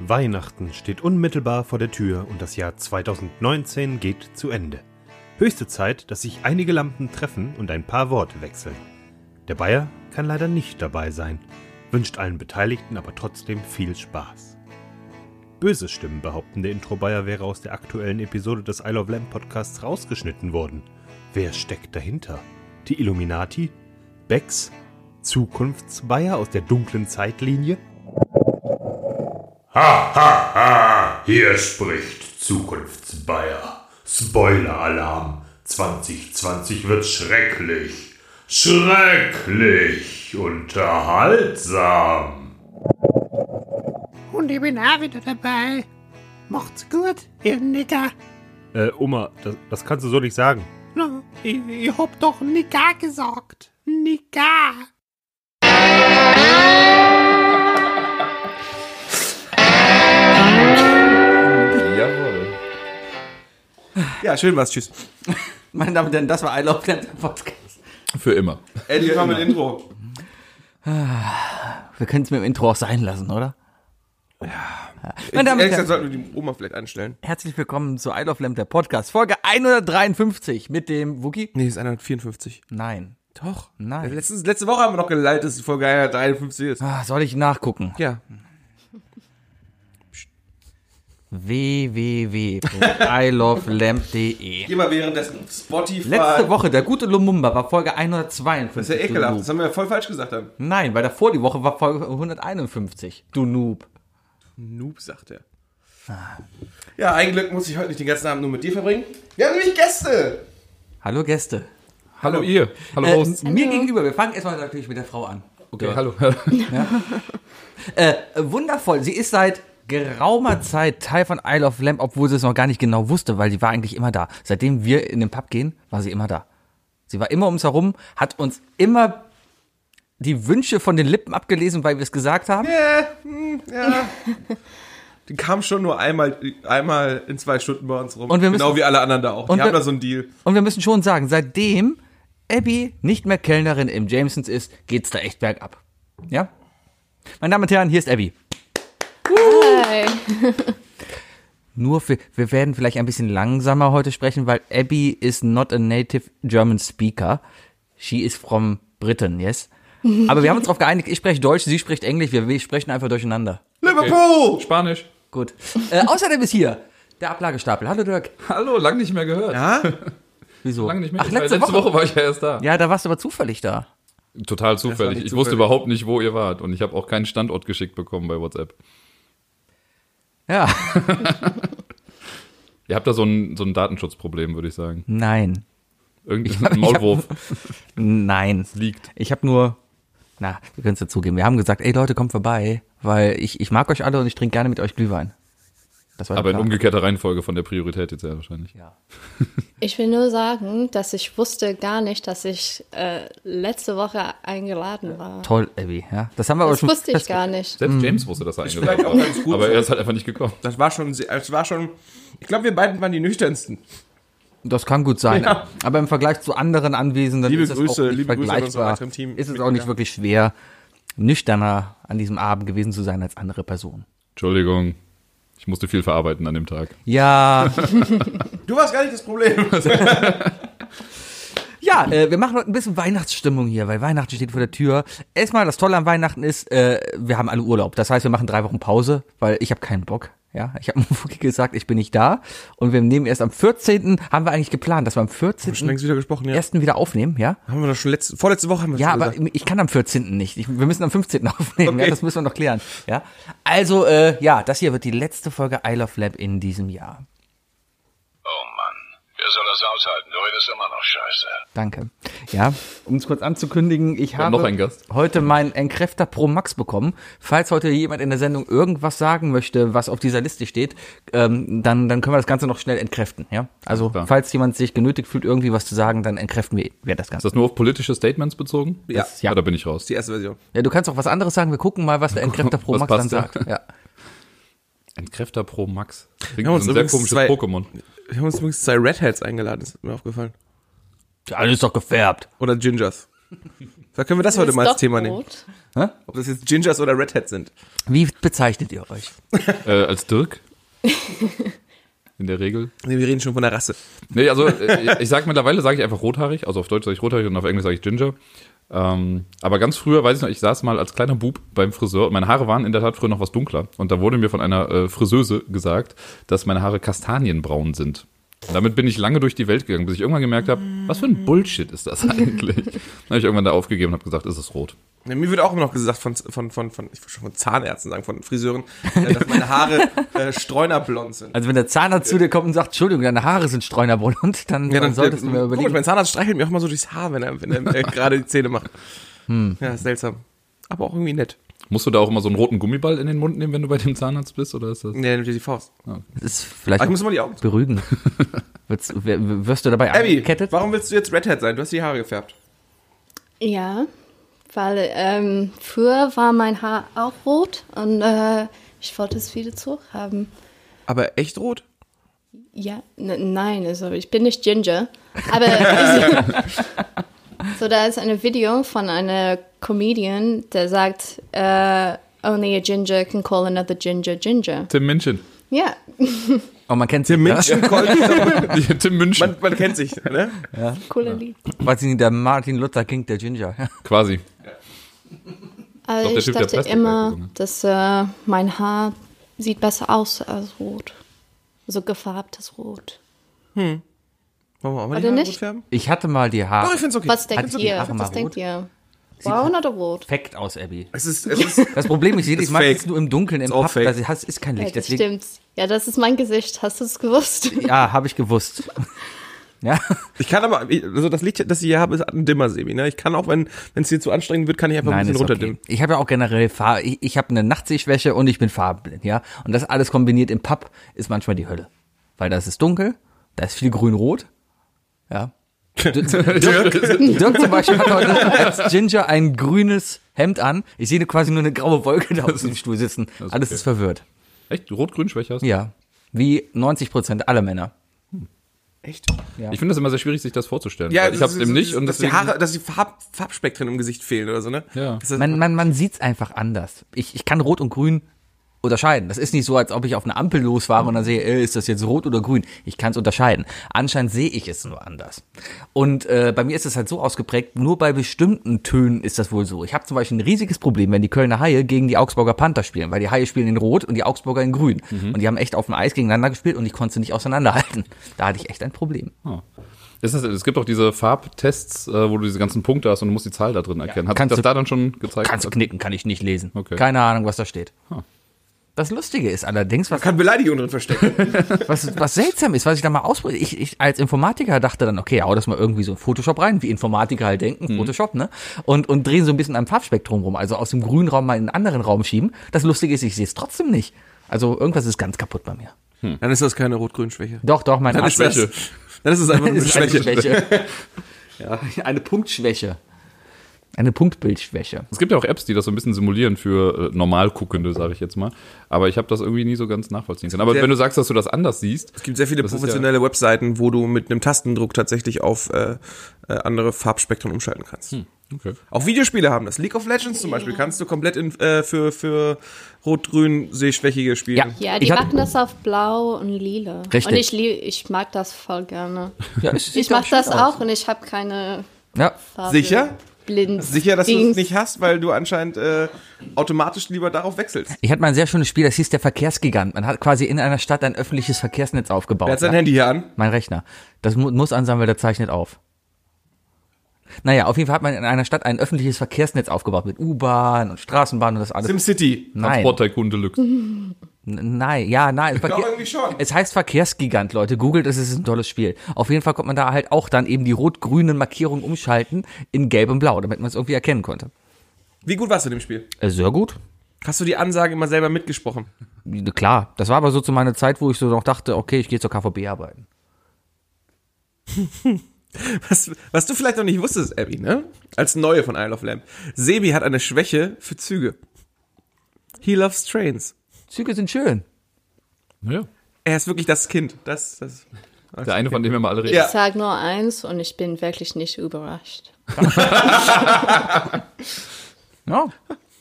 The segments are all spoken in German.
Weihnachten steht unmittelbar vor der Tür und das Jahr 2019 geht zu Ende. Höchste Zeit, dass sich einige Lampen treffen und ein paar Worte wechseln. Der Bayer kann leider nicht dabei sein, wünscht allen Beteiligten aber trotzdem viel Spaß. Böse Stimmen behaupten, der Intro Bayer wäre aus der aktuellen Episode des Isle of Lamp Podcasts rausgeschnitten worden. Wer steckt dahinter? Die Illuminati? Becks? Zukunftsbayer aus der dunklen Zeitlinie? Ha, ha, ha! Hier spricht Zukunftsbayer. Spoiler-Alarm. 2020 wird schrecklich. Schrecklich unterhaltsam. Und ich bin auch wieder dabei. Macht's gut, ihr Nicker. Äh, Oma, das, das kannst du so nicht sagen. Na, ich, ich hab doch Nicker gesagt. Nicker. Jawohl. Ja, schön war's, tschüss. Meine Damen und Herren, das war I Love Lamp, der Podcast. Für immer. Endlich mal mit Intro. Wir können es mit dem Intro auch sein lassen, oder? Ja. Meine Damen Ehrlich und gesagt sollten Herren, wir die Oma vielleicht anstellen. herzlich willkommen zu I Love Lamp, der Podcast, Folge 153 mit dem Wookie. Nee, ist 154. Nein. Doch. Nein. Letzte, letzte Woche haben wir noch geleitet, dass die Folge 153 ist. Ah, soll ich nachgucken? Ja. www.ilovelamp.de Geh mal währenddessen auf Spotify. E. Letzte Woche, der gute Lumumba, war Folge Das 152. ist ja du ekelhaft. Noob. Das haben wir ja voll falsch gesagt. Haben. Nein, weil davor die Woche war Folge 151. Du Noob. Noob, sagt er. Ja, ein Glück muss ich heute nicht den ganzen Abend nur mit dir verbringen. Wir haben nämlich Gäste. Hallo Gäste. Hallo ihr. Hallo Äh, Host. mir gegenüber, wir fangen erstmal natürlich mit der Frau an. Okay, Ja. hallo. Äh, wundervoll. Sie ist seit geraumer Zeit Teil von Isle of Lamp, obwohl sie es noch gar nicht genau wusste, weil sie war eigentlich immer da. Seitdem wir in den Pub gehen, war sie immer da. Sie war immer um uns herum, hat uns immer die Wünsche von den Lippen abgelesen, weil wir es gesagt haben. hm, Die kamen schon nur einmal, einmal in zwei Stunden bei uns rum. Und wir müssen- genau wie alle anderen da auch. und die haben wir- da so einen Deal. Und wir müssen schon sagen, seitdem Abby nicht mehr Kellnerin im Jamesons ist, geht's da echt bergab. Ja? Meine Damen und Herren, hier ist Abby. Hi. Nur für, wir werden vielleicht ein bisschen langsamer heute sprechen, weil Abby is not a native German speaker. She is from Britain, yes? Aber wir haben uns darauf geeinigt, ich spreche Deutsch, sie spricht Englisch, wir, wir sprechen einfach durcheinander. Liverpool! Spanisch. Gut. Äh, außerdem ist hier der Ablagestapel. Hallo Dirk. Hallo, lang nicht mehr gehört. Ja? Wieso? Lang nicht mehr. Ach, letzte, Weil letzte Woche. Woche. war ich ja erst da. Ja, da warst du aber zufällig da. Total war zufällig. nicht Ich wusste zufällig. überhaupt nicht, wo ihr wart. Und ich habe auch keinen Standort geschickt bekommen bei WhatsApp. Ja. Ihr habt da so ein, so ein Datenschutzproblem, würde ich Hm. sagen. Nein. Irgendein Maulwurf. Nein. liegt. Ich habe nur, na, wir können es dazugeben. Wir haben gesagt, ey Leute, kommt vorbei, weil ich, ich mag euch alle und ich trinke gerne mit euch Glühwein. Das war der Aber in Plan. umgekehrter Reihenfolge von der Priorität jetzt ja wahrscheinlich. Ich will nur sagen, dass ich wusste gar nicht, dass ich äh, letzte Woche eingeladen war. Toll, Abby, ja. Das haben wir aber Das schon. wusste ich das- gar nicht. Selbst James wusste, dass er Hm. vielleicht eingeladen auch ganz gut war. Aber so. er ist halt einfach nicht gekommen. Das war schon, sehr- das war schon, ich glaube, wir beiden waren die nüchternsten. Das kann gut sein. Ja. Aber im Vergleich zu anderen Anwesenden Liebe ist es Grüße, auch nicht liebe Grüße an unser vergleichbar. weiteres Team. ist es auch nicht Ja. wirklich schwer, nüchterner an diesem Abend gewesen zu sein als andere Personen. Entschuldigung. Ich musste viel verarbeiten an dem Tag. Ja, Du warst gar nicht das Problem. ja, äh, wir machen heute ein bisschen Weihnachtsstimmung hier, weil Weihnachten steht vor der Tür. Erstmal, das Tolle an Weihnachten ist, äh, wir haben alle Urlaub. Das heißt, wir machen drei Wochen Pause, weil ich habe keinen Bock. Ja, ich habe Muki gesagt, ich bin nicht da. Und wir nehmen erst am 14. haben wir eigentlich geplant, dass wir am 14. wieder gesprochen, ja. ersten wieder aufnehmen, ja? Haben wir doch schon letzte, vorletzte Woche haben wir Ja, schon aber gesagt. ich kann am 14. nicht. Ich, wir müssen am 15. aufnehmen. Okay. Ja, das müssen wir noch klären. Ja? Also, äh, ja, das hier wird die letzte Folge I Love Lab in diesem Jahr. Oh Mann, wer soll das aushalten? Du redest immer noch scheiße. Danke. Ja, um es kurz anzukündigen, ich haben habe noch einen Gast. heute meinen Enkräfter Pro Max bekommen. Falls heute jemand in der Sendung irgendwas sagen möchte, was auf dieser Liste steht, ähm, dann, dann können wir das Ganze noch schnell entkräften. Ja? Also, Klar. falls jemand sich genötigt fühlt, irgendwie was zu sagen, dann entkräften wir wer das Ist Ganze. das nur auf politische Statements bezogen? Ja. ja. Da bin ich raus. Die erste Version. Ja, du kannst auch was anderes sagen. Wir gucken mal, was der Enkräfter Pro Was Max dann passt da? sagt. Ja. Entkräfter Pro Max. Wir Klingt haben wie uns so ein sehr übrigens komisches zwei- Pokémon. Wir haben uns übrigens zwei Red Hats eingeladen, das ist mir aufgefallen. Alles ist doch gefärbt. Oder Gingers. Da können wir das heute mal als Thema ne? nehmen. Hä? Ob das jetzt Gingers oder Redheads sind. Wie bezeichnet ihr euch? Äh, als Dirk? In der Regel. Nee, wir reden schon von der Rasse. Nee, also äh, ich sage mittlerweile, sage ich einfach rothaarig. Also auf Deutsch sage ich rothaarig und auf Englisch sage ich Ginger. Ähm, aber ganz früher, weiß ich noch, ich saß mal als kleiner Bub beim Friseur und meine Haare waren in der Tat früher noch was dunkler. Und da wurde mir von einer äh, Friseuse gesagt, dass meine Haare kastanienbraun sind. Damit bin ich lange durch die Welt gegangen, bis ich irgendwann gemerkt habe, was für ein Bullshit ist das eigentlich? Dann habe ich irgendwann da aufgegeben und habe gesagt, es ist rot. Ja, mir wird auch immer noch gesagt von, von, von, von ich wollte schon von Zahnärzten sagen, von Friseuren, äh, dass meine Haare äh, streunerblond sind. Also wenn der Zahnarzt zu dir kommt und sagt, Entschuldigung, deine Haare sind streunerblond, dann, dann solltest du mir äh, Komisch, überlegen. mein Zahnarzt streichelt mir auch mal so durchs Haar, wenn er, wenn er äh, gerade die Zähne macht. Ja, ist seltsam. Aber auch irgendwie nett. Musst du da auch immer so einen roten Gummiball in den Mund nehmen, wenn du bei dem Zahnarzt bist? Oder ist das? Nee, nimmt dir die Faust. Das ist vielleicht Aber ich muss mal die Augen. berügen. Wirst, wer- wirst du dabei Abby, angekettet? warum willst du jetzt Redhead sein? Du hast die Haare gefärbt. Ja, weil ähm, früher war mein Haar auch rot und äh, ich wollte es wieder zurückhaben. Aber echt rot? Ja, n- nein, also ich bin nicht Ginger. Aber so, da ist ein Video von einer Comedian, der sagt, äh, only a Ginger can call another Ginger Ginger. Tim München. Ja, Oh, man kennt sie, ja? München, Kolben, Tim München. man, man kennt sich, ne? cooler Lied. Weiß ich nicht, der Martin Luther King, der Ginger. Quasi. Also der ich Typ, der dachte Plastik immer, hergezogen dass äh, mein Haar sieht besser aus als rot. So gefärbtes Rot. Wollen wir auch mal Oder die Haare nicht? rot färben? Ich hatte mal die Oh, Haare. ich find's okay. Was Hat denkt sie die ihr? Haare mal Was denkt rot? ihr? Braun oder rot? Perfekt aus, Abby. Es ist, es ist, Das Problem ist, jedes Ist Mal fake. ist nur im Dunkeln, im Ist auch Pub, fake. das ist, ist kein Ja, Licht. das Deswegen, stimmt. Ja, das ist mein Gesicht. Hast du es gewusst? ja, habe ich gewusst. Ja, ich kann aber, also das Licht, das ich hier habe, ist ein dimmer Semi, ne? Ich kann auch, wenn es hier zu anstrengend wird, kann ich einfach ein nein, bisschen ist runterdimmen. okay. Ich habe ja auch generell Farbe. Ich, ich habe eine Nachtsichtschwäche und ich bin farbenblind, ja. Und das alles kombiniert im Pub ist manchmal die Hölle. Weil das ist dunkel, da ist viel grün-rot, ja. Dirk zum Beispiel hat heute als Ginger ein grünes Hemd an. Ich sehe quasi nur eine graue Wolke da auf dem Stuhl sitzen. Alles ist verwirrt. Echt? Rot-Grün-Schwäche hast du? Ja. Wie 90 Prozent aller Männer. Echt? Ich finde das immer sehr schwierig, sich das vorzustellen. Ja, weil ich das habe ist- eben nicht und dass die deswegen, Haare, dass die Farb, Farbspektren im Gesicht fehlen oder so, ne? Ja. Das ist, Man, man, man sieht es einfach anders. Ich, ich kann Rot und Grün unterscheiden. Das ist nicht so, als ob ich auf eine Ampel losfahre und dann sehe, äh, ist das jetzt rot oder grün? Ich kann es unterscheiden. Anscheinend sehe ich es nur anders. Und äh, bei mir ist es halt so ausgeprägt, nur bei bestimmten Tönen ist das wohl so. Ich habe zum Beispiel ein riesiges Problem, wenn die Kölner Haie gegen die Augsburger Panther spielen, weil die Haie spielen in Rot und die Augsburger in Grün. Mhm. Und die haben echt auf dem Eis gegeneinander gespielt und ich konnte sie nicht auseinanderhalten. Da hatte ich echt ein Problem. Ah, ist das, es gibt auch diese Farbtests, äh, wo du diese ganzen Punkte hast und du musst die Zahl da drin erkennen. Hat sich Kannst das du- da dann schon gezeigt? Kannst du knicken, kann ich nicht lesen. Okay. Keine Ahnung, was da steht. Huh. Das Lustige ist allerdings, was kann Beleidigung drin verstecken. was, was seltsam ist, was ich da mal ausprobiert ich, ich als Informatiker dachte dann, okay, hau das mal irgendwie so in Photoshop rein, wie Informatiker halt denken, Photoshop, ne? Und, und drehen so ein bisschen am Farbspektrum rum, also aus dem grünen Raum mal in einen anderen Raum schieben. Das Lustige ist, ich sehe es trotzdem nicht. Also irgendwas ist ganz kaputt bei mir. Dann ist das keine Rot-Grün-Schwäche. Doch, doch, mein Dann Arzt ist das, ist- dann ist es einfach nur eine ist eine Schwäche. Schwäche. ja, eine Punktschwäche. Eine Punktbildschwäche. Es gibt ja auch Apps, die das so ein bisschen simulieren für äh, Normalguckende, sage ich jetzt mal. Aber ich habe das irgendwie nie so ganz nachvollziehen können. Aber Sehr- wenn du sagst, dass du das anders siehst, Es gibt sehr viele Das ist professionelle Webseiten, wo du mit einem Tastendruck tatsächlich auf äh, äh, andere Farbspektren umschalten kannst. okay. Auch Videospiele haben das. League of Legends zum Beispiel kannst du komplett in, äh, für, für Rot-Grün Sehschwächige spielen. Ja. Ja, die Ich hab- machen das auf blau und lila. Richtig. Und ich, lieb, ich mag das voll gerne. Ja, Ich mag das auch und ich habe keine Ja, Farbe. Sicher? Blind. Sicher, dass du es Dings. nicht hast, weil du anscheinend äh, automatisch lieber darauf wechselst. ich hatte mal ein sehr schönes Spiel, das hieß der Verkehrsgigant. Man hat quasi in einer Stadt ein öffentliches Verkehrsnetz aufgebaut. ne? Er hat ja. sein Handy hier an. Mein Rechner. Das mu muss ansammeln, der zeichnet auf. Naja, auf jeden Fall hat man in einer Stadt ein öffentliches Verkehrsnetz aufgebaut mit U-Bahn und Straßenbahn und das alles. SimCity. nein, Transport-Tycoon Mhm. Deluxe. n- nein, ja, nein. Verkehr- Doch, irgendwie schon. Es heißt Verkehrsgigant, Leute. Googelt, es ist ein tolles Spiel. Auf jeden Fall konnte man da halt auch dann eben die rot-grünen Markierungen umschalten in gelb und blau, damit man es irgendwie erkennen konnte. Wie gut warst du in dem Spiel? Äh, sehr gut. Hast du die Ansage immer selber mitgesprochen? Klar, das war aber so zu meiner Zeit, wo ich so noch dachte, okay, ich gehe zur KVB arbeiten. Was, was du vielleicht noch nicht wusstest, Abby, ne? Als Neue von Isle of Lamp. Sebi hat eine Schwäche für Züge. He loves trains. Züge sind schön. Ja. Er ist wirklich das Kind. Das, das. Der eine, von dem wir mal alle reden. Ja. Ich sage nur eins und ich bin wirklich nicht überrascht. Ja,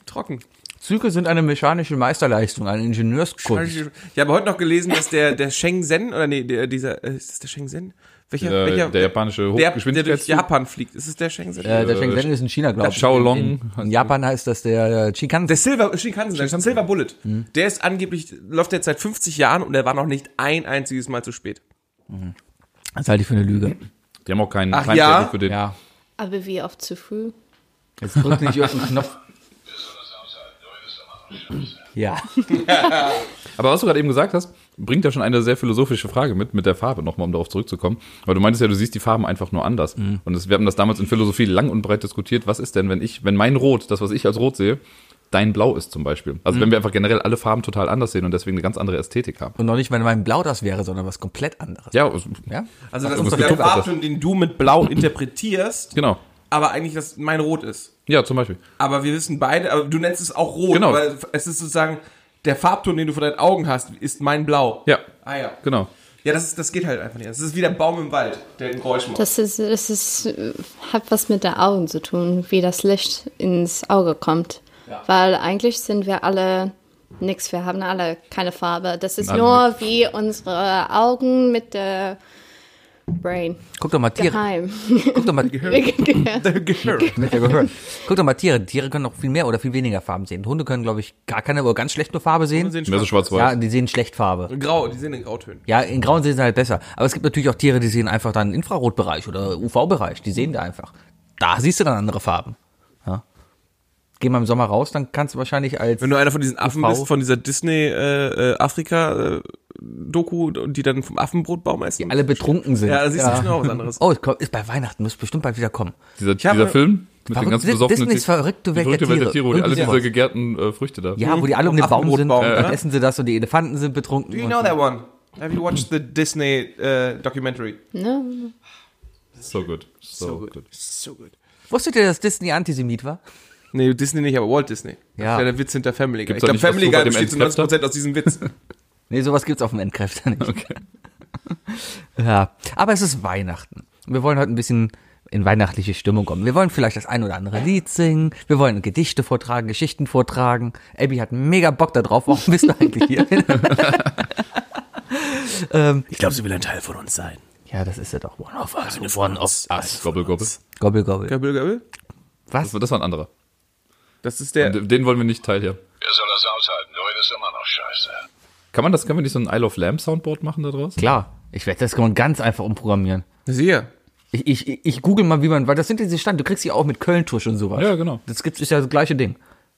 Trocken. Züge sind eine mechanische Meisterleistung, eine Ingenieurskunst. Ich habe heute noch gelesen, dass der, der Shenzhen, oder nee, der, dieser, äh, ist das der Shenzhen? Welcher, Der, welcher, äh, der japanische der, der durch Hochgeschwindigkeitszug. Japan fliegt. Ist es der Shenzhen? Äh, der Shenzhen ist in China, glaube ich. Shaolong In, in heißt Japan heißt das der äh, Der Shinkansen. Silver, Shinkansen, der Silver Bullet. Mhm. Der ist angeblich, läuft jetzt seit 50 Jahren und er war noch nicht ein einziges Mal zu spät. Das halte ich für eine Lüge. Die haben auch keinen Ach keinen ja? Termin für den. Ja. Aber wie oft zu früh? Jetzt drückt nicht auf den Knopf. Ja. Aber was du gerade eben gesagt hast, bringt ja schon eine sehr philosophische Frage mit, mit der Farbe, nochmal, um darauf zurückzukommen. Weil du meintest ja, du siehst die Farben einfach nur anders. Mhm. Und es, wir haben das damals in Philosophie lang und breit diskutiert. Was ist denn, wenn ich, wenn mein Rot, das, was ich als Rot sehe, dein Blau ist zum Beispiel? Also Mhm. wenn wir einfach generell alle Farben total anders sehen und deswegen eine ganz andere Ästhetik haben. Und noch nicht, wenn mein Blau das wäre, sondern was komplett anderes. Ja, es- Ja? Also du das bist ist der gedumpft, das- Farbton, den du mit Blau interpretierst, genau. aber eigentlich das mein Rot ist. Ja, zum Beispiel. Aber wir wissen beide, aber du nennst es auch Rot, Genau. weil es ist sozusagen der Farbton, den du vor deinen Augen hast, ist mein Blau. Ja. Ah ja. Genau. Ja, das, ist, das geht halt einfach nicht. Das ist wie der Baum im Wald, der ein Geräusch macht. Das ist, das ist, äh, hat was mit den Augen zu tun, wie das Licht ins Auge kommt. Weil eigentlich sind wir alle nichts, wir haben alle keine Farbe. Das ist Nein. nur wie unsere Augen mit der Brain. Guck doch mal Tiere. Geheim. Guck doch mal, Genau. mit der Gehirn. Guck doch mal Tiere. Tiere können auch viel mehr oder viel weniger Farben sehen. Hunde können, glaube ich, gar keine oder ganz schlecht nur Farbe sehen. Die sind Mehr so schwarz-weiß. Ja, die sehen schlecht Farbe. grau, die sind in Grautönen. Ja, in Grauen sehen sie halt besser. Aber es gibt natürlich auch Tiere, die sehen einfach dann Infrarotbereich oder UV-Bereich. Die sehen da einfach. Da siehst du dann andere Farben. Ja. Geh mal im Sommer raus, dann kannst du wahrscheinlich als. Wenn du einer von diesen Affen UV. bist, von dieser Disney äh, äh, Afrika äh, Doku, die dann vom Affenbrotbaum essen. alle betrunken sind. ja, da siehst du schon auch was anderes. Oh, es kommt- ist bei Weihnachten, muss bestimmt bald wieder kommen. Dieser, habe- dieser Film mit Verrückt- den ganzen Disney besoffenen ist verrückte die Welt der verrückte Welt Tiere. der Tiere, wo die alle Irgendwie diese sowas. gegärten äh, Früchte da. Ja, wo die alle um den Am Baum sind, Affenbrotbaum, dann ja. essen sie das und die Elefanten sind betrunken. Do you und know so. that one? Have you watched the Disney äh, documentary? Ne? So gut. So, gut. So gut. Wusstet ihr, dass Disney Antisemit war? Nee, Disney nicht, aber Walt Disney. Ja. Das ist der Witz hinter Family Guy. Gibt's ich da glaube, Family nicht was zu bei Guy dem besteht zu Entkräfter? 90% aus diesem Witz. Nee, sowas gibt's auf dem Endkräfter nicht. Ja, aber es ist Weihnachten. Wir wollen heute ein bisschen in weihnachtliche Stimmung kommen. Wir wollen vielleicht das ein oder andere Lied singen. Wir wollen Gedichte vortragen, Geschichten vortragen. Abby hat mega Bock da drauf. Warum bist du eigentlich hier? ähm, Ich glaube, sie will ein Teil von uns sein. ja, das ist ja doch One of Us. One of us. Gobbel, gobbel. Gobble, gobble. Göbel, Göbel? Das war, das war ein anderer. Das ist der. Den wollen wir nicht teilhaben. Wer soll das aushalten? Noel ist immer noch scheiße. Kann man das, können wir nicht so ein Isle of Lamb Soundboard machen da draus? Klar, ich werde das gewoon ganz einfach umprogrammieren. Das ist hier. Ich, ich, ich- ich google mal, wie man, weil das sind diese Stand, du kriegst die auch mit Kölntusch und sowas. Ja, genau. Das gibt's, ist ja das gleiche Ding.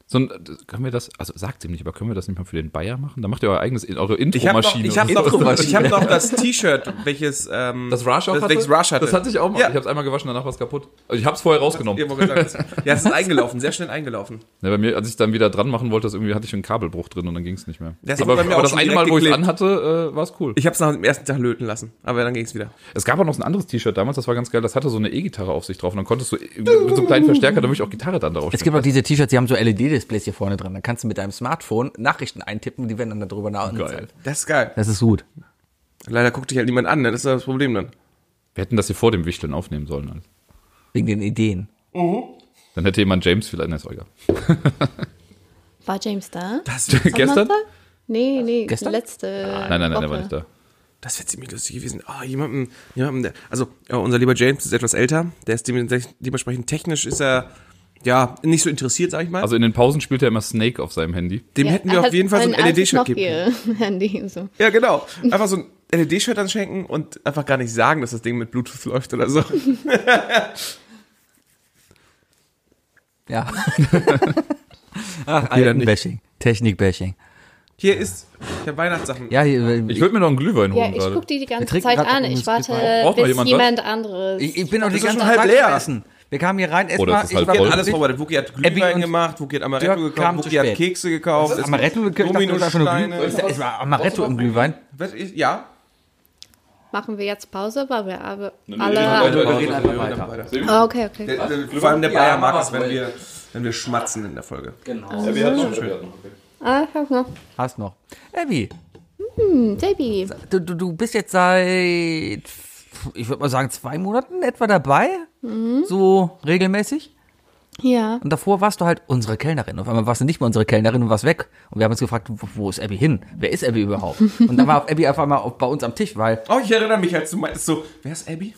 So ein, können wir das, also sagt ihm nicht, aber können wir das nicht mal für den Bayer machen? Da macht ihr euer eigenes, eure Ich habe noch, Intro-Maschine. ich hab und so. noch, ich hab noch das T-Shirt, welches. Ähm, das Rush auch welches Rush hatte. Das hatte ich auch mal. Ja. Ich hab's einmal gewaschen, danach war's kaputt. Also ich hab's vorher rausgenommen. Ihr habt gesagt. Ja, es ist eingelaufen, sehr schnell eingelaufen. Ne, bei mir, als ich dann wieder dran machen wollte, das irgendwie hatte ich einen Kabelbruch drin und dann ging's nicht mehr. Das aber wurde bei mir aber auch das schon eine direkt Mal, wo ich geklebt. anhatte, äh, war's cool. Ich habe es nach dem ersten Tag löten lassen, aber dann ging es wieder. Es gab auch noch so ein anderes T-Shirt damals, das war ganz geil, das hatte so eine E-Gitarre auf sich drauf und dann konntest du mit so einem kleinen Verstärker, da wirklich auch Gitarre dann drauf Es gibt auch diese T-Shirts, die haben so LED-Displays hier vorne dran. Dann kannst du mit deinem Smartphone Nachrichten eintippen und die werden dann darüber Geil. nachgezeigt. Das ist geil. Das ist gut. Leider guckt dich halt niemand an, ne? das ist das Problem dann. Wir hätten das hier vor dem Wichteln aufnehmen sollen. alles. Wegen den Ideen. Dann hätte jemand James vielleicht, nein, ist auch egal. War James da? Das, Gestern? Samantha? Nee, nee, Gestern? letzte. Nein, nein, nein, Woche. der war nicht da. das wäre ziemlich lustig gewesen. Ah, jemanden, jemanden, der, also ja, unser lieber James ist etwas älter, der ist dements- dementsprechend technisch ist er ja nicht so interessiert, sag ich mal. Also in den Pausen spielt er immer Snake auf seinem Handy. Dem Ja, hätten wir er auf hat jeden Fall so E seinen ein LED-Shirt Anzug geben. können. noch ihr Handy, so. Ja, genau. Einfach so ein LED-Shirt dann schenken und einfach gar nicht sagen, dass das Ding mit Bluetooth läuft oder so. Ja. Ach, dann nicht. Alten-Bashing. Technik-Bashing. Hier ist, ich habe Weihnachtssachen. Ja, hier, Ich würde mir noch einen Glühwein Ja, holen ich gerade. gucke die die Wir ganze trinken Zeit grad an. noch ich ein warte, Braucht noch bis jemand jemand, was? anderes. ich, ich bin auch die ist doch ganze schon halb Zeit leer. gegessen. Wir kamen hier rein, Oder erstmal. es Oh, ist halb ich war- Wir voll. haben alles vorbereitet. Wookie hat Abby Glühwein und gemacht, Wookie hat Dirk Amaretto kam gekauft, zu Wookie hat spät. Kekse gekauft, Amaretto, ich dachte, das war schon eine Glüh- Dominosteine. Es war Amaretto im Glühwein. Was ich- Ja, Machen wir jetzt Pause, weil wir aber nee, alle. nee, Wir reden einfach weiter. Ah, okay, okay. Der, der, vor allem der Bayer Ja, mach mag es, was wenn wollt. wir, wenn wir schmatzen in der Folge. Ah, ich hab noch. Hm, Hast noch. Abby, Baby. du, du, du bist jetzt seit ich würde mal sagen, zwei Monaten etwa dabei. So regelmäßig. Ja. Und davor warst du halt unsere Kellnerin. Auf einmal warst du nicht mehr unsere Kellnerin und warst weg. Und wir haben uns gefragt, wo, wo ist Abby hin? Wer ist Abby überhaupt? Und dann war auf Abby auf einmal auf, bei uns am Tisch, weil Oh, ich erinnere mich, als du meintest so, wer ist Abby?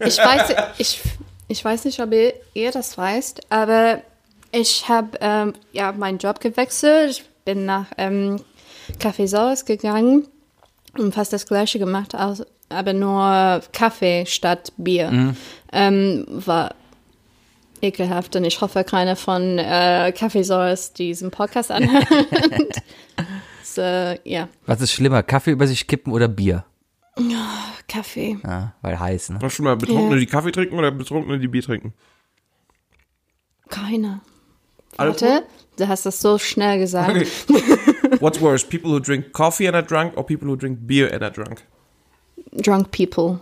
Ich weiß, ich, ich weiß nicht, ob ihr, ihr das weißt, aber ich habe ähm, ja meinen Job gewechselt. Ich bin nach ähm, Café Saus gegangen und fast das gleiche gemacht, aus- aber nur Kaffee statt Bier. Ähm, war ekelhaft und ich hoffe, keiner von äh, Café Saus diesen Podcast anhört. so, ja, was ist schlimmer, Kaffee über sich kippen oder Bier? Kaffee. Ja, weil heiß, ne? Hast du schon mal Betrunkene, Ja. die Kaffee trinken oder Betrunkene, die Bier trinken? Keiner. Alkohol? Warte, du hast das so schnell gesagt. Okay. What's worse, people who drink coffee and are drunk or people who drink beer and are drunk? Drunk people.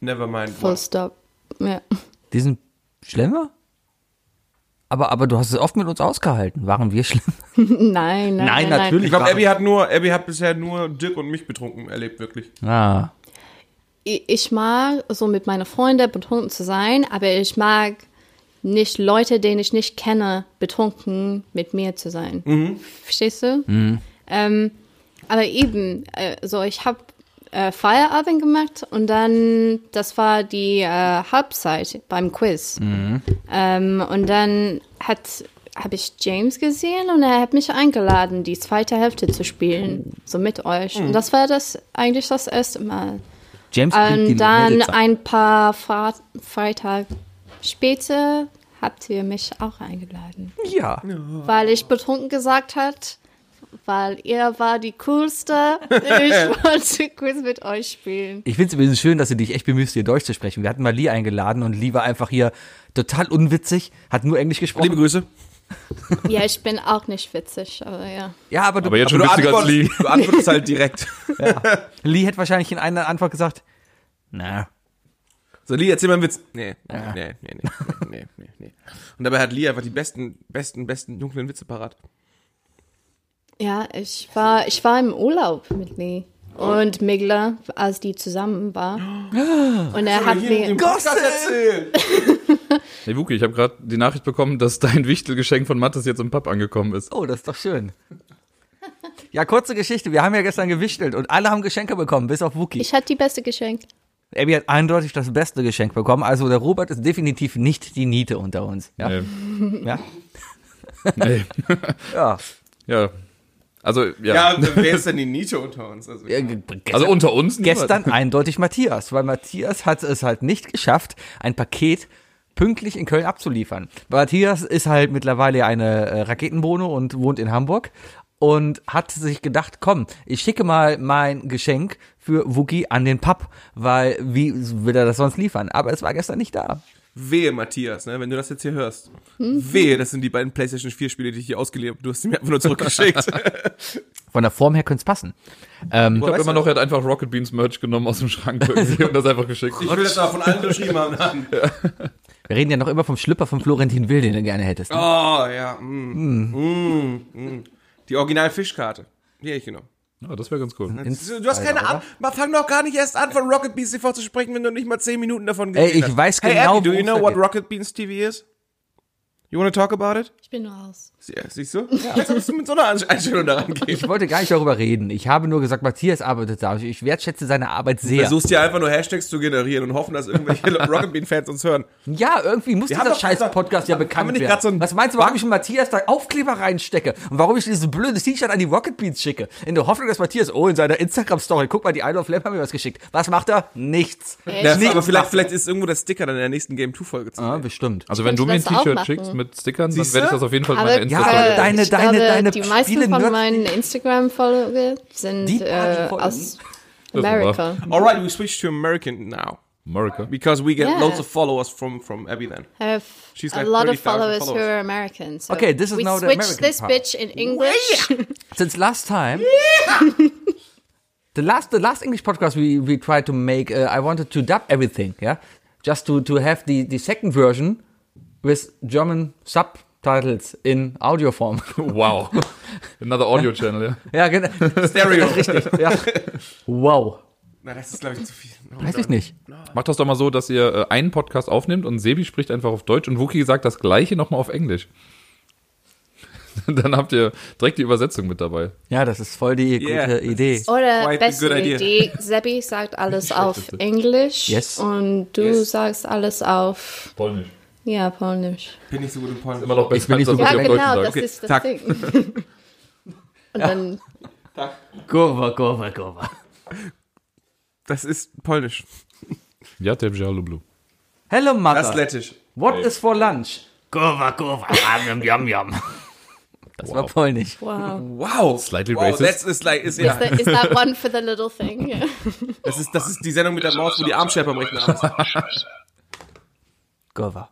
Never mind. Full what. stop. Ja. Die sind schlimmer? Aber, aber du hast es oft mit uns ausgehalten. Waren wir schlimm? Nein, nein, nein, Ich glaube, Abby hat nur, Abby hat bisher nur Dirk und mich betrunken erlebt, wirklich. Ah, Ich, ich mag so mit meinen Freunden betrunken zu sein, aber ich mag nicht Leute, denen ich nicht kenne, betrunken mit mir zu sein. Verstehst du? Ähm, aber eben, äh, so ich habe äh, Feierabend gemacht und dann, das war die äh, Halbzeit beim Quiz. Ähm, und dann hat habe ich James gesehen und er hat mich eingeladen, die zweite Hälfte zu spielen, so mit euch. Und das war das eigentlich das erste Mal. James bringt die Und Ähm, dann Mädels an. ein paar Fra Freitag später habt ihr mich auch eingeladen, Ja. weil ich betrunken gesagt hat, weil ihr war die coolste. Ich wollte Quiz mit euch spielen. Ich finde es übrigens schön, dass du dich echt bemühst, hier Deutsch zu sprechen. Wir hatten mal Lee eingeladen und Lee war einfach hier total unwitzig, hat nur Englisch gesprochen. Liebe Grüße. Ja, ich bin auch nicht witzig, aber ja. ja, aber, du, Aber jetzt schon Du witziger als Lee. antwortest, du antwortest halt direkt. Lee hätte wahrscheinlich in einer Antwort gesagt, na, So, Lee, erzähl mal einen Witz. Nee, nee, nee, nee, nee, nee, nee. Und dabei hat Lee einfach die besten, besten, besten dunklen Witze parat. Ja, ich war, ich war im Urlaub mit Lee und Migler, als die zusammen war. Und er hat mir. Gossip! erzählen. Hey Wuki, ich habe gerade die Nachricht bekommen, dass dein Wichtelgeschenk von Mattes jetzt im Pub angekommen ist. oh, das ist doch schön. Ja, kurze Geschichte. Wir haben ja gestern gewichtelt und alle haben Geschenke bekommen, bis auf Wookie. Ich hatte die beste Geschenk. Abby hat eindeutig das beste Geschenk bekommen. Also der Robert ist definitiv nicht die Niete unter uns. Oh. Ja, Nee. ja. Nee. ja. ja. Also, Ja, ja. und wer ist denn die Niete unter uns? Also, Ja, ge- ge- also unter uns niemand. gestern eindeutig Matthias, weil Matthias hat es halt nicht geschafft, ein Paket pünktlich in Köln abzuliefern. Matthias ist halt mittlerweile eine äh, Raketenbohne und wohnt in Hamburg und hat sich gedacht, komm, ich schicke mal mein Geschenk für Wookie an den Pub, weil wie will er das sonst liefern? Aber es war gestern nicht da. Wehe, Matthias, ne, wenn du das jetzt hier hörst. Wehe, das sind die beiden PlayStation 4 Spiele, die ich hier ausgeliehen habe. Du hast sie mir einfach nur zurückgeschickt. Von der Form her könnte es passen. Ähm, Ich glaube immer noch, er hat einfach Rocket Beans Merch genommen aus dem Schrank irgendwie und das einfach geschickt. ich will das aber von allen geschrieben haben. wir reden ja noch immer vom Schlüpper von Florentin Will, den du gerne hättest. Ne? Oh, ja. Mm. Mm. Mm. Die Original-Fischkarte. Die hätte ich genommen. Ja, Ah, das wäre ganz cool. Du hast keine Ahnung. Man fang doch gar nicht erst an, von Rocket Beans TV zu sprechen, wenn du nicht mal 10 Minuten davon gesehen ich hast. weiß hey, genau, Abby, do worum you es know da what geht. Rocket Beans TV is? You wanna talk about it? Ich bin nur aus. Sie- äh, Siehst du? Jetzt musst du mit so einer Einstellung daran gehen. Ich wollte gar nicht darüber reden. Ich habe nur gesagt, Matthias arbeitet da. Ich wertschätze seine Arbeit sehr. Versuchst dir einfach nur Hashtags zu generieren und hoffen, dass irgendwelche Rocket Bean Fans uns hören. Ja, irgendwie muss Wir haben dieser doch scheiß gesagt, Podcast ja haben wir bekannt nicht werden. grad so einen Was meinst du, warum ich in Matthias da Aufkleber reinstecke? Und warum ich dieses blöde T-Shirt an die Rocket Beats schicke? In der Hoffnung, dass Matthias, oh, in seiner Instagram-Story, guck mal, die Isle of Lamp haben mir was geschickt. Was macht er? Nichts. Ja, Nichts aber vielleicht, macht vielleicht ist irgendwo der Sticker dann in der nächsten Game 2 Folge zu er. sehen. Ja, bestimmt. Also wenn Ich du mir ein könnte das auch T-Shirt machen. schickst mit Stickern, dann Siehste? werde ich das auf jeden Fall in Aber meine Insta-Story. äh, deine- ich deine- glaube, deine die Spiele- meisten von meinen Instagram-Folgen sind Die äh, Partyfolgen. aus war- Amerika. Alright, we switch to American now. America. Because we get Yeah. loads of followers from, from Abby then. I have She's a like lot of 30,000 followers, who followers. are American. So Okay, this is we now the switch American this part. bitch in English. Since last time. The last, the last English podcast we, we tried to make, uh, I wanted to dub everything, yeah? Just to, to have the, the second version with German subtitles in audio form. Wow. Another Audio Channel, ja. Ja, genau. Stereo. Richtig, ja. Wow. Na, das ist, glaube ich, zu viel. Oh Weiß ich Gott. nicht. Macht das doch mal so, dass ihr äh, einen Podcast aufnehmt und Sebi spricht einfach auf Deutsch und Wookie sagt das gleiche nochmal auf Englisch. Dann habt ihr direkt die Übersetzung mit dabei. Ja, das ist voll die Yeah, gute das Idee. Oder Quite a beste good idea. Idee, Seppi sagt alles auf Englisch Yes. und du Yes. sagst alles auf Polnisch. ja, Polnisch. Bin nicht so gut im Polnisch. Immer noch besser, Ich bin nicht so als gut was Ja, ihr auf Deutsch genau, das sagt. ist das zack. Ding. Und dann Kurva, kurva, kurva. Das ist Polnisch. Ja, der Bjalublu. Hello, Das ist Mother. Lettisch. What is for lunch? Kurva, kurva. Yum, yum, yum. Das war polnisch. wow. Wow. Slightly wow, racist. That's is like, ist, ja, Is that, is that one for the little thing? Ja. das, ist, das ist die Sendung mit der Maus, wo die Armschärfe am Rechner ist. Kurva.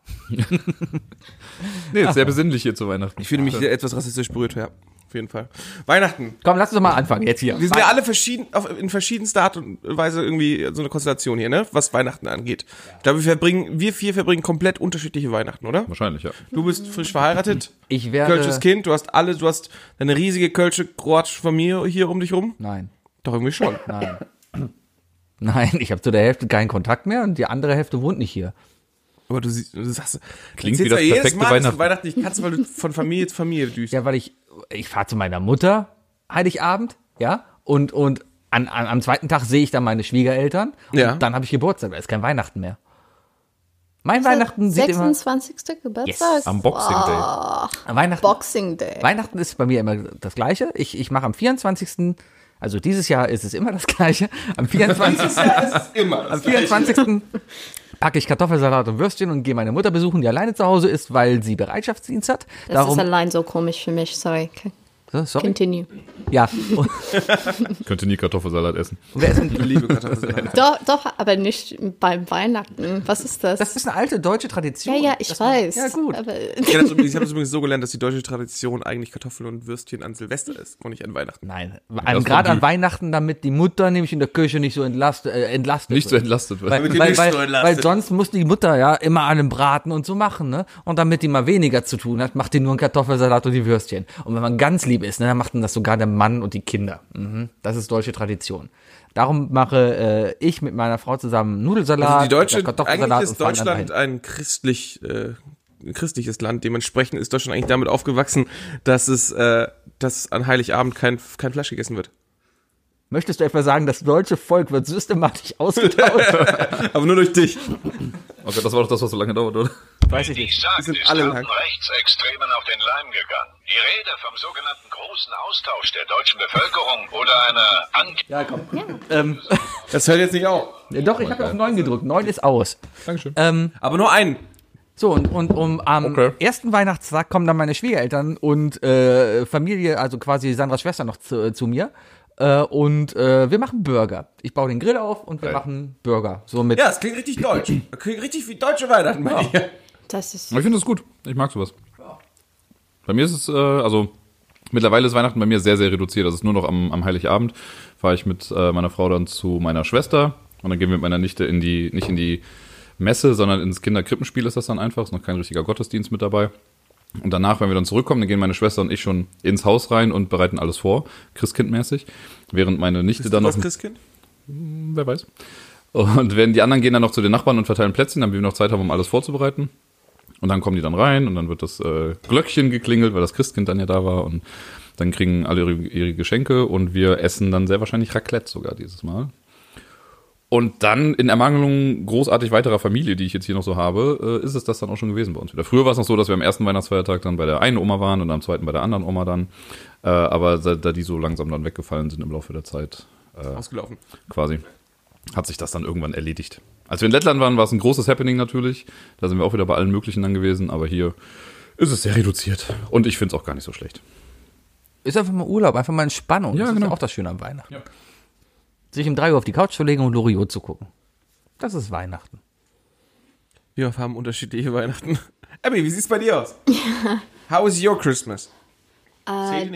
Nee, ist sehr besinnlich hier zu Weihnachten. Ich fühle mich etwas rassistisch berührt, ja. Auf jeden Fall. Weihnachten. Komm, lass uns doch mal anfangen jetzt hier. Wir sind ja alle verschieden, auf, in verschiedenster Art und Weise irgendwie so eine Konstellation hier, ne? Was Weihnachten angeht. Ich glaube, wir verbringen, wir vier verbringen komplett unterschiedliche Weihnachten, oder? Wahrscheinlich, ja. Du bist frisch verheiratet. Ich werde- Kölsches Kind. Du hast alle, du hast eine riesige kölsche, kroatische Familie hier um dich rum. Nein, Doch irgendwie schon. nein. Nein, ich habe zu der Hälfte keinen Kontakt mehr und die andere Hälfte wohnt nicht hier. Aber du, siehst, du sagst, Klingt du wie das ja jedes perfekte Mal, dass du Weihnachten. Weihnachten nicht kannst, weil du von Familie zu Familie düst. Ja, weil ich, ich fahre zu meiner Mutter Heiligabend, ja, und, und an, an, am zweiten Tag sehe ich dann meine Schwiegereltern und Ja. dann habe ich Geburtstag, da ist kein Weihnachten mehr. Mein Weihnachten sieht immer, 26. Geburtstag. Am Boxing Day. Weihnachten, Oh, Boxing Day. Weihnachten ist bei mir immer das Gleiche. Ich, ich mache am 24., also dieses Jahr ist es immer das Gleiche, am 24., Das ist immer. am Das Gleiche. 24. packe ich Kartoffelsalat und Würstchen und gehe meine Mutter besuchen, die alleine zu Hause ist, weil sie Bereitschaftsdienst hat. das ist allein so komisch für mich, sorry. so, sorry. Continue. Ja, und Könnte nie Kartoffelsalat essen. wir essen Ich liebe Kartoffelsalat. Doch, doch, aber nicht beim Weihnachten. Hm, Was ist das? Das ist eine alte deutsche Tradition. ja, ja, ich dass man- weiß. Ja, gut. Aber, Ich hab das übrigens- ich habe das übrigens so gelernt, dass die deutsche Tradition eigentlich Kartoffeln und Würstchen an Silvester ist und nicht an Weihnachten. Nein, an- gerade an Weihnachten, damit die Mutter nämlich in der Kirche nicht so entlastet, äh, entlastet Nicht so wird. entlastet wird. Weil, Damit die weil, nicht weil, so entlastet weil sonst muss die Mutter ja immer an dem Braten und so machen, ne? Und damit die mal weniger zu tun hat, macht die nur einen Kartoffelsalat und die Würstchen. Und wenn man ganz lieb ist, ne, dann machten das sogar der Mann und die Kinder. Mhm. Das ist deutsche Tradition. Darum mache äh, ich mit meiner Frau zusammen Nudelsalat, Also die deutsche, oder Kartoffelsalat eigentlich ist und fahren dann Deutschland dahin. ein christlich, äh, ein christliches Land. Dementsprechend ist Deutschland eigentlich damit aufgewachsen, dass es, äh, dass an Heiligabend kein, kein Fleisch gegessen wird. Möchtest du etwa sagen, das deutsche Volk wird systematisch ausgetauscht? Aber nur durch dich. Okay, das war doch das, was so lange dauert, oder? Weiß ich Ich nicht. sagte, sind ist alle allen lang. Rechtsextremen auf den Leim gegangen. Die Rede vom sogenannten großen Austausch der deutschen Bevölkerung oder einer Ange Ja, komm. Ähm, Das hört jetzt nicht auf. Äh, doch, ich habe auf 9 gedrückt. 9 ist aus. Dankeschön. Ähm, Aber nur einen. So, und, und um, am Okay. ersten Weihnachtstag kommen dann meine Schwiegereltern und äh, Familie, also quasi Sandras Schwester noch zu, zu mir. Äh, und äh, wir machen Burger. Ich baue den Grill auf und wir machen Burger. So mit Ja, das klingt richtig deutsch. Das klingt richtig wie deutsche Weihnachten bei dir. das ist. Aber Ich finde das gut. Ich mag sowas. Bei mir ist es, äh, also mittlerweile ist Weihnachten bei mir sehr, sehr reduziert. Das ist nur noch am, am Heiligabend. Fahre ich mit äh, meiner Frau dann zu meiner Schwester und dann gehen wir mit meiner Nichte in die, nicht in die Messe, sondern ins Kinderkrippenspiel ist das dann einfach. Ist noch kein richtiger Gottesdienst mit dabei. Und danach, wenn wir dann zurückkommen, dann gehen meine Schwester und ich schon ins Haus rein und bereiten alles vor, Christkindmäßig. Während meine Nichte dann noch das Christkind? wer weiß. Und wenn die anderen gehen dann noch zu den Nachbarn und verteilen Plätzchen, damit wir noch Zeit haben, um alles vorzubereiten. Und dann kommen die dann rein und dann wird das äh, Glöckchen geklingelt, weil das Christkind dann ja da war. Und dann kriegen alle ihre, ihre Geschenke und wir essen dann sehr wahrscheinlich Raclette sogar dieses Mal. Und dann in Ermangelung großartig weiterer Familie, die ich jetzt hier noch so habe, äh, ist es das dann auch schon gewesen bei uns wieder. Früher war es noch so, dass wir am ersten Weihnachtsfeiertag dann bei der einen Oma waren und am zweiten bei der anderen Oma dann. Äh, aber da, da die so langsam dann weggefallen sind im Laufe der Zeit, Ausgelaufen. quasi. Hat sich das dann irgendwann erledigt. Als wir in Lettland waren, war es ein großes Happening natürlich. Da sind wir auch wieder bei allen möglichen dann gewesen, aber hier ist es sehr reduziert. Und ich finde es auch gar nicht so schlecht. ist einfach mal Urlaub, einfach mal Entspannung. Ja, das ist genau. ja auch das Schöne am Weihnachten. Ja. Sich um 3 Uhr auf die Couch zu legen und Loriot zu gucken. Das ist Weihnachten. Wir haben unterschiedliche Weihnachten. Abby, wie sieht's bei dir aus? How is your Christmas? Uh, in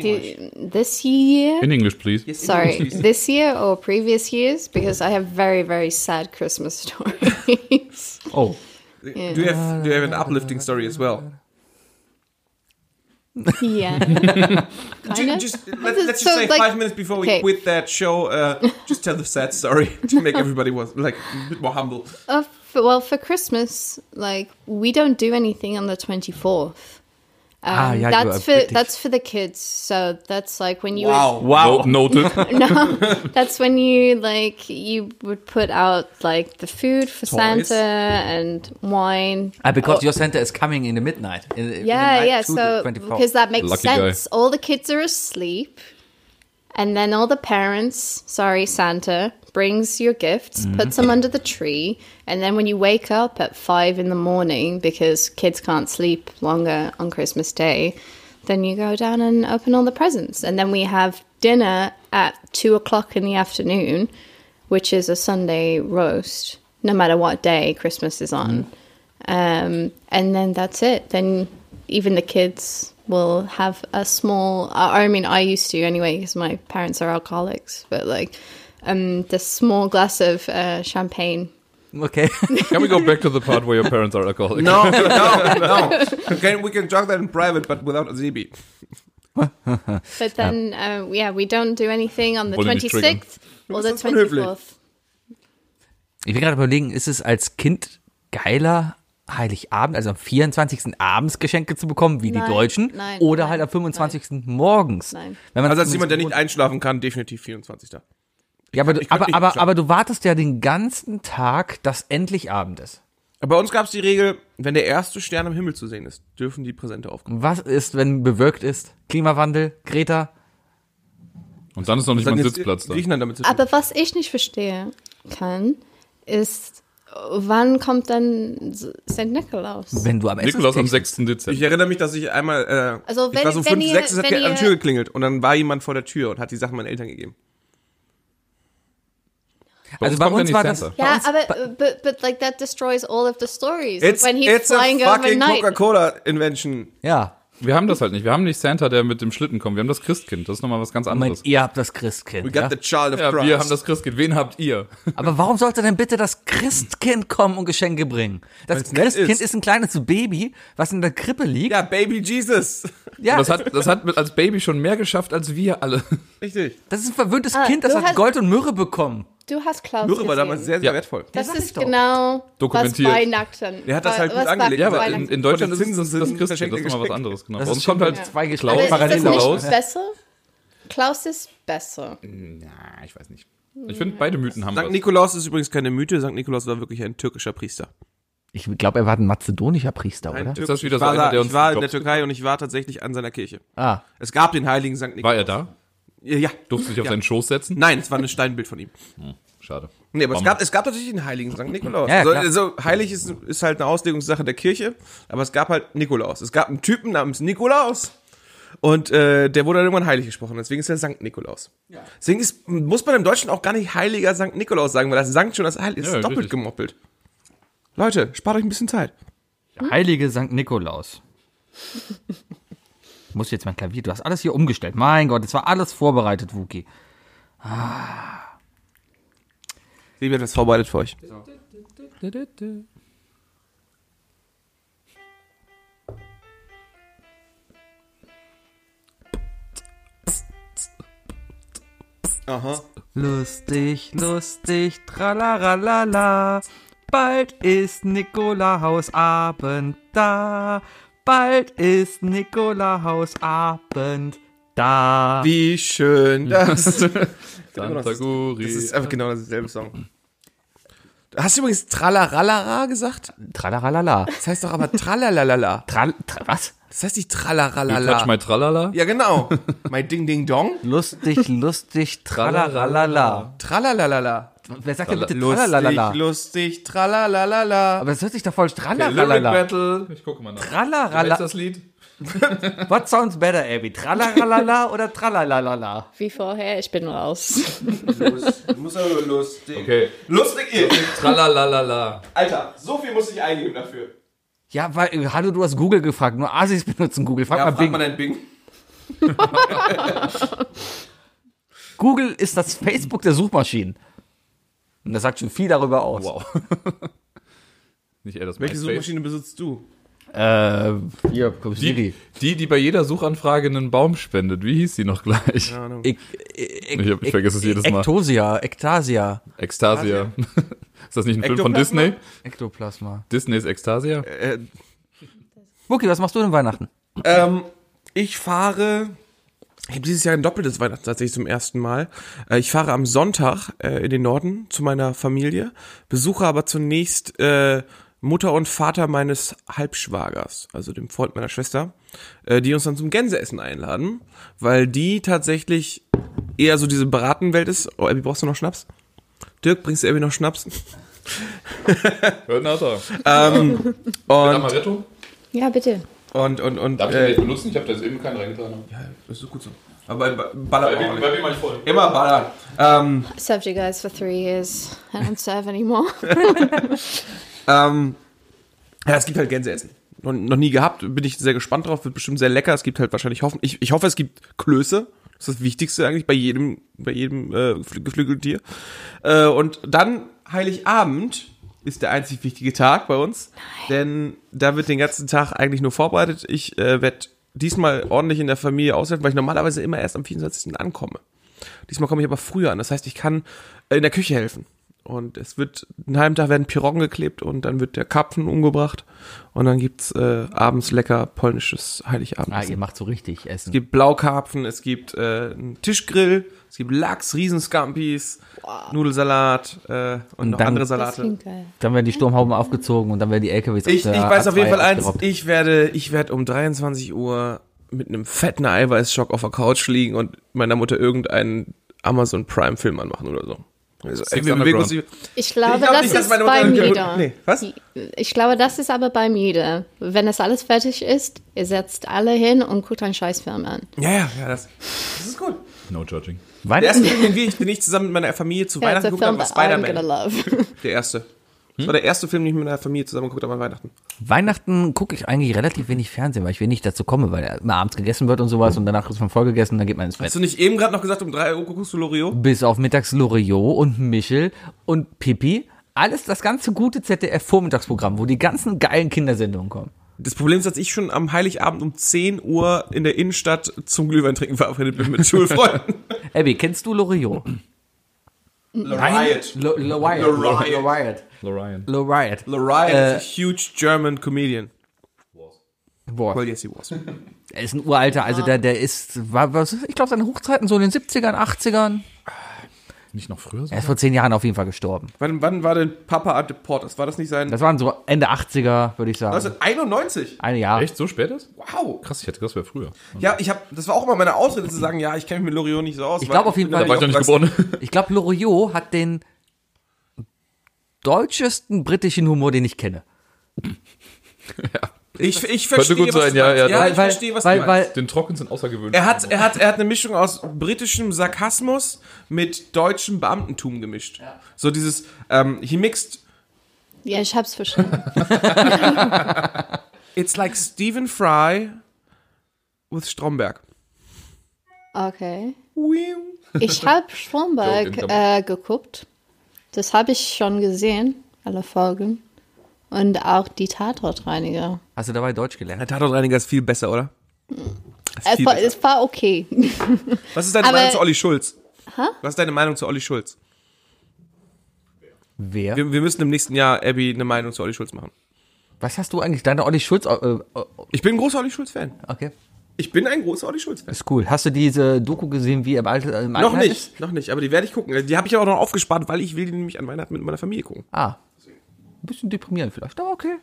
do, this year. In English, please. Sorry, this year or previous years? Because I have very, very sad Christmas stories. Oh. Do you have, do you have an uplifting story as well? Yeah. kind Ju- of. Just let, This is let's just so, say like- five minutes before okay. we quit that show. Uh, just tell the sad story to make everybody was like a bit more humble. Uh, f- well, for Christmas, like we don't do anything on the twenty fourth. Um, Ah, yeah, you are that's for British. that's for the kids. So that's like when you Wow. Noted. would, that's when you like you would put out like the food for Toys. Santa and wine. Ah, because Oh. your Santa is coming in the midnight. In, in the Yeah, night yeah. to So the 24th. because that makes Lucky sense. All the kids are asleep, and then all the parents, sorry Santa, brings your gifts, Mm-hmm. puts them under the tree, and then when you wake up at five in the morning because kids can't sleep longer on Christmas Day, then you go down and open all the presents, and then we have dinner at two o'clock in the afternoon, which is a Sunday roast. No matter what day Christmas is on. Um, and then that's it. Then even the kids will have a small. I I mean, I used to anyway, because my parents are alcoholics. But like, um, the small glass of uh, champagne. Okay. Can we go back to the part where your parents are alcoholic? No, no, no. Okay, we can talk that in private, but without Zebi. But then, yeah, uh, yeah we don't do anything on the Wollen nicht twenty triggern. sixth or the Das ist unhöflich. twenty fourth. Ich bin gerade überlegen, ist es als Kind geiler, Heiligabend, also am 24. abends Geschenke zu bekommen, wie Nein, die Deutschen, nein, oder nein, halt am 25. morgens. Nein. Wenn man Also das als jemand, der nicht zumindest einschlafen kann, definitiv 24. Da. gewohnt- ja, aber, du- ich könnte aber, nicht aber, einschlafen. aber du wartest ja den ganzen Tag, dass endlich Abend ist. Aber Bei uns gab es die Regel, wenn der erste Stern am Himmel zu sehen ist, dürfen die Präsente aufkommen. Was ist, wenn bewölkt ist? Klimawandel, Greta? Und dann ist noch nicht mal ein Dann ist Sitzplatz da. Griechenland damit zu tun. Aber was ich nicht verstehe kann, ist, wann kommt dann St. Nikolaus? Wenn du am Nikolaus um am Essenstisch- 6. Dezember. Ich erinnere mich, dass ich einmal, äh, Also ich wenn- war so wenn 5, ihr- 6, es hat wenn an der ihr- Tür geklingelt und dann war jemand vor der Tür und hat die Sachen meinen Eltern gegeben. Also bei kommt ja uns nicht war das- Santa. Yeah, but, but but like that destroys all of the stories. It's, when he's it's a flying fucking overnight. Coca-Cola-Invention. Ja. Wir haben das halt nicht. Wir haben nicht Santa, der mit dem Schlitten kommt. Wir haben das Christkind. Das ist nochmal was ganz anderes. Moment, ihr habt das We Christkind. got Ja? the child of Ja, Oh Christ. wir haben das Christkind. Wen habt ihr? Aber warum sollte denn bitte das Christkind kommen und Geschenke bringen? Das Weil's nett Christkind ist. ist. ein kleines Baby, was in der Krippe liegt. ja, Baby Jesus. Ja, Das hat, das hat mit, als Baby schon mehr geschafft als wir alle. Richtig. das ist ein verwöhntes Ah, Kind, das du hat hast- Gold und Myrrhe bekommen. Du hast Klaus Möhre war gesehen. damals sehr, sehr Ja. wertvoll. das sag ich ist doch. genau Dokumentiert. Was Weihnachten. Der hat das wa- halt gut was angelegt. Ja, Ja, aber Weihnachten- in, in Deutschland Und ist die es Zinsen das sind Christkind. Das ist nochmal was verschenkte anderes. Genau. Das Bei ist uns schön, kommt halt wenn es zwei aber Geschlechter ist das parallel nicht raus. besser? Klaus ist besser. Na, Ah, ich weiß nicht. Ich finde, beide Mythen haben St. was. Nikolaus ist übrigens keine Mythe. St. Nikolaus war wirklich ein türkischer Priester. Ich glaube, er war ein mazedonischer Priester, Ein oder? türkischer- das wieder ich so war, einer, da, der ich uns war in den der Job- Türkei und ich war tatsächlich an seiner Kirche. Ah. Es gab den heiligen St. War er Nikolaus. da? Ja, ja. Durfte sich auf Ja. seinen Schoß setzen? Nein, es war ein Steinbild von ihm. Schade. Nee, aber es Warum? gab, es gab natürlich den heiligen St. Nikolaus. Ja, ja, also, klar. also heilig ist, ist halt eine Auslegungssache der Kirche, aber es gab halt Nikolaus. Es gab einen Typen namens Nikolaus und äh, der wurde dann irgendwann heilig gesprochen. Deswegen ist er St. Nikolaus. Deswegen ist, muss man im Deutschen auch gar nicht heiliger St. Nikolaus sagen, weil das Sankt schon das Heilig ist Ja, doppelt richtig. gemoppelt. Leute, spart euch ein bisschen Zeit. Der heilige Sankt Nikolaus. Ich Muss jetzt mein Klavier, du hast alles hier umgestellt. Mein Gott, es war alles vorbereitet, Wookie. Sebi hat was vorbereitet für euch. Aha. Lustig, lustig, tralalala. Bald ist Nikolausabend da. Bald ist Nikolausabend da. Wie schön das. Santa Guri. Das ist einfach genau derselbe Song. Hast du übrigens Tralaralala gesagt? Tralalala. Das heißt doch aber Tralalala. Tral, tra, was? Das heißt nicht You touch Tralaralala. my tralala? Ja, genau. Mein Ding Ding Dong. Lustig, lustig, tralalala. Tralalala. Wer sagt denn bitte Lustig, tralalala? lustig, tralalala. Aber das hört sich doch voll Lyric tralalala. Battle. Ich gucke mal nach. Wer ist Tralalala. das Lied? What sounds better, Abby? Tralalala oder tralalala? Wie vorher, ich bin raus. Muss aber lustig. Okay. Lustig ihr. Tralalala. Alter, so viel muss ich eingeben dafür. Ja, weil, äh, hallo, du hast Google gefragt. Nur Asis benutzen Google. Frag Ja, mal frag Bing. mal dein Bing. Google ist das Facebook der Suchmaschinen. Und das sagt schon viel darüber aus. Wow. Nicht er, das Welche MySpace. Suchmaschine besitzt du? Äh, hier, komm, Siri. Die, die, die bei jeder Suchanfrage einen Baum spendet. Wie hieß die noch gleich? ne. Ich, ich, Ich hab- ich vergesse es E- jedes E- Mal. Ektosia, Ektasia, Extasia. Ist das nicht ein Film von Ektoplasma? Disney? Ektoplasma. Disneys Extasia? Äh, Mucki, was machst du denn Weihnachten? Ähm, ich fahre. Ich habe dieses Jahr ein doppeltes Weihnachten tatsächlich zum ersten Mal. Äh, ich fahre am Sonntag äh, in den Norden zu meiner Familie, besuche aber zunächst äh, Mutter und Vater meines Halbschwagers, also dem Freund meiner Schwester, äh, die uns dann zum Gänseessen einladen, weil die tatsächlich eher so diese Bratenwelt ist. Oh, Abby, brauchst du noch Schnaps? Dirk, bringst du Abby noch Schnaps? Hört nach da. Ähm, Und, Amaretto? Ja, bitte. und, und, und, Darf ich den äh, nicht benutzen? Ich habe da jetzt eben keinen reingetan. das ist gut so. Aber äh, ba- ballert auch nicht. mir mal voll. Immer ballern. Ähm, I served you guys for three years. I don't serve anymore. Ähm, ja, es gibt halt Gänseessen. Noch, noch nie gehabt, bin ich sehr gespannt drauf, wird bestimmt sehr lecker. Es gibt halt wahrscheinlich hoffen. Ich, ich hoffe, es gibt Klöße. Das ist das Wichtigste eigentlich bei jedem, bei jedem äh, geflü- geflügelten Tier. Äh, und dann Heiligabend ist der einzig wichtige Tag bei uns, denn da wird den ganzen Tag eigentlich nur vorbereitet. Ich äh, werde diesmal ordentlich in der Familie aushelfen, weil ich normalerweise immer erst am 24. ankomme. Diesmal komme ich aber früher an. Das heißt, ich kann äh, in der Küche helfen. Und es wird, einen halben Tag werden Piroggen geklebt und dann wird der Karpfen umgebracht. Und dann gibt's äh, abends lecker polnisches Ah, ihr Heiligabendessen. macht so richtig Essen. es gibt Blaukarpfen, es gibt äh, einen Tischgrill, es gibt Lachs, Riesenscampis, Nudelsalat äh, und, noch dann- andere Das Salate. klingt geil. dann werden die Sturmhauben aufgezogen und dann werden die LKWs Ich, ich weiß auf jeden Fall eins, abgerobbt. ich werde, ich werde um 23 Uhr mit einem fetten Eiweißschock auf der Couch liegen und meiner Mutter irgendeinen Amazon Prime Film anmachen oder so. Also, ey, wir bewegen uns nicht- Ich glaube, glaub das nicht, dass ist meine Mutter beim irgendwie- jeder. Nee, was? Ich glaube, das ist aber beim jeder. Wenn das alles fertig ist, ihr setzt alle hin und guckt einen Scheißfilm an. Ja, ja, ja, das, das ist gut. No judging. Der erste Weihnachten? Film, den wir, ich bin ich zusammen mit meiner Familie zu That's Weihnachten a geguckt habe, film war that I'm gonna Spider-Man. love. Der erste. Das war der erste Film, den ich mit meiner Familie zusammen geguckt habe an Weihnachten. Weihnachten gucke ich eigentlich relativ wenig Fernsehen, weil ich wenig dazu komme, weil immer abends gegessen wird und sowas und danach ist man voll gegessen, dann geht man ins Bett. Hast du nicht eben gerade noch gesagt, um 3 Uhr guckst du Loriot? Bis auf mittags Loriot und Michel und Pippi. Alles das ganze gute ZDF-Vormittagsprogramm, wo die ganzen geilen Kindersendungen kommen. Das Problem ist, dass ich schon am Heiligabend um 10 Uhr in der Innenstadt zum Glühwein trinken verabredet bin mit Schulfreunden. Abby, kennst du Loriot? Loriot. Lo- Lo- Wyatt. Loriot. Lo- Wyatt. Lorian. Lo- Wyatt. Loriot Äh. is a huge German comedian. Boah. Well, yes, he was. Er ist ein Uralter, also der, der ist, war, was, ich glaube, seine Hochzeiten so in den 70ern, 80ern. Nicht noch früher? So? Er ist vor zehn Jahren auf jeden Fall gestorben. Wann, wann war denn Papa at the Porters? War das nicht sein... Das waren so Ende 80er, würde ich Also, sagen. 1991? Ein Jahr. Echt? So spät ist? Wow. Krass, ich hätte gedacht, das wäre früher. Ja, ich hab, das war auch immer meine Ausrede zu sagen, ja, ich kenne mich mit Loriot nicht so aus. Ich weil glaub auf jeden bin Fall- Da war ich noch damit nicht geboren. Ich glaube, Loriot hat den deutschesten britischen Humor, den ich kenne. Ich, ich Könnte verstehe, gut was sein, du ja, meinst. ja, ja weil- ich weil, verstehe, was weil, du meinst. weil Den Trocken sind außergewöhnlich. Er hat, er, hat, er hat eine Mischung aus britischem Sarkasmus mit deutschem Beamtentum gemischt. So dieses, ähm, he mixed, Ja, ich hab's verstanden. it's like Stephen Fry with Stromberg. Okay. Wing. Ich habe Stromberg Joke in äh, geguckt. Das habe ich schon gesehen, alle Folgen. Und auch die Tatortreiniger. hast du dabei Deutsch gelernt? Der Tatortreiniger ist viel besser, oder? Ist Es viel war, besser. Äh, es war okay. Was ist deine aber- Meinung zu Olli Schulz? Was ist deine Meinung zu Olli Schulz? Wer? Wir, wir müssen im nächsten Jahr, Abby, eine Meinung zu Olli Schulz machen. Was hast du eigentlich? Deine Olli Schulz. äh, äh, Ich bin ein großer Olli Schulz-Fan. Okay, Ich bin ein großer Olli Schulz-Fan. ist cool. Hast du diese Doku gesehen, wie er im Alter? Im Noch Alter Ist? nicht, noch nicht, aber die werde ich gucken. Die habe ich aber noch aufgespart, weil ich will die nämlich an Weihnachten mit meiner Familie gucken. Ah, ein bisschen deprimierend vielleicht, aber okay.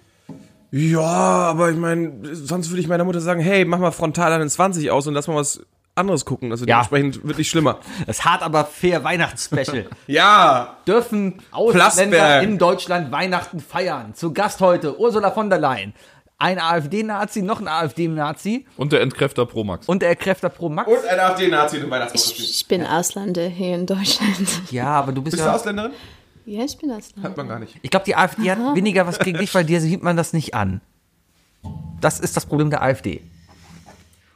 Ja, aber ich meine, sonst würde ich meiner Mutter sagen, hey, mach mal frontal an den 20 aus und lass mal was anderes gucken. Also Ja. dementsprechend wird nicht schlimmer. Das hart aber fair Weihnachtsspecial. Ja, Dürfen Ausländer Plasberg. in Deutschland Weihnachten feiern? Zu Gast heute Ursula von der Leyen. Ein AfD-Nazi, noch ein AfD-Nazi Und der Entkräfter Pro Max. und der Erkräfter pro Max. und ein AfD-Nazi im Weihnachtsmarkt. Ich bin Ausländer hier in Deutschland. ja, aber du bist Bist du ja. Ausländerin? Ja, ich bin Ausländer. Hat man gar nicht. Ich glaube, die AfD hat weniger was gegen dich, weil dir sieht man das nicht an. Das ist das Problem der AfD.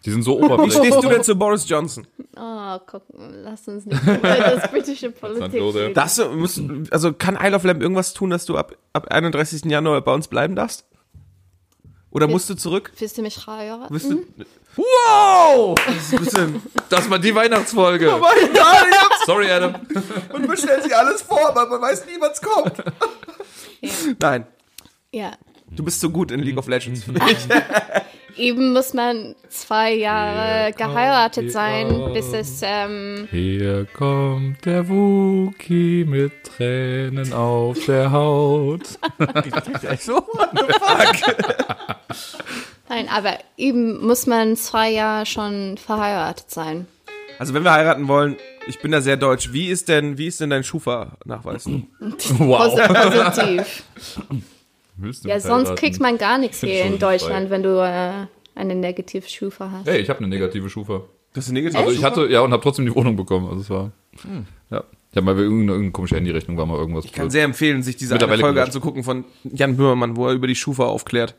Die sind so Wie stehst du oberflächlich. denn zu Boris Johnson? Oh, guck, lass uns nicht über das britische Politik los, ey. reden. Das äh, muss, also kann Isle of Lamb irgendwas tun, dass du ab, ab 31. Januar bei uns bleiben darfst? Oder musst du zurück? Willst du mich heiraten? Bist du, Wow! bist du, bist du Das war die Weihnachtsfolge. Oh mein Gott, ich hab's- Sorry, Adam. und man stellt sich alles vor, aber man weiß nie, wann's kommt. Nein, Ja. du bist so gut in League of Legends. Eben muss man zwei Jahre geheiratet sein, bis es, ähm, Hier kommt der Wookie mit Tränen auf der Haut. Echt so? nein, aber eben muss man zwei Jahre schon verheiratet sein. Also wenn wir heiraten wollen, ich bin da sehr deutsch. Wie ist denn, wie ist denn dein Schufa-Nachweis? Wow. Positiv. Willst du ja, mich sonst heiraten? kriegt man gar nichts hier Schon in Deutschland, wenn du äh, eine negative Schufa hast. Hey, ich habe eine negative Schufa. Das ist negativ. Also ich hatte, ja, und habe trotzdem die Wohnung bekommen. Also es war, ja. Ich habe mal irgendeine, irgendeine komische Handyrechnung, war mal irgendwas. kann sehr empfehlen, sich diese eine Mittlerweile Folge gelöscht. anzugucken von Jan Böhmermann, wo er über die Schufa aufklärt.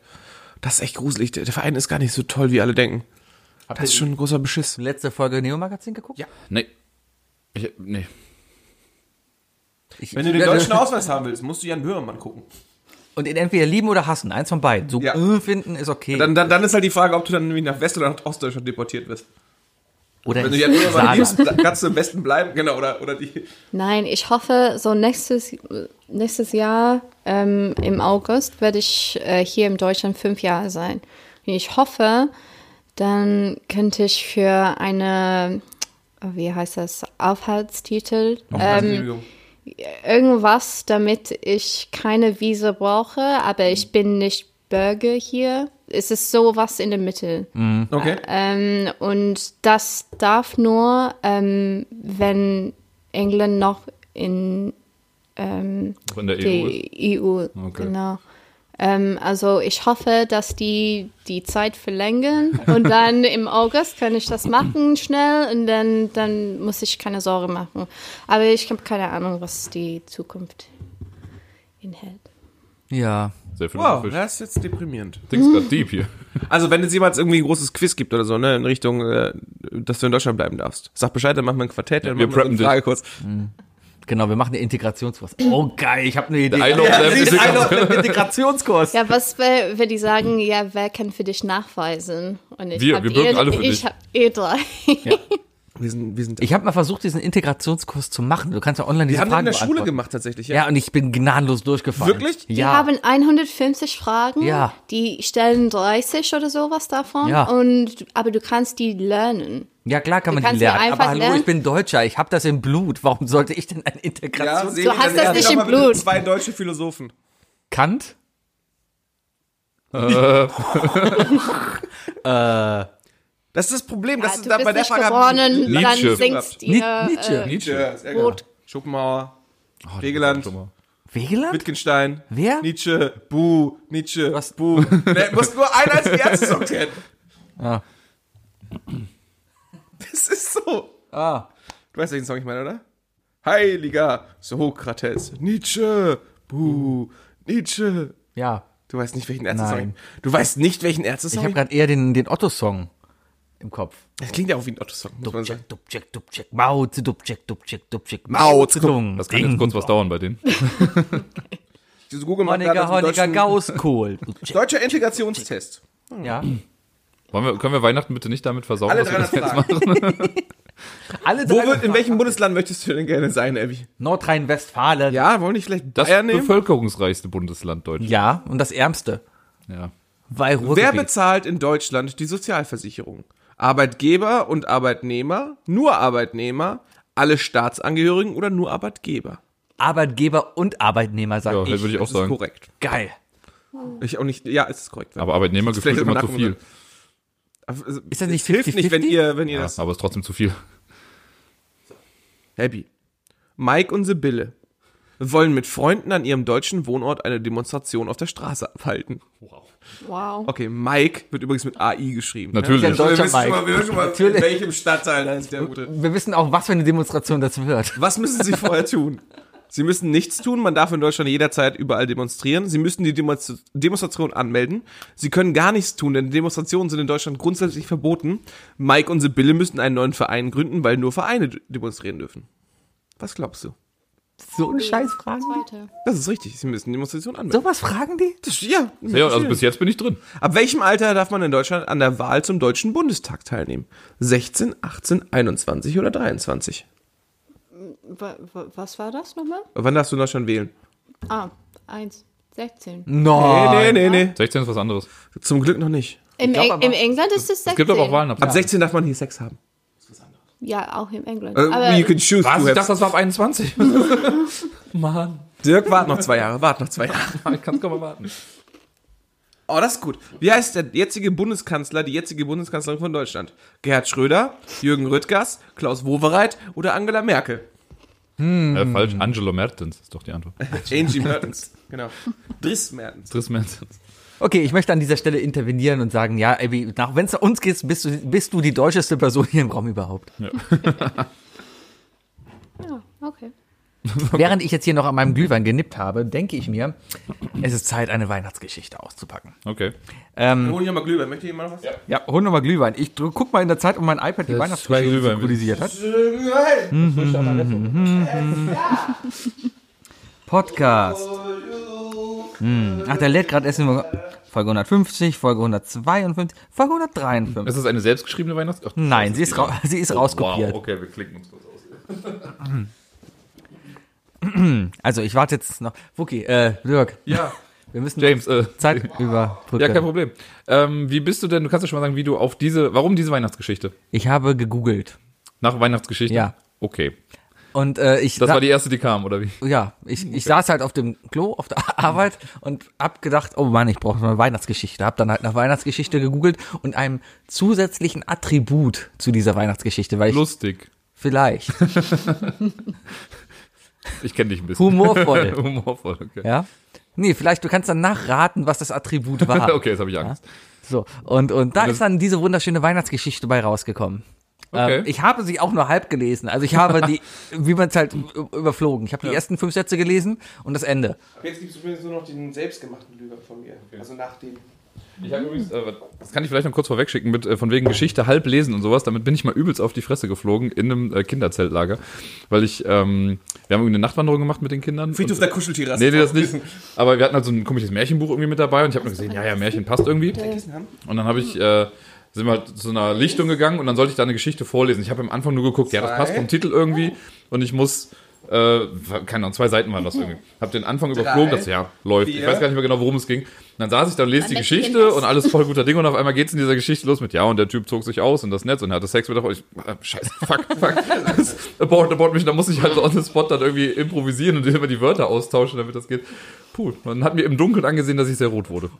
Das ist echt gruselig. Der der Verein ist gar nicht so toll, wie alle denken. Das ist schon ein großer Beschiss. Letzte Folge Neo-Magazin geguckt? Ja. nee. Ich, nee. Ich, Wenn du den Ja, deutschen Ausweis haben willst, musst du Jan Böhmermann gucken. Und ihn entweder lieben oder hassen. Eins von beiden. So Ja. äh, finden ist okay. Dann, dann, dann ist halt die Frage, ob du dann nämlich nach West- oder nach Ostdeutschland deportiert wirst. oder Wenn du ist Jan Böhmermann Saarland. liebst, dann kannst du im Westen bleiben. Genau, oder, oder die... Nein, ich hoffe, so nächstes, nächstes Jahr ähm, im August werde ich äh, hier in Deutschland fünf Jahre sein. Und ich hoffe, dann könnte ich für eine, oh, wie heißt das, Aufhaltstitel, ähm, Entschuldigung. irgendwas, damit ich keine Visa brauche, aber Mhm. ich bin nicht Bürger hier. Es ist sowas in der Mitte. okay. Ähm, und das darf nur, ähm, wenn England noch in ähm, Von der EU ist. die EU, Okay. genau. Ähm, also ich hoffe, dass die die Zeit verlängern und dann im August kann ich das machen schnell und dann, dann muss ich keine Sorge machen. Aber ich habe keine Ahnung, was die Zukunft inhält. Ja. Sehr viel Wow, Fisch. das ist jetzt deprimierend. Dings grad deep hier. Also, wenn es jemals irgendwie ein großes Quiz gibt oder so, ne, in Richtung, äh, dass du in Deutschland bleiben darfst, sag Bescheid, dann machen wir ein Quartett, dann wir machen wir so preppen eine Frage kurz. Genau, wir machen eine Integrationskurs. Oh geil, ich habe eine Idee. I love them Sie- Äh, is a- I love them Integrationskurs. Ja, was wär- wenn die sagen, ja, wer kann für dich nachweisen? Und ich Wir, hab wir bürgen eh, alle für ich dich. hab eh drei. Wir sind, wir sind, Ich habe mal versucht, diesen Integrationskurs zu machen. Du kannst ja online wir diese haben den in Fragen der Schule beantworten. gemacht tatsächlich, ja. Ja, und ich bin gnadenlos durchgefallen. Wirklich? Ja. Die haben 150 Fragen, Ja. die stellen 30 oder sowas davon. Ja. Und, aber du kannst die lernen. ja, klar kann Du man die kannst die lernen. einfach Aber hallo, lernen. ich bin Deutscher. Ich habe das im Blut. Warum sollte ich denn ein Integrationskurs? Sebi, Du hast dann das erklär nicht doch im mal bitte Blut. Zwei deutsche Philosophen. Kant? Das ist das Problem, das Ja, ist du da bist bei der nicht Frage. geboren, dann Nietzsche. singst äh, Ni- dir. Nietzsche. Nietzsche, sehr Rot. genau. Schopenhauer, Oh, Wegeland, Schon mal. Wegeland? Wittgenstein, Wer? Nietzsche, Bu, Nietzsche, Was? Bu. Ne, du musst nur einen einzigen Ärzte-Song kennen. Ah. Das ist so. Ah. Du weißt, welchen Song ich meine, oder? Heiliger Sokrates, Nietzsche, Bu, Nietzsche. Ja. Du weißt nicht, welchen Ärzte-Song. Nein. ich- Du weißt nicht, welchen Ich habe Ärzte-Song. ich- gerade eher den, den Otto-Song im Kopf. Das klingt ja auch wie ein Otto-Song, muss man sagen. Dubček, Dubček, Dubček, Mao Zedong, Dubček, Dubček, Mao Zedong. Zedong. Das kann jetzt kurz was dauern bei denen. Diese Google macht gerade Honecker, so einen Honecker, deutschen- Gauskohl. Dubček. Deutscher Integrationstest. Ja. Wollen wir, können wir Weihnachten bitte nicht damit versauen, Alle dass wir das 300 jetzt machen? Fragen. Alle Wo drei. wird, in welchem Bundesland möchtest du denn gerne sein, Abby? Nordrhein-Westfalen. Ja, wollen nicht vielleicht Das Bayern nehmen? bevölkerungsreichste Bundesland Deutschland. Ja, und das Ärmste. Ja. Weil Wer Ruhrgebiet. bezahlt in Deutschland die Sozialversicherung? Arbeitgeber und Arbeitnehmer, nur Arbeitnehmer, alle Staatsangehörigen oder nur Arbeitgeber? Arbeitgeber und Arbeitnehmer, sag Ja, ich. würde ich auch Das ist sagen. korrekt. Geil. Ich auch nicht, ja, es ist korrekt. Aber Arbeitnehmer gefühlt Vielleicht immer zu Übernackung viel. Ist das nicht hilft nicht, wenn 50-50? ihr, wenn ihr Ja, das. aber ist trotzdem zu viel. Happy. Mike und Sibylle wollen mit Freunden an ihrem deutschen Wohnort eine Demonstration auf der Straße abhalten. Wow. Okay, Mike wird übrigens mit AI geschrieben. ne? Natürlich. Ja, Deutscher wissen schon mal- Mike. wir wissen schon mal, in Natürlich. welchem Stadtteil da ist der Gute. Wir wissen auch, was für eine Demonstration das wird. Was müssen Sie vorher tun? Sie müssen nichts tun. Man darf in Deutschland jederzeit überall demonstrieren. Sie müssen die Demonst- Demonstration anmelden. Sie können gar nichts tun, denn Demonstrationen sind in Deutschland grundsätzlich verboten. Mike und Sibylle müssen einen neuen Verein gründen, weil nur Vereine d- demonstrieren dürfen. Was glaubst du? So einen Scheiß fragen die? Zweite. Das ist richtig. Sie müssen die Demonstration anmelden. Sowas fragen die? Das, ja, Ja, also bis jetzt bin ich drin. Ab welchem Alter darf man in Deutschland an der Wahl zum Deutschen Bundestag teilnehmen? 16, 18, 21 oder 23? Wa- wa- Was war das nochmal? Wann darfst du in Deutschland wählen? Ah, 1, 16. No. Nee, nee, nee, nee. 16 ist was anderes. Zum Glück noch nicht. Im, glaub Eng- aber- Im England ist es 16. Es gibt aber auch Wahlen ab. Ab 16 darf man hier Sex haben. Ja, auch im England. Äh, aber you can choose Was? to Ich have dachte, das war ab 21. Mann, Dirk, wart noch zwei Jahre, wart noch zwei Jahre. ich kann es kaum erwarten. Oh, das ist gut. Wie heißt der jetzige Bundeskanzler, die jetzige Bundeskanzlerin von Deutschland? Gerhard Schröder, Jürgen Rüttgers, Klaus Wowereit oder Angela Merkel? Äh, falsch, Angelo Mertens ist doch die Antwort. Angie Mertens. Genau. Driss Mertens. Triss Mertens. Okay, ich möchte an dieser Stelle intervenieren und sagen, ja, Abby, nach wenn es nach uns geht, bist du, bist du die deutscheste Person hier im Raum überhaupt. Ja, okay. Während ich jetzt hier noch an meinem Glühwein genippt habe, denke ich mir, es ist Zeit, eine Weihnachtsgeschichte auszupacken. Okay. Dann hol ich nochmal Glühwein. Möchte jemand noch was? Ja. Ja, hol nochmal Glühwein. Ich drück, guck mal in der Zeit, ob mein iPad die Weihnachtsgeschichte Glühwein. synchronisiert hat. Podcast. Hm. Ach, der lädt gerade erst in Folge 150, Folge 152, Folge 153. Ist das eine selbstgeschriebene Weihnachts... Ach, Nein, sie ist, rau- sie ist rauskopiert. Oh, Wow, okay, wir klicken uns kurz aus. Also ich warte jetzt noch. Wookie, äh, Dirk, Ja, wir müssen James, äh, Zeit überbrücken. ja, kein Problem. Ähm, wie bist du denn, du kannst ja schon mal sagen, wie du auf diese, warum diese Weihnachtsgeschichte? Ich habe gegoogelt. Nach Weihnachtsgeschichte? Ja. Okay. Und äh, ich, Das sa- war die erste, die kam, oder wie? ja, ich, ich saß halt auf dem Klo, auf der Arbeit und hab gedacht, oh Mann, ich brauche eine Weihnachtsgeschichte. Hab dann halt nach Weihnachtsgeschichte gegoogelt und einem zusätzlichen Attribut zu dieser Weihnachtsgeschichte, weil ich Lustig. vielleicht Ich kenne dich ein bisschen. humorvoll, Humorvoll, okay. ja. Nee, vielleicht du kannst dann nachraten, was das Attribut war. Okay, jetzt habe ich Angst. So, und, und da ist dann diese wunderschöne Weihnachtsgeschichte bei rausgekommen. Okay. Ähm, ich habe sie auch nur halb gelesen. Also ich habe die, wie man es halt ü- überflogen. Ich habe die ersten fünf Sätze gelesen und das Ende. Jetzt gibt es übrigens nur noch den selbstgemachten Glühwein von mir. Also nach dem. Ich hab übrigens, äh, das kann ich vielleicht noch kurz vorweg schicken, mit, äh, von wegen Geschichte halb lesen und sowas. Damit bin ich mal übelst auf die Fresse geflogen in einem äh, Kinderzeltlager, weil ich, ähm, wir haben irgendwie eine Nachtwanderung gemacht mit den Kindern. Friedhof und, der Kuscheltierrasse. Nee, nee, das nicht. Aber wir hatten halt so ein komisches Märchenbuch irgendwie mit dabei und ich habe nur gesehen, ja, ja, Märchen passt irgendwie. Und dann habe ich, äh, sind wir halt zu einer Lichtung gegangen und dann sollte ich da eine Geschichte vorlesen. Ich habe am Anfang nur geguckt, ja, das passt vom Titel irgendwie und ich muss, äh, keine Ahnung, zwei Seiten waren das irgendwie. Habe den Anfang überflogen, das ja, läuft. Ich vier. weiß gar nicht mehr genau, worum es ging. Und dann saß ich da und lese die Am besten Geschichte jedenfalls. und alles voll guter Ding und auf einmal geht's in dieser Geschichte los mit, ja, und der Typ zog sich aus und das Netz und er hatte Sex mit der Frau. Ich, äh, scheiße, fuck, fuck. abort, abort mich. Da muss ich halt so on the spot dann irgendwie improvisieren und immer die Wörter austauschen, damit das geht. Puh, man hat mir im Dunkeln angesehen, dass ich sehr rot wurde.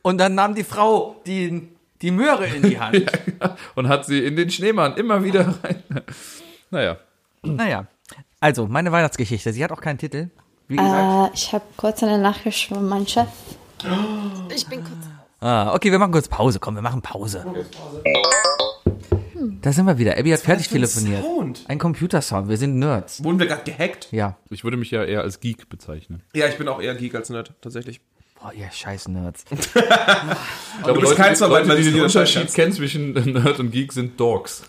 Und dann nahm die Frau die, die Möhre in die Hand. und hat sie in den Schneemann immer wieder rein. Naja. Naja, also meine Weihnachtsgeschichte. Sie hat auch keinen Titel. Wie gesagt. Äh, ich habe kurz eine Nachricht von meinem Chef. Ich bin kurz. Ah, okay, wir machen kurz Pause. Komm, wir machen Pause. Da sind wir wieder. Abby hat fertig telefoniert. Sound. Ein Computersound. Wir sind Nerds. Wurden wir gerade gehackt? Ja. Ich würde mich ja eher als Geek bezeichnen. Ja, ich bin auch eher Geek als Nerd, tatsächlich. Boah, ihr scheiß Nerds. Ich glaube, bist Leute, keins von beiden, Leute, weil die du den es nicht Unterschied kennen zwischen Nerd und Geek, sind Dorks.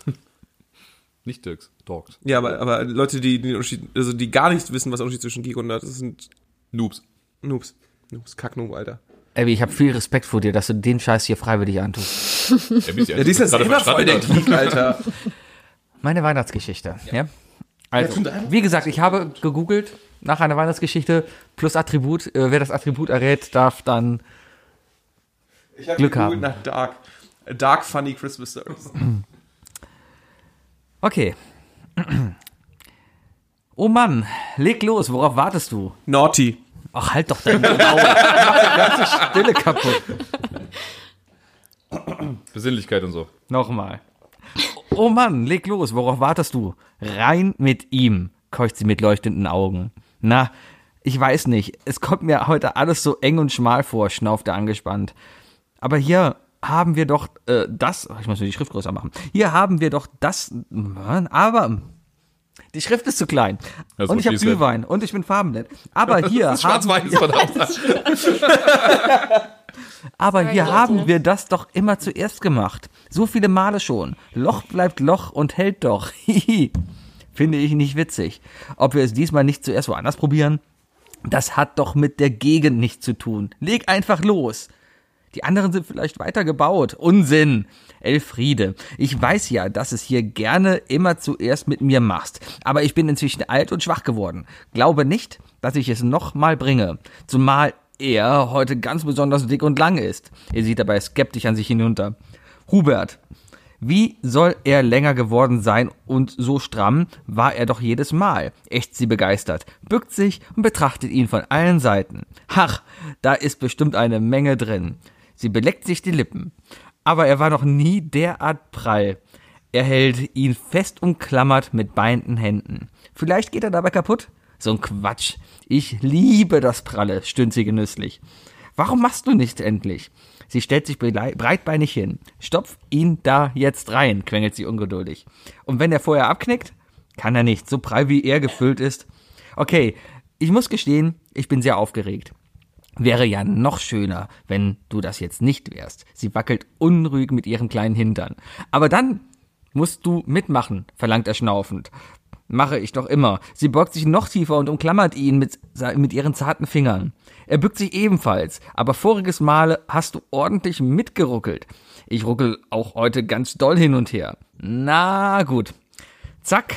Nicht Dirks, Dorks. Ja, aber, aber Leute, die, die den Unterschied, also die gar nicht wissen, was der Unterschied zwischen Geek und Nerd ist, sind Noobs. Noobs. Noobs, Kacknoob, Alter. Abby, ich habe viel Respekt vor dir, dass du den Scheiß hier freiwillig antust. Ja, die ist Ja, die ist ja selber voll der Geek, Alter. Meine Weihnachtsgeschichte. Ja. Also, wie gesagt, ich habe gegoogelt nach einer Weihnachtsgeschichte plus Attribut. Äh, wer das Attribut errät, darf dann. Ich hab Glück gegoogelt haben. nach Dark. A Dark Funny Christmas Service. Okay. Oh Mann, leg los, worauf wartest du? Naughty. Ach, halt doch deine Maul. Mach die ganze Stille kaputt. Besinnlichkeit und so. Nochmal. Oh Mann, leg los, worauf wartest du? Rein mit ihm, keucht sie mit leuchtenden Augen. Na, ich weiß nicht, es kommt mir heute alles so eng und schmal vor, schnaufte angespannt. Aber hier haben wir doch äh, das, ich muss mir die Schrift größer machen. Hier haben wir doch das, Mann, aber die Schrift ist zu klein. Das und ich habe ist ne? what she said. Glühwein und ich bin farbenblind. Aber hier haben Schwarz-Weiß, verdammt. Aber hier Leute. haben wir das doch immer zuerst gemacht. So viele Male schon. Loch bleibt Loch und hält doch. Hihi. finde ich nicht witzig. Ob wir es diesmal nicht zuerst woanders probieren? Das hat doch mit der Gegend nichts zu tun. Leg einfach los. Die anderen sind vielleicht weiter gebaut. Unsinn. Elfriede, ich weiß ja, dass es hier gerne immer zuerst mit mir machst, aber ich bin inzwischen alt und schwach geworden. Glaube nicht, dass ich es noch mal bringe, zumal er heute ganz besonders dick und lang ist. Er sieht dabei skeptisch an sich hinunter. Hubert, wie soll er länger geworden sein und so stramm war er doch jedes Mal? Echt sie begeistert, bückt sich und betrachtet ihn von allen Seiten. Ach, da ist bestimmt eine Menge drin. Sie beleckt sich die Lippen. Aber er war noch nie derart prall. Er hält ihn fest umklammert mit beiden Händen. Vielleicht geht er dabei kaputt? So ein Quatsch. Ich liebe das Pralle, stöhnt sie genüsslich. Warum machst du nicht endlich? Sie stellt sich belei- breitbeinig hin. Stopf ihn da jetzt rein, quengelt sie ungeduldig. Und wenn er vorher abknickt? Kann er nicht, so prall wie er gefüllt ist. Okay, ich muss gestehen, ich bin sehr aufgeregt. Wäre ja noch schöner, wenn du das jetzt nicht wärst. Sie wackelt unruhig mit ihrem kleinen Hintern. Aber dann musst du mitmachen, verlangt er schnaufend. Mache ich doch immer. Sie beugt sich noch tiefer und umklammert ihn mit, se- mit ihren zarten Fingern. Er bückt sich ebenfalls, aber voriges Male hast du ordentlich mitgeruckelt. Ich ruckel auch heute ganz doll hin und her. Na gut. Zack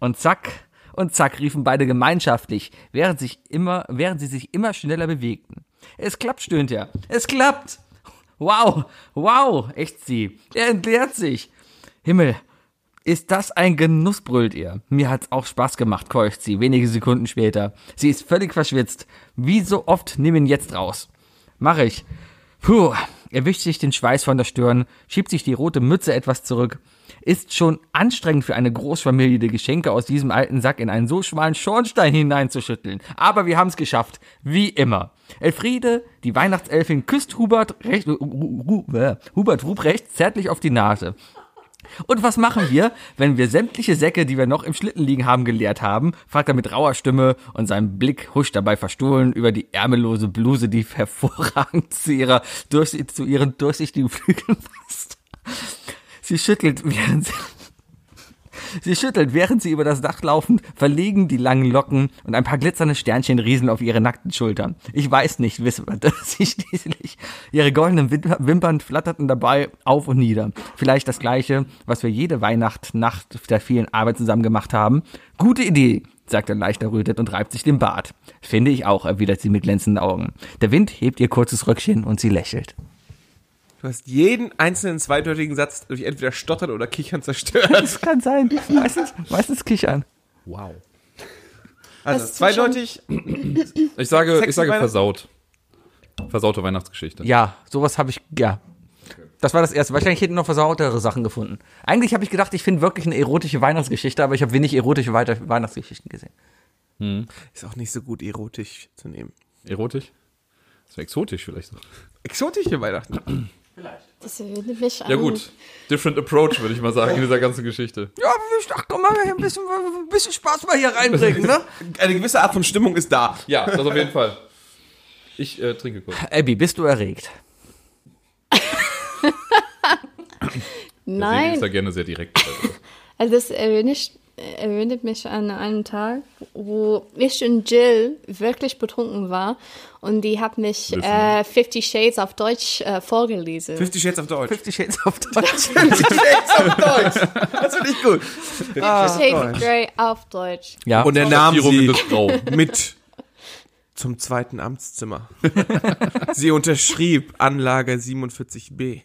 und zack und zack riefen beide gemeinschaftlich, während, sich immer, während sie sich immer schneller bewegten. Es klappt, stöhnt er. Es klappt. Wow, wow, echt sie. Er entleert sich. Himmel, ist das ein Genuss, brüllt ihr. Mir hat's auch Spaß gemacht, keucht sie, wenige Sekunden später. Sie ist völlig verschwitzt. Wie so oft, nimm ihn jetzt raus. Mach ich. Puh, er wischt sich den Schweiß von der Stirn, schiebt sich die rote Mütze etwas zurück. Ist schon anstrengend für eine Großfamilie, die Geschenke aus diesem alten Sack in einen so schmalen Schornstein hineinzuschütteln. Aber wir haben's geschafft. Wie immer. Elfriede, die Weihnachtselfin, küsst Hubert, recht, Hu- Hu- Hu- äh, Hubert Ruprecht zärtlich auf die Nase. Und was machen wir, wenn wir sämtliche Säcke, die wir noch im Schlitten liegen haben, geleert haben? fragt er mit rauer Stimme und seinem Blick huscht dabei verstohlen über die ärmellose Bluse, die hervorragend zu, ihrer, durch, zu ihren durchsichtigen Flügeln passt. Sie schüttelt, während sie, sie schüttelt, während sie über das Dach laufend, verlegen die langen Locken und ein paar glitzernde Sternchen rieseln auf ihre nackten Schultern. Ich weiß nicht, wispert sie schließlich. Ihre goldenen Wim- Wimpern flatterten dabei auf und nieder. Vielleicht das Gleiche, was wir jede Weihnacht, Nacht der vielen Arbeit zusammen gemacht haben. Gute Idee, sagt er leicht errötet und reibt sich den Bart. Finde ich auch, erwidert sie mit glänzenden Augen. Der Wind hebt ihr kurzes Röckchen und sie lächelt. Du hast jeden einzelnen zweideutigen Satz durch entweder Stottern oder Kichern zerstört. Das kann sein. Meistens, meistens kichern. Also zweideutig, Ich sage, Sexy ich sage Weihnacht- versaut. Versaute Weihnachtsgeschichte. Ja, sowas habe ich, ja. Das war das erste. Wahrscheinlich hätten noch versautere Sachen gefunden. Eigentlich habe ich gedacht, ich finde wirklich eine erotische Weihnachtsgeschichte, aber ich habe wenig erotische Weiter- Weihnachtsgeschichten gesehen. ist auch nicht so gut erotisch zu nehmen. Erotisch? Das wäre exotisch vielleicht noch. Exotische Weihnachten. Das erinnert mich an. Ja gut, different approach würde ich mal sagen in dieser ganzen Geschichte. Ja, ach komm mal, ein bisschen, ein bisschen Spaß mal hier reinbringen, ne? Eine gewisse Art von Stimmung ist da. Ja, das auf jeden Fall. Ich äh, trinke kurz. Abby, bist du erregt? Deswegen ist Nein, da gerne sehr direkt. also das erinnert, erinnert mich an einen Tag, wo ich und Jill wirklich betrunken war und die hat mich äh, Fifty Shades auf Deutsch äh, vorgelesen. Fifty Shades auf Deutsch. Fifty Shades auf Deutsch. Shades auf Deutsch. Das finde ich gut. Shades of Grey auf Deutsch. Ja. Und er Die nahm Runde sie des Grau. mit zum zweiten Amtszimmer. sie unterschrieb Anlage 47b.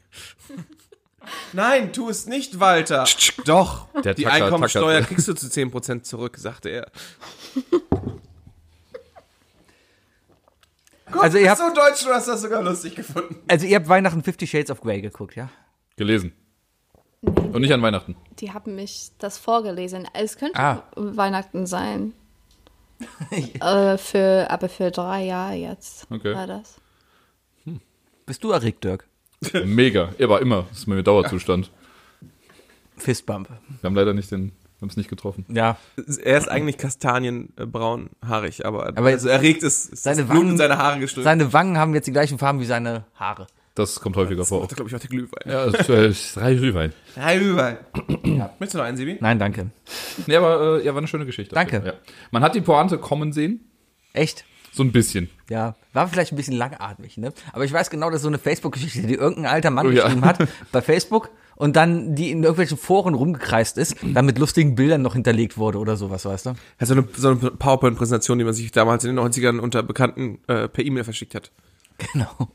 Nein, tu es nicht, Walter. Doch, Der die Tacker, Einkommensteuer Tacker. kriegst du zu 10% zurück, sagte er. also, ihr habt, so deutsch, du hast das sogar lustig gefunden. also ihr habt Weihnachten Fifty Shades of Grey geguckt, ja? Gelesen. Und nicht an Weihnachten. Die haben mich das vorgelesen. Es könnte Ah. Weihnachten sein. äh, für, aber für drei Jahre jetzt Okay. war das. Bist du erregt, Dirk? Mega. Er war immer. Das ist mein Dauerzustand. Fistbump. Wir haben leider nicht den, wir haben es nicht getroffen. Ja. Er ist eigentlich kastanienbraunhaarig, aber, Aber also erregt ist, ist seine das Blut in Wangen- seine Haare gestülpt. Seine Wangen haben jetzt die gleichen Farben wie seine Haare. Das kommt häufiger vor. Da glaube ich auch der Glühwein. Ja, das ist drei Glühwein. Hi, Glühwein. Möchtest du noch einen, Sibi? Nein, danke. Nee, aber äh, ja, war eine schöne Geschichte. Danke. Ja. Man hat die Pointe kommen sehen, Echt? so ein bisschen. Ja, war vielleicht ein bisschen langatmig, ne? Aber ich weiß genau, dass so eine Facebook-Geschichte, die irgendein alter Mann Oh ja. geschrieben hat bei Facebook und dann die in irgendwelchen Foren rumgekreist ist, dann mit lustigen Bildern noch hinterlegt wurde oder sowas, weißt du? Ja, so eine, so eine PowerPoint-Präsentation, die man sich damals in den 90ern unter Bekannten äh, per E-Mail verschickt hat. Genau.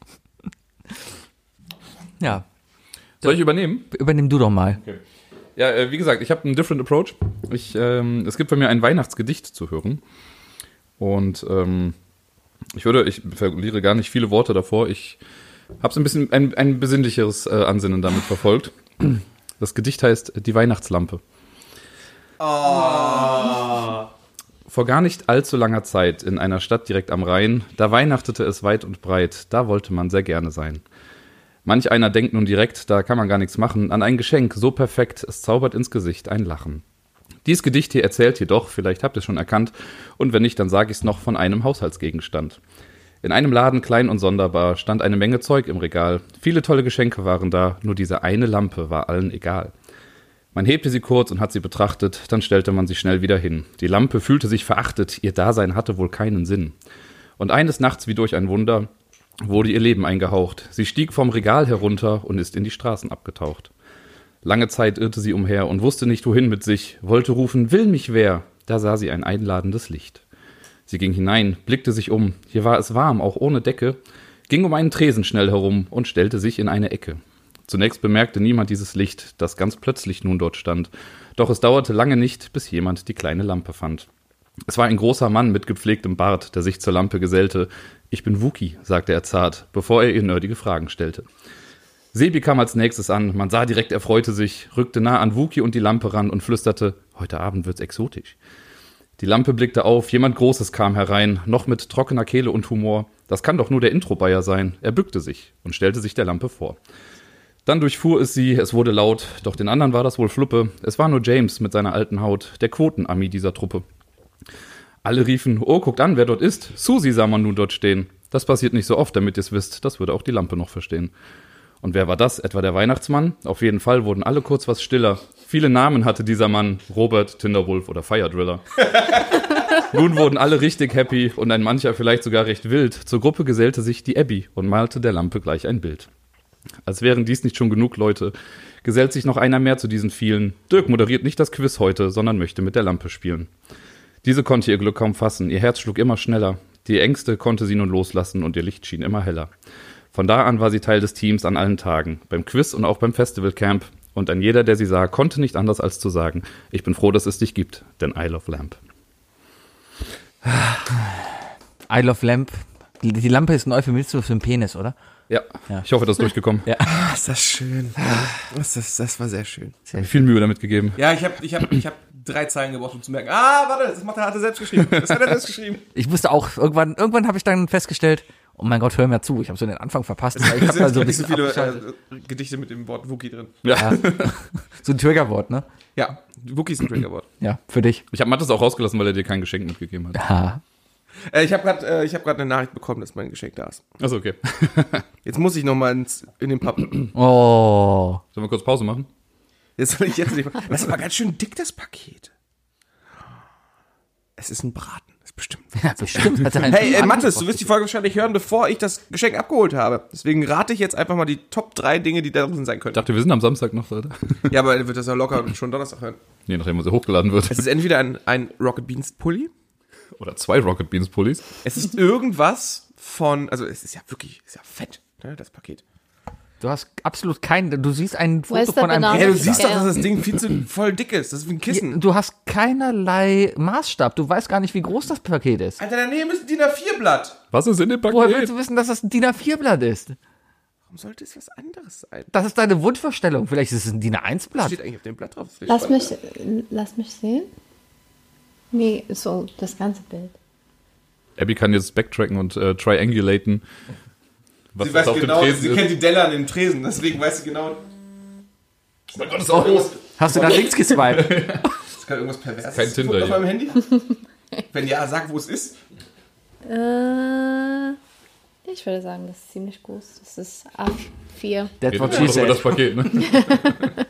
Ja, Soll ich übernehmen? übernimm du doch mal. Ja, äh, wie gesagt, ich habe einen different approach. Ich, ähm, es gibt bei mir ein Weihnachtsgedicht zu hören. Und ähm, ich würde, ich verliere gar nicht viele Worte davor. Ich habe ein bisschen ein, ein besinnlicheres äh, Ansinnen damit verfolgt. Das Gedicht heißt Die Weihnachtslampe. Vor gar nicht allzu langer Zeit in einer Stadt direkt am Rhein, da weihnachtete es weit und breit, da wollte man sehr gerne sein. Manch einer denkt nun direkt, da kann man gar nichts machen, an ein Geschenk so perfekt, es zaubert ins Gesicht ein Lachen. Dies Gedicht hier erzählt jedoch, vielleicht habt ihr es schon erkannt, und wenn nicht, dann sage ich es noch von einem Haushaltsgegenstand. In einem Laden klein und sonderbar stand eine Menge Zeug im Regal. Viele tolle Geschenke waren da, nur diese eine Lampe war allen egal. Man hebte sie kurz und hat sie betrachtet, dann stellte man sie schnell wieder hin. Die Lampe fühlte sich verachtet, ihr Dasein hatte wohl keinen Sinn. Und eines Nachts wie durch ein Wunder wurde ihr Leben eingehaucht. Sie stieg vom Regal herunter und ist in die Straßen abgetaucht. Lange Zeit irrte sie umher und wusste nicht wohin mit sich, wollte rufen, will mich wer, da sah sie ein einladendes Licht. Sie ging hinein, blickte sich um, hier war es warm, auch ohne Decke, ging um einen Tresen schnell herum und stellte sich in eine Ecke. Zunächst bemerkte niemand dieses Licht, das ganz plötzlich nun dort stand, doch es dauerte lange nicht, bis jemand die kleine Lampe fand. Es war ein großer Mann mit gepflegtem Bart, der sich zur Lampe gesellte. Ich bin Wookie, sagte er zart, bevor er ihr nerdige Fragen stellte. Sebi kam als nächstes an, man sah direkt, er freute sich, rückte nah an Wookie und die Lampe ran und flüsterte, heute Abend wird's exotisch. Die Lampe blickte auf, jemand Großes kam herein, noch mit trockener Kehle und Humor. Das kann doch nur der Intro-Bayer sein. Er bückte sich und stellte sich der Lampe vor. Dann durchfuhr es sie, es wurde laut, doch den anderen war das wohl Fluppe. Es war nur James mit seiner alten Haut, der Quotenami dieser Truppe. Alle riefen, oh, guckt an, wer dort ist. Susi sah man nun dort stehen. Das passiert nicht so oft, damit ihr's wisst, das würde auch die Lampe noch verstehen. Und wer war das? Etwa der Weihnachtsmann? Auf jeden Fall wurden alle kurz was stiller. Viele Namen hatte dieser Mann, Robert, Tinderwolf oder Firedriller. Nun wurden alle richtig happy und ein mancher vielleicht sogar recht wild. Zur Gruppe gesellte sich die Abby und malte der Lampe gleich ein Bild. Als wären dies nicht schon genug Leute, gesellt sich noch einer mehr zu diesen vielen. Dirk moderiert nicht das Quiz heute, sondern möchte mit der Lampe spielen. Diese konnte ihr Glück kaum fassen, ihr Herz schlug immer schneller. Die Ängste konnte sie nun loslassen und ihr Licht schien immer heller. Von da an war sie Teil des Teams an allen Tagen, beim Quiz und auch beim Festivalcamp. Und ein jeder, der sie sah, konnte nicht anders als zu sagen, ich bin froh, dass es dich gibt, denn I love Lamp. I love Lamp. Die, die Lampe ist ein Euphemismus für den Penis, oder? Ja, ich hoffe, das ist durchgekommen. Ja. Ach, ist das schön. Das, das, das war sehr schön. Ich hab viel Mühe damit gegeben. Ja, ich habe ich hab, ich hab drei Zeilen gebraucht, um zu merken, ah, warte, das macht er, hat er selbst geschrieben. Das hat er selbst geschrieben. Ich musste auch, irgendwann, irgendwann habe ich dann festgestellt, oh mein Gott, hör mir zu, ich habe so den Anfang verpasst. weil Ich habe da so halt ein nicht so bisschen viele abgeschaltet. äh, Gedichte mit dem Wort Wookie drin. Ja. So ein Triggerwort, ne? Ja, Wookie ist ein Triggerwort. Ja, für dich. Ich habe Mattes auch rausgelassen, weil er dir kein Geschenk mitgegeben hat. Ha. Äh, ich habe gerade äh, ich hab grad eine Nachricht bekommen, dass mein Geschenk da ist. Achso, Also, okay. Jetzt muss ich nochmal in den Pub. Oh. Sollen wir kurz Pause machen? Jetzt soll ich jetzt nicht. Das ist aber ganz schön dick, das Paket. Es ist ein Braten, ist bestimmt. Ja, bestimmt. Hat er einen Hey, äh, anderen Mathis, Spruch du wirst die gesagt. Folge wahrscheinlich hören, bevor ich das Geschenk abgeholt habe. Deswegen rate ich jetzt einfach mal die Top 3 Dinge, die da drin sein Ich könnten. dachte, wir sind am Samstag noch, Leute. Ja, aber er wird das ja locker schon Donnerstag hören. Je nachdem, was er hochgeladen wird. Es ist entweder ein, ein Rocket Beans Pulli. Oder zwei Rocket Beans Pullis. Es ist irgendwas von, also es ist ja wirklich, ist ja fett, ne, das Paket. Du hast absolut keinen, du siehst ein Foto ist der von einem Banane? Ja, du Ah, Ja, du Penis. siehst siehst doch, doch, Ja. dass dass das Ding viel zu voll dick ist. Das ist wie ein Kissen. Du hast keinerlei Maßstab. Du weißt gar nicht, wie groß das Paket ist. Alter, daneben ist ein DIN A4-Blatt. Was ist in dem Woher willst Paket? du wissen, dass das ein DIN A4-Blatt ist? Warum sollte es was anderes sein? Das ist deine Wunschvorstellung. Vielleicht ist es ein DIN Was A1-Blatt. steht eigentlich auf dem Blatt drauf? Das will ich Lass mal- mich, lass mich sehen. Nee, so das ganze Bild. Abby kann jetzt backtracken und äh, triangulaten. Was Sie weiß das auf genau, dem Tresen sie ist. kennt die Delle an dem Tresen, deswegen weiß sie genau, Oh mein Gott, ist auch groß. Hast du da links geswiped? das kann irgendwas perverses Kein Tinder auf hier. meinem Handy. Wenn ja, sag, wo es ist. Äh, Ich würde sagen, das ist ziemlich groß. Das ist A4. That's what Geht she über das said. Paket, ne?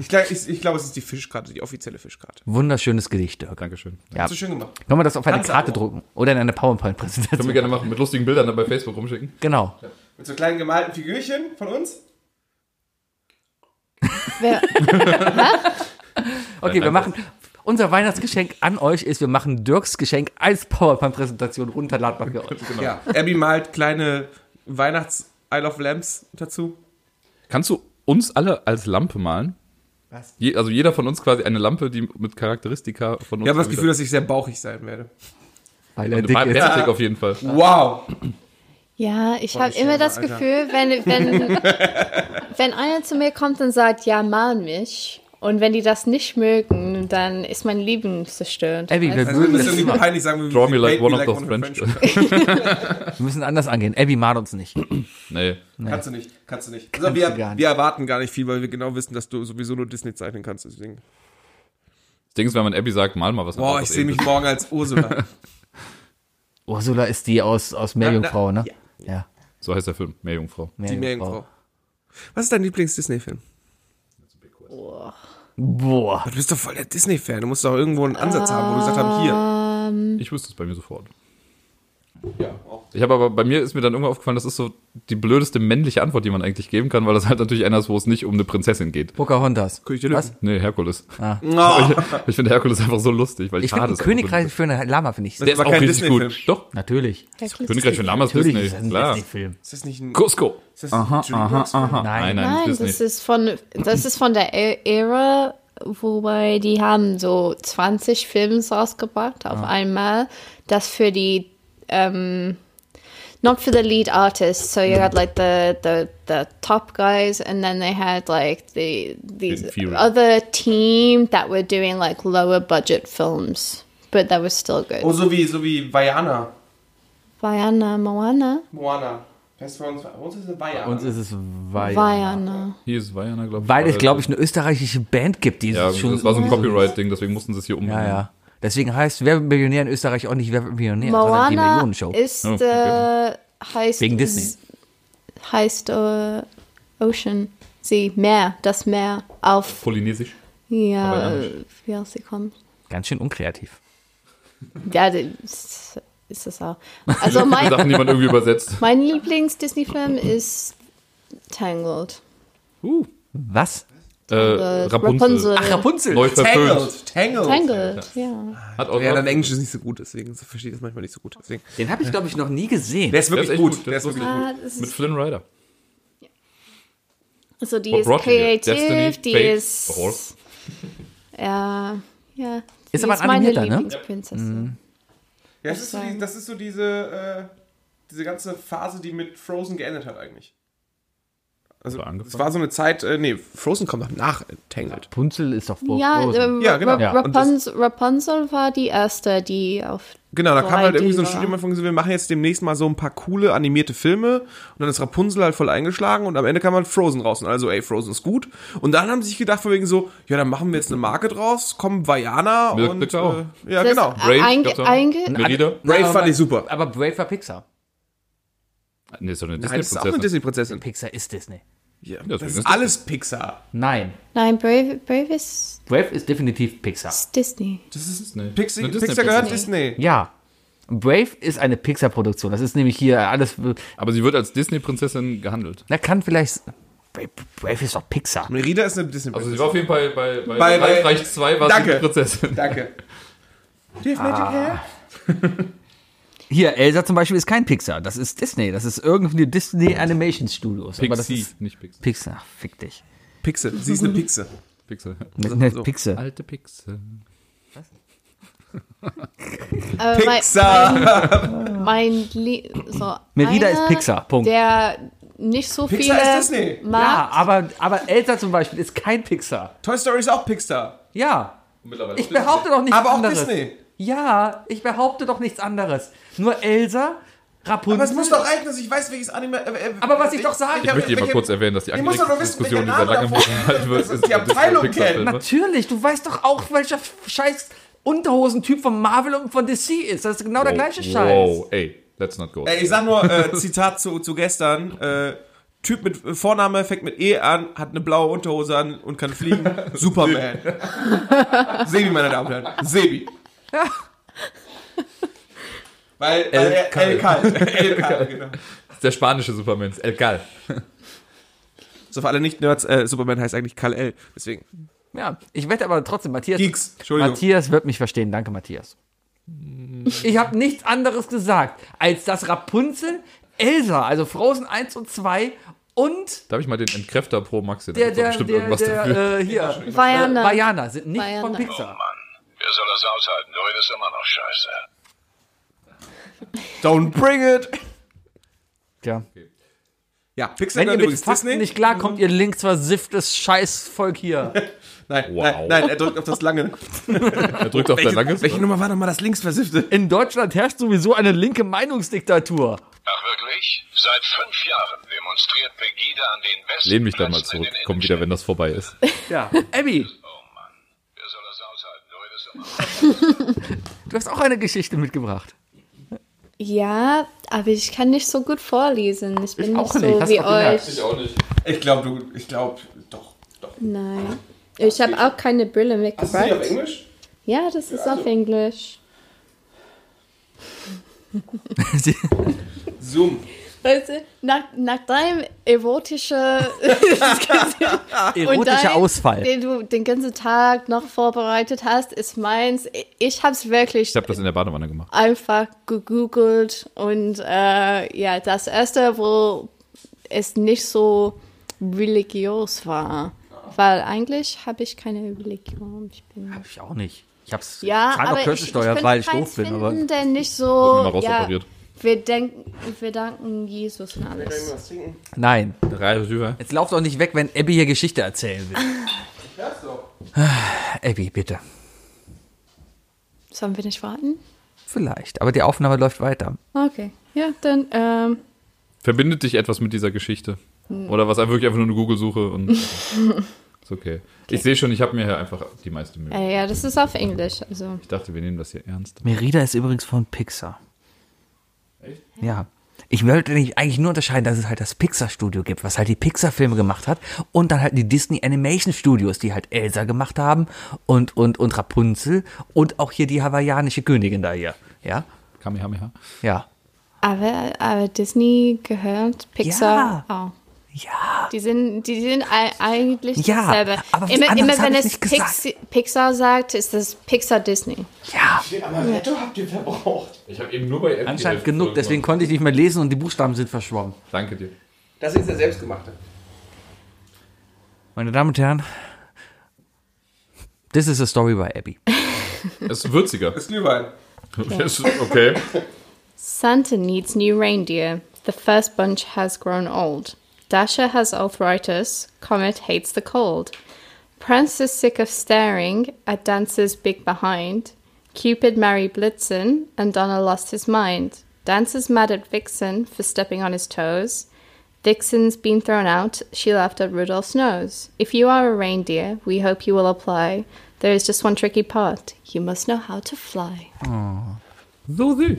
Ich, glaub- ich, ich glaube, es ist die Fischkarte, die offizielle Fischkarte. Hm. Wunderschönes Gedicht, Dirk. Dankeschön. Ja. Hast du schön gemacht. Können wir das auf eine Ganz Karte sauber. drucken oder in eine Können wir PowerPoint-Präsentation? gerne machen. Mit lustigen Bildern dann bei Facebook rumschicken. Genau. Mit so kleinen gemalten Figürchen von uns. Wer, Okay, wir machen. Unser Weihnachtsgeschenk an euch ist, wir machen Dirks Geschenk als PowerPoint-Präsentation runterladbar für euch. Ja. Abby malt kleine Weihnachts Isle of Lamps dazu. Kannst du uns alle als Lampe malen? Was? Je, also jeder von uns quasi eine Lampe, die mit Charakteristika von uns. Ich habe das Gefühl, dass ich sehr bauchig sein werde. Weil er eine dick Bar- ist. Bärtig auf jeden Fall. Wow. ja, ich habe schön, immer das Alter. Gefühl, wenn, wenn, wenn einer zu mir kommt und sagt, ja, mal mich. Und wenn die das nicht mögen, dann ist mein Leben zerstört. Abby, wir, Weißt Also wir müssen müssen das, irgendwie peinlich sagen, wir Hm. Draw me like make one of those French. wir müssen anders angehen. Abby mahnt uns nicht. Nee. Kannst du nicht, kannst du nicht. Also wir, du gar nicht. wir erwarten gar nicht viel, weil wir genau wissen, dass du sowieso nur Disney zeichnen kannst. Deswegen. Das Ding ist, wenn man Abby sagt, mal mal was. dann Boah, macht ich das sehe eben mich Sinn. morgen als Ursula. Ursula ist die aus, aus Meerjungfrau, Na, ne? na, Ja, So heißt der Film, Meerjungfrau. Die Meerjungfrau. Was ist dein Lieblings-Disney-Film? Boah. Du bist doch voll der Disney-Fan. Du musst doch irgendwo einen Ansatz haben, wo du gesagt hast, hier. Ich wüsste es bei mir sofort. Ja, auch. Ich habe aber bei mir ist mir dann irgendwann aufgefallen, das ist so die blödeste männliche Antwort, die man eigentlich geben kann, weil das halt natürlich einer ist, wo es nicht um eine Prinzessin geht. Pocahontas. König der Löwen. Was? Ah. Nee, Herkules. Oh. Ich finde Herkules einfach so lustig, weil ich, Ich finde hasse ein es Königreich einfach. für eine Lama, finde ich. Der ist aber auch kein richtig gut. Disney-Film. Doch, Natürlich. Königreich für Lamas Natürlich Disney, ist das ein klar. Disney-Film. Ist das nicht ein. Cusco. Äh, Ist das ein Dreamworks-Film? Nein, Nein. nein, Nein, Disney. das ist von das ist von der Ä- Ära, wobei die haben so 20 Filme rausgebracht auf einmal, das für die ähm, not for the lead artists. So you had like the the the top guys, and then they had like the these Inferior. other team that were doing like lower budget films, but that was still good. Oh, so wie, so wie Vajana. Vaiana Moana, Moana. Heißt bei uns, bei uns ist es Vajana. Uns ist es Weil. Vajana. Hier ist Vajana, glaube ich. Weil es, Äh, glaube ich, eine österreichische Band gibt, die Ja, es schon. das war so ein Copyright-Ding, deswegen mussten sie es hier um umnehmen. Ja, ja. Deswegen heißt Wer wird Millionär in Österreich auch nicht Wer wird Millionär, sondern halt die Moana Millionenshow. ist Oh, äh, heißt Wegen Disney. heißt äh, Ocean See Meer das Meer auf Polynesisch. ja Hawaiianisch. äh, wie heißt sie kommt Ganz schön unkreativ. ja das ist das auch also Die Sachen, mein die man irgendwie übersetzt. mein Lieblings Disney Film ist Tangled Uh. Was? Äh, Rapunzel. Rapunzel. Ach, Rapunzel. Neu verfilmt. Tangled. Tangled ja Hat auch Ja, dein Englisch ist nicht so gut, deswegen verstehe ich das manchmal nicht so gut. Deswegen. Den habe ich, glaube ich, noch nie gesehen. Der ist Der wirklich ist echt gut. gut. Der ist wirklich ah, gut. das mit ist, Flynn Rider. also die Bob ist Rotten hier. Destiny, kreativ die Fate, ist Horror. ja ja die Ist aber ein meine animierter, ne? Lieblingsprinzessin Ja, das, ist so die, das ist so diese, äh, diese ganze Phase, die mit Frozen geendet hat eigentlich. Also Oder angefangen. es war so eine Zeit, äh, nee, Frozen kommt noch nach äh, Tangled. Rapunzel ist doch vor. Ja, ähm, Ja, genau. Ra- Ja. Und das- Rapunzel, Rapunzel war die erste, die auf. Genau, da kam halt 3D irgendwie so ein war. Studio von so, wir machen jetzt demnächst mal so ein paar coole animierte Filme und dann ist Rapunzel halt voll eingeschlagen und am Ende kam halt Frozen raus und also ey, Frozen ist gut. Und dann haben sie sich gedacht von wegen so, ja, dann machen wir jetzt eine Marke draus, kommen Vajana Milk und äh, Bitter auch. ja, Das- genau. Brave, einge- glaubst du? einge- Merida? Brave aber- fand ich super. Aber Brave war Pixar. Nee, ist doch eine Nein, das ist auch eine Disney-Prinzessin. Disney-Prinzessin. Pixar ist Disney. Ja, deswegen das ist ist alles Pixar. Nein. Nein, Brave, Brave ist Brave ist definitiv Pixar. Disney. Das ist Disney. Pixar, Eine Pixar Disney- gehört Disney. Ja. Brave ist eine Pixar-Produktion. Das ist nämlich hier alles. Aber sie wird als Disney-Prinzessin gehandelt. Na, kann vielleicht. Brave, Brave ist doch Pixar. Merida ist eine Disney-Prinzessin. Also sie war auf jeden Fall bei, bei, Bei- bei- Reich 2 war sie Danke. die Prinzessin. Danke. Do you have magic Ah. hair? Hier, Elsa zum Beispiel ist kein Pixar. Das ist Disney. Das ist irgendwie Disney Animation Studios. Aber das Pixie, ist nicht Pixie. Pixar. Ach, Fick dich. Pixel. Sie ist eine Pixel. Pixel. Mit einer so. Pixel. Alte Pixel. Aber Äh, mein- Pixar. Mein, mein Lie so Merida einer, ist Pixar, Punkt. Der nicht so Pixar viele ist Disney. Ja, mag. aber, aber Elsa zum Beispiel ist kein Pixar. Toy Story ist auch Pixar. Ja. Mittlerweile Ich behaupte doch nichts Aber auch anderes. Disney. Ja, ich behaupte doch nichts anderes. Nur Elsa, Rapunzel. Aber es muss doch reichen, dass ich weiß, welches Anime. Äh, äh, Aber was ich doch sage- Ich möchte hier mal welche- kurz erwähnen, dass die Ihr müsst doch nur wissen, Diskussion, die welcher seit Name langem gehalten wird, ist die Abteilung kennen. ne? Natürlich, du weißt doch auch, welcher scheiß Unterhosentyp von Marvel und von DC ist. Das ist genau der gleiche Scheiß. Wow, ey. Let's not go. Ey, ich sag nur, äh, Zitat zu, zu gestern. Äh, typ mit äh, Vorname fängt mit E an, hat eine blaue Unterhose an und kann fliegen. Superman. Sebi, meine Damen und Herren. Sebi. Weil, weil er, El Kal. El Kal, genau. Der spanische Superman, El Cal. So, für alle Nicht-Nerds, äh, Superman heißt eigentlich Kal El. Deswegen. Ja, ich wette aber trotzdem, Matthias. Geeks. Entschuldigung. Matthias wird mich verstehen. Danke, Matthias. Ich habe nichts anderes gesagt, als dass Rapunzel, Elsa, also Frozen 1 und 2 und Darf ich mal den Entkräfter pro Maxi? Da der, gibt's doch der, bestimmt der, irgendwas der, dafür. äh, hier, Vajana. Bayana sind nicht von Vajana. Pixar. Oh, Mann, wer soll das aushalten? Du redest immer noch Scheiße. Don't bring it. Tja. Ja, Pixar Wenn ihr gehört mit übrigens Fakten Disney. nicht klarkommt, ihr linksversifftes Scheißvolk hier. Nein, Wow. nein, nein, er drückt auf das lange. Er drückt auf dein Langes. Welche Nummer war nochmal das linksversiffte? In Deutschland herrscht sowieso eine linke Meinungsdiktatur. Ach wirklich? Seit fünf Jahren demonstriert Pegida an den besten Lehn mich da mal Plätzen in zurück. den Komm wieder, wenn das vorbei ist. Ja. Abby, Oh Mann, wer soll das aushalten? Du redest immer noch du hast auch eine Geschichte mitgebracht. Ja, aber ich kann nicht so gut vorlesen. Ich bin auch nicht, nicht, so hast wie du auch gemerkt. euch. Ich auch nicht. Ich glaube, du, ich glaube, doch, doch. Nein. Ich habe auch keine Brille Hast du die auf mitgebracht. Englisch? Ja, das ist auf Englisch. Zoom. Weißt du, nach, nach deinem erotischen und Erotischer dein, Ausfall. den du den ganzen Tag noch vorbereitet hast, ist meins. Ich habe es wirklich Ich habe das in der Badewanne gemacht. einfach gegoogelt und äh, ja, das erste, wo es nicht so religiös war, weil eigentlich habe ich keine Religion. Ich bin Ich auch nicht. Ich hab's ja, zahl doch aber ich, ich Kirchensteuer, könnte weil ich keins doof bin. Aber finden, der nicht Wurde so. mir mal Ja, rausoperiert. wir denken, wir danken Jesus und alles. nein, Drei Rüber. jetzt lauf doch nicht weg, wenn Abby hier Geschichte erzählen will. Ah. Abby, bitte. Sollen wir nicht warten? Vielleicht, aber die Aufnahme läuft weiter. Okay, ja, dann, ähm, Verbindet dich etwas mit dieser Geschichte? Oder was einfach wirklich einfach nur eine Google-Suche und. ist okay. Ich sehe schon, ich habe mir hier einfach die meiste Mühe. äh, ja, das ist auf Englisch, also. Ich dachte, wir nehmen das hier ernst. Merida ist übrigens von Pixar. Echt? Ja. Ich wollte nicht- eigentlich nur unterscheiden, dass es halt das Pixar-Studio gibt, was halt die Pixar-Filme gemacht hat und dann halt die Disney Animation Studios, die halt Elsa gemacht haben und, und, und Rapunzel und auch hier die hawaiianische Königin da hier. Ja? Kamehameha. Ja. Aber, aber Disney gehört Pixar auch. Ja. Die sind, die sind ei- eigentlich Ja, dasselbe. aber was immer, anderes immer wenn hab ich es nicht gesagt. Pixi- Pixar sagt, ist das Pixar Disney. Ja. Ich habe eben nur bei Apple Anscheinend genug, deswegen konnte ich nicht mehr lesen und die Buchstaben sind verschwommen. Danke dir. Das ist der selbstgemachte. Meine Damen und Herren, this is a story by Abby. Es ist würziger. Das ist Glühwein. Es ist okay. Santa needs new reindeer. The first bunch has grown old. Dasher has arthritis. Comet hates the cold. Prince is sick of staring at Dancer's big behind. Cupid married Blitzen, and Donner lost his mind. Dancer's mad at Vixen for stepping on his toes. Vixen's been thrown out. She laughed at Rudolph's nose. If you are a reindeer, we hope you will apply. There is just one tricky part. You must know how to fly. So süß.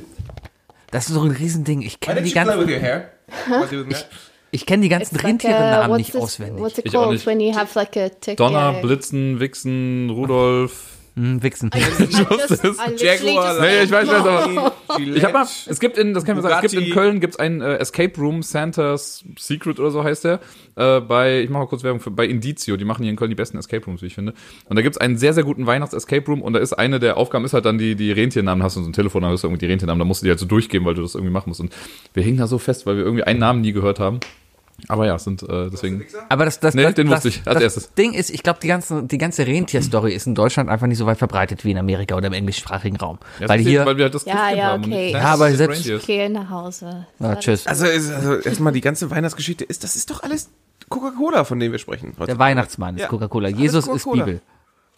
Das ist so ein Riesending. Ich Why kenne did die you play ganzen, with your hair? What you that? ich kenne die ganzen It's Rentierennamen uh, what's nicht this- auswendig. What's it Ich auch called nicht. when you have like a tick? Donner, yeah. Blitzen, Wichsen, Rudolf. Hm, Wichsen. Jaguar, Nee, ich weiß, weiß aber. Gillette. Ich hab mal, es gibt in, das kann ich mal sagen, es gibt in Bugatti. Köln gibt's einen äh, Escape Room Santa's Secret oder so heißt der. Äh, bei, ich mache mal kurz Werbung für, bei Indizio, die machen hier in Köln die besten Escape Rooms, wie ich finde. Und da gibt's einen sehr, sehr guten Weihnachts-Escape Room und da ist eine der Aufgaben ist halt dann die, die Rentiernamen, hast du so ein Telefon, dann hast du irgendwie die Rentiernamen, da musst du die halt so durchgeben, weil du das irgendwie machen musst. Und wir hingen da so fest, weil wir irgendwie einen Namen nie gehört haben. Aber ja, es sind äh, deswegen. Aber das, das, Nee, das, den das, wusste ich als das erstes. Ding ist, ich glaube, die, ganzen- die ganze Rentier-Story ist in Deutschland einfach nicht so weit verbreitet wie in Amerika oder im englischsprachigen Raum. Ja, weil deswegen, hier, weil wir halt das Ja, Christkind ja, haben und okay. nicht Ja, Santa's aber und selbst- Reindeers. Gehe nach Hause. na, tschüss, Also, ist- also erstmal die ganze Weihnachtsgeschichte ist, das ist doch alles Coca-Cola, von dem wir sprechen heute. der Weihnachtsmann ist Ja. Coca-Cola. Alles Jesus Coca-Cola. ist Bibel.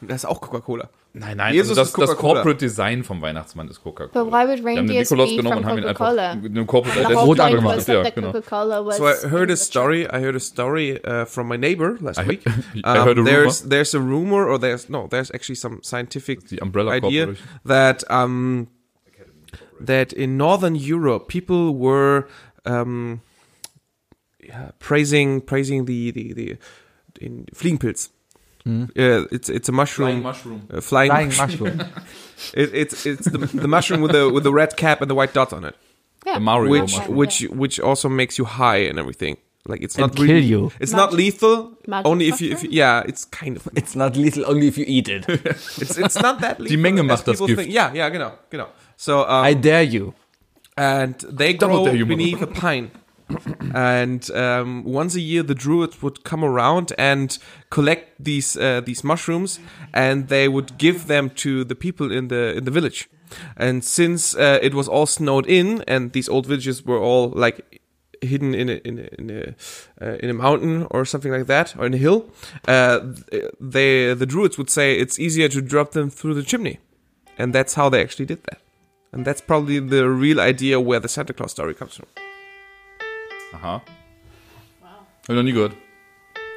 Das ist auch Coca-Cola. Nein, nein, Jesus also das, ist das Coca-Cola. Corporate Design vom Weihnachtsmann ist Coca-Cola. But why would Wir haben den reindeers Nikolaus be genommen from und haben ihn Coca-Cola? einfach mit einem Corporate The Identity whole Rotwein point gemacht, was ja, that the genau. Coca-Cola was. So I heard a story. I heard a story uh, from my neighbor last I- week. Um, I heard a there's rumor. there's a rumor, or there's no, there's actually some scientific The Umbrella idea Corporation. that um, that in Northern Europe people were um, yeah, praising praising the the the den Fliegenpilz. Yeah, Uh, it's it's a mushroom. Hmm. Flying mushroom. uh, flying, Flying mushroom. Mushroom. It, it's it's the, the mushroom with the with the red cap and the white dots on it, Yeah. Mario which mushroom. which which also makes you high and everything. Like it's And not really, kill you. It's not lethal. Magic only if you, if you mushroom? yeah, it's kind of It's not lethal only if you eat it. it's it's not that lethal. Menge as macht das people Gift. think. Ja, ja, genau, genau. So um, I dare you. and they Double grow dare you, beneath a pine. and um, once a year, the druid would come around and collect these uh, these mushrooms, and they would give them to the people in the in the village. And since uh, it was all snowed in, and these old villages were all like hidden in a, in a, in a, uh, in a mountain or something like that, or in a hill, uh, th- they the druids would say it's easier to drop them through the chimney, and that's how they actually did that. And that's probably the real idea where the Santa Claus story comes from. Aha. Wow. Hab ich noch nie gehört.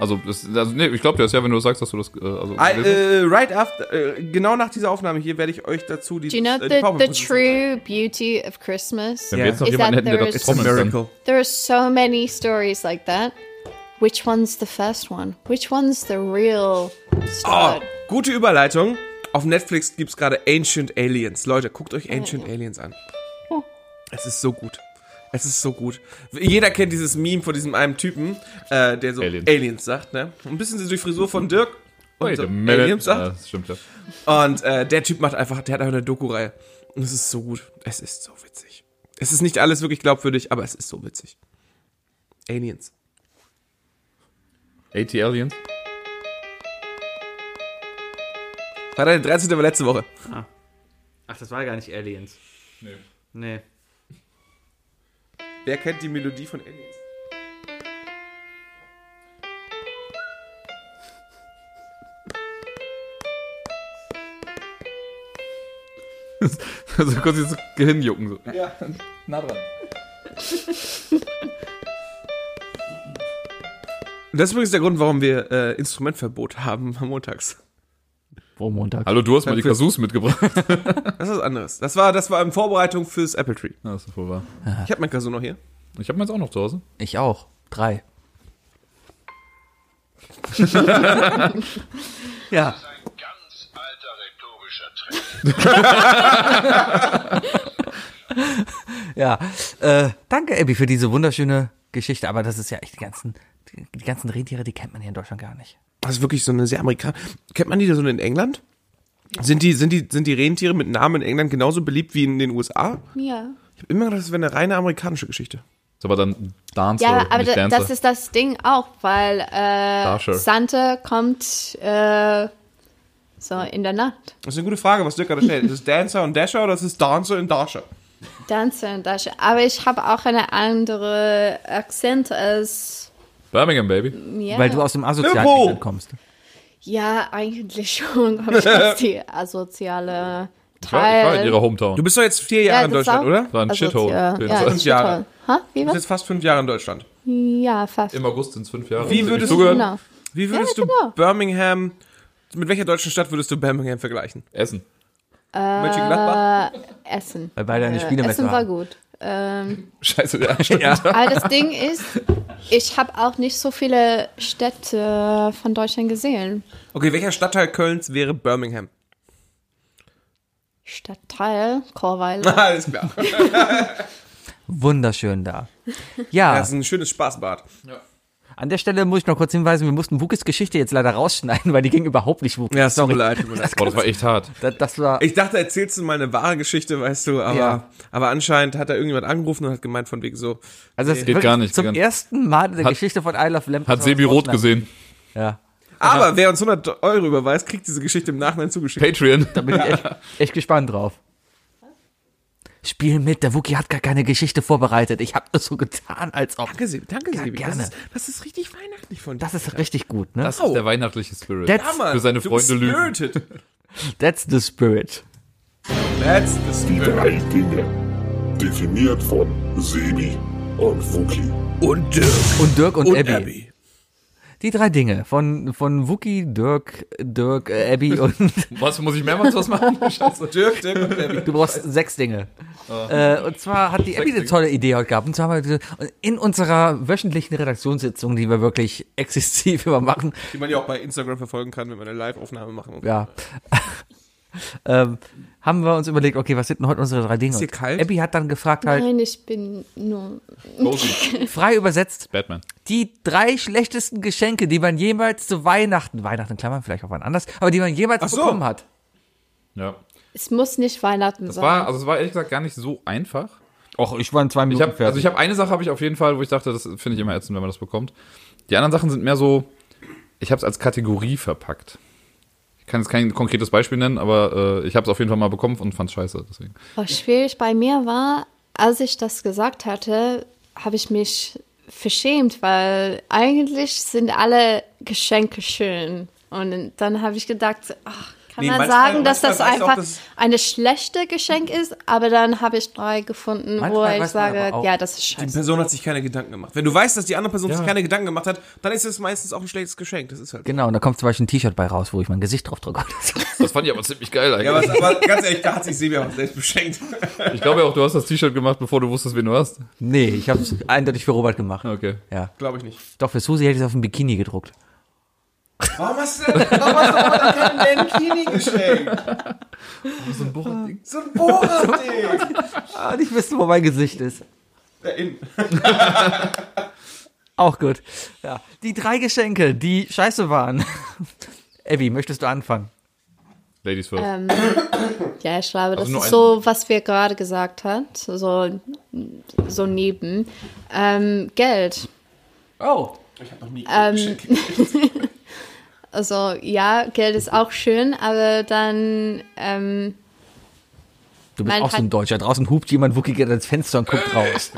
Also, das, also nee, ich glaube dir das ja, wenn du sagst, dass du das. Äh, also, I, äh, right after, äh, genau nach dieser Aufnahme hier werde ich euch dazu die. Do you know äh, die the, the PowerPoint true beauty of Christmas? wenn wir jetzt noch Is jemanden hätten, that der there das is- It's a trommeln kann. miracle. There are so many stories like that. Which one's the first one? Which one's the real Oh, Ah. start? gute Überleitung. Auf Netflix gibt's gerade Ancient Aliens. Leute, guckt Oh, euch Ancient Aliens an. Es ist so gut. Es ist so gut. Jeder kennt dieses Meme von diesem einen Typen, äh, der so Aliens. Aliens, sagt, ne? Ein bisschen so die Frisur von Dirk. Und Wait so a minute. Aliens Ja, sagt. das stimmt ja. Und äh, der Typ macht einfach, der hat einfach eine Doku-Reihe. Und es ist so gut. Es ist so witzig. Es ist nicht alles wirklich glaubwürdig, aber es ist so witzig. Aliens. AT Aliens. Freitag der 13. war letzte Woche. Ach, das war gar nicht Aliens. Nee. Nee. Wer kennt die Melodie von Aliens? Also kurz jetzt hinjucken. So. Und das ist übrigens der Grund, warum wir äh, Instrumentverbot haben am Montags. Wo Montag? Hallo, du hast mal die Kasus mitgebracht. Das ist was anderes. Das war, das war in Vorbereitung fürs Apple Tree. Ja, das ist wohl wahr. Ich habe mein Kazoo noch hier. Ich habe meins auch noch zu Hause. Ich auch. Drei. ja. Ein ganz alter rhetorischer Trick. Ja, äh, danke, Abby, für diese wunderschöne Geschichte. Aber das ist ja echt die ganzen, die, die ganzen Rentiere, die kennt man hier in Deutschland gar nicht. Das ist wirklich so eine sehr amerikanische. Kennt man die da so in England? Sind die, sind, die, sind die Rentiere mit Namen in England genauso beliebt wie in den USA? Ja. Ich habe immer gedacht, das wäre eine reine amerikanische Geschichte. Ist aber dann Dancer, Ja, aber nicht da, Dancer. das ist das Ding auch, weil äh, Dasher. Santa kommt äh, so in der Nacht. Das ist eine gute Frage, was Dirk gerade stellt. Ist es Dancer und Dasher oder ist es Dancer und Dasher? Dancer und Dasher. Aber ich habe auch eine andere Akzent als Birmingham, Baby. mir. Weil du aus dem asozialen Liverpool. England kommst. ja, eigentlich schon. Aber ich aus die asoziale Ich war, ich war in Teil. ihrer Hometown. Du bist doch jetzt vier Ja, Jahre in das ist Deutschland, auch- oder? Du war ein Shithole. Also, Ja, Bin ja, so- ein Shithole. Ha? Wie bist was? jetzt fast fünf Jahre in Deutschland. Ja, fast. Im August sind fünf Jahre. Wie Hast du würdest nicht zugehört? Genau. Wie würdest genau. du Birmingham, mit welcher deutschen Stadt würdest du Birmingham vergleichen? Essen. Äh. Mönchengladbach? Essen. Weil beide eine Äh, Spiele Essen war haben. gut. Ähm, Scheiße, der Anstand. Ja. aber das Ding ist, ich habe auch nicht so viele Städte von Deutschland gesehen. Okay, welcher Stadtteil Kölns wäre Birmingham? Stadtteil Chorweiler. Alles klar. Wunderschön da. Ja, Das ist ein schönes Spaßbad. an der Stelle muss ich noch kurz hinweisen, wir mussten Wukis Geschichte jetzt leider rausschneiden, weil die ging überhaupt nicht Wukis. Ja, sorry. Tut mir leid, tut mir leid. Boah, das war echt hart. Das, das war, Ich dachte, erzählst du mal eine wahre Geschichte, weißt du, aber, Ja. aber anscheinend hat da irgendjemand angerufen und hat gemeint von wegen so, also das Geht wirklich gar nicht, zum geht gar nicht. ersten Mal in der Hat- Geschichte von I Love Lamp. Hat Sebi Rot gesehen. Ja, aber wer uns 100 Euro überweist, kriegt diese Geschichte im Nachhinein zugeschickt. Patreon. bin ich echt, echt gespannt drauf. Spiel mit, der Wookie hat gar keine Geschichte vorbereitet. Ich habe nur so getan, als ob. Danke, Sebi. Danke, Ja, Sebi. gerne. Das, ist, das ist richtig weihnachtlich von dir. Das ist richtig gut, ne? Das ist der weihnachtliche Spirit. That's, Hammer. Für seine Du Freunde bist lügen. spirited. that's the spirit. That's the spirit. Drei Dinge. Definiert von Sebi und Wookie. Und Dirk Und Dirk und, Abby. Die drei Dinge von, von Wookie, Dirk, Dirk, äh, Abby und Was, muss ich mehrmals was machen? Scheiße. Dirk, Dirk und Debbie. Du brauchst sechs Dinge. Äh, und zwar hat die Abby eine Dinge. tolle Idee heute gehabt. Und zwar haben wir in unserer wöchentlichen Redaktionssitzung, die wir wirklich exzessiv immer machen, Die man ja auch bei Instagram verfolgen kann, wenn wir eine Live-Aufnahme machen. Und ja, ähm, haben wir uns überlegt, okay, was sind denn heute unsere drei Dinge? Ist hier kalt? Abby hat dann gefragt, halt Nein, ich bin nur. frei übersetzt, Batman. die drei schlechtesten Geschenke, die man jemals zu Weihnachten, Weihnachten in Klammern, vielleicht auch wann anders, aber die man jemals so. bekommen hat. Ja. Es muss nicht Weihnachten Das sein. war, also es war ehrlich gesagt gar nicht so einfach. Och, ich war in zwei Ich Minuten hab, also ich habe eine Sache habe ich auf jeden Fall, wo ich dachte, das finde ich immer ätzend, wenn man das bekommt. Die anderen Sachen sind mehr so, ich habe es als Kategorie verpackt. Ich kann jetzt kein konkretes Beispiel nennen, aber äh, ich habe es auf jeden Fall mal bekommen und fand scheiße. Deswegen. Was schwierig bei mir war, als ich das gesagt hatte, habe ich mich verschämt, weil eigentlich sind alle Geschenke schön. Und dann habe ich gedacht, ach, kann Nee, man manchmal- sagen, dass das manchmal weißt du auch, einfach dass- eine schlechte Geschenk ist, aber dann habe ich drei gefunden, wo Manchmal ich weiß man sage, aber auch- ja, das ist Die scheiße. Person hat sich keine Gedanken gemacht. Wenn du weißt, dass die andere Person Ja. sich keine Gedanken gemacht hat, dann ist es meistens auch ein schlechtes Geschenk. Das ist halt. Genau, und da kommt zum Beispiel ein T-Shirt bei raus, wo ich mein Gesicht drauf drücke. Das fand ich aber ziemlich geil Ja, eigentlich. aber, aber ganz ehrlich, da hat sich Sebi auch selbst beschenkt. ich glaube ja auch, du hast das T-Shirt gemacht, bevor du wusstest, wen du hast. nee, ich habe es eindeutig für Robert gemacht. Okay. Ja. Glaube ich nicht. Doch, für Susi hätte ich es auf ein Bikini gedruckt. Warum hast du denn, warum hast du Robert keinen Mankini geschenkt? So ein Bohrer-Ding. So ein Bohrer-Ding. Ah, nicht wissen, wo mein Gesicht ist. Da innen. Auch gut. Ja. Die drei Geschenke, die scheiße waren. Abby, möchtest du anfangen? Ladies first. Ähm. Ja, ich glaube, das nur ist ein- so, was wir gerade gesagt hat, so, so neben. Ähm, Geld. Oh. Äh, Ähm, Also ja, Geld ist auch schön, aber dann ähm, Du bist Mein auch so ein Pat- Deutscher. Draußen hupt jemand wuckiger ans Fenster und guckt raus.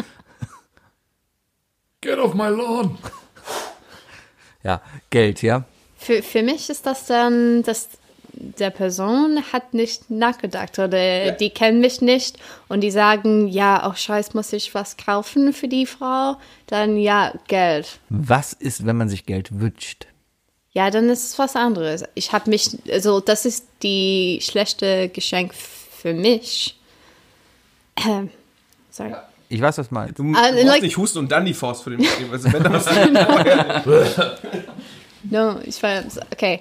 Get off my lawn. Ja, Geld, ja. für, für mich ist das dann, dass der Person hat nicht nachgedacht oder die kennen mich nicht und die sagen, ja, auch scheiß muss ich was kaufen für die Frau, dann ja, Geld. Was ist, wenn man sich Geld wünscht? Ja, dann ist es was anderes. Ich habe mich, also das ist die schlechte Geschenk f- für mich. Ähm, sorry. Ich weiß, was du meinst. Du musst Ah, like- nicht husten und dann die Faust vor dem Leben. Also wenn du was No, ich war, okay.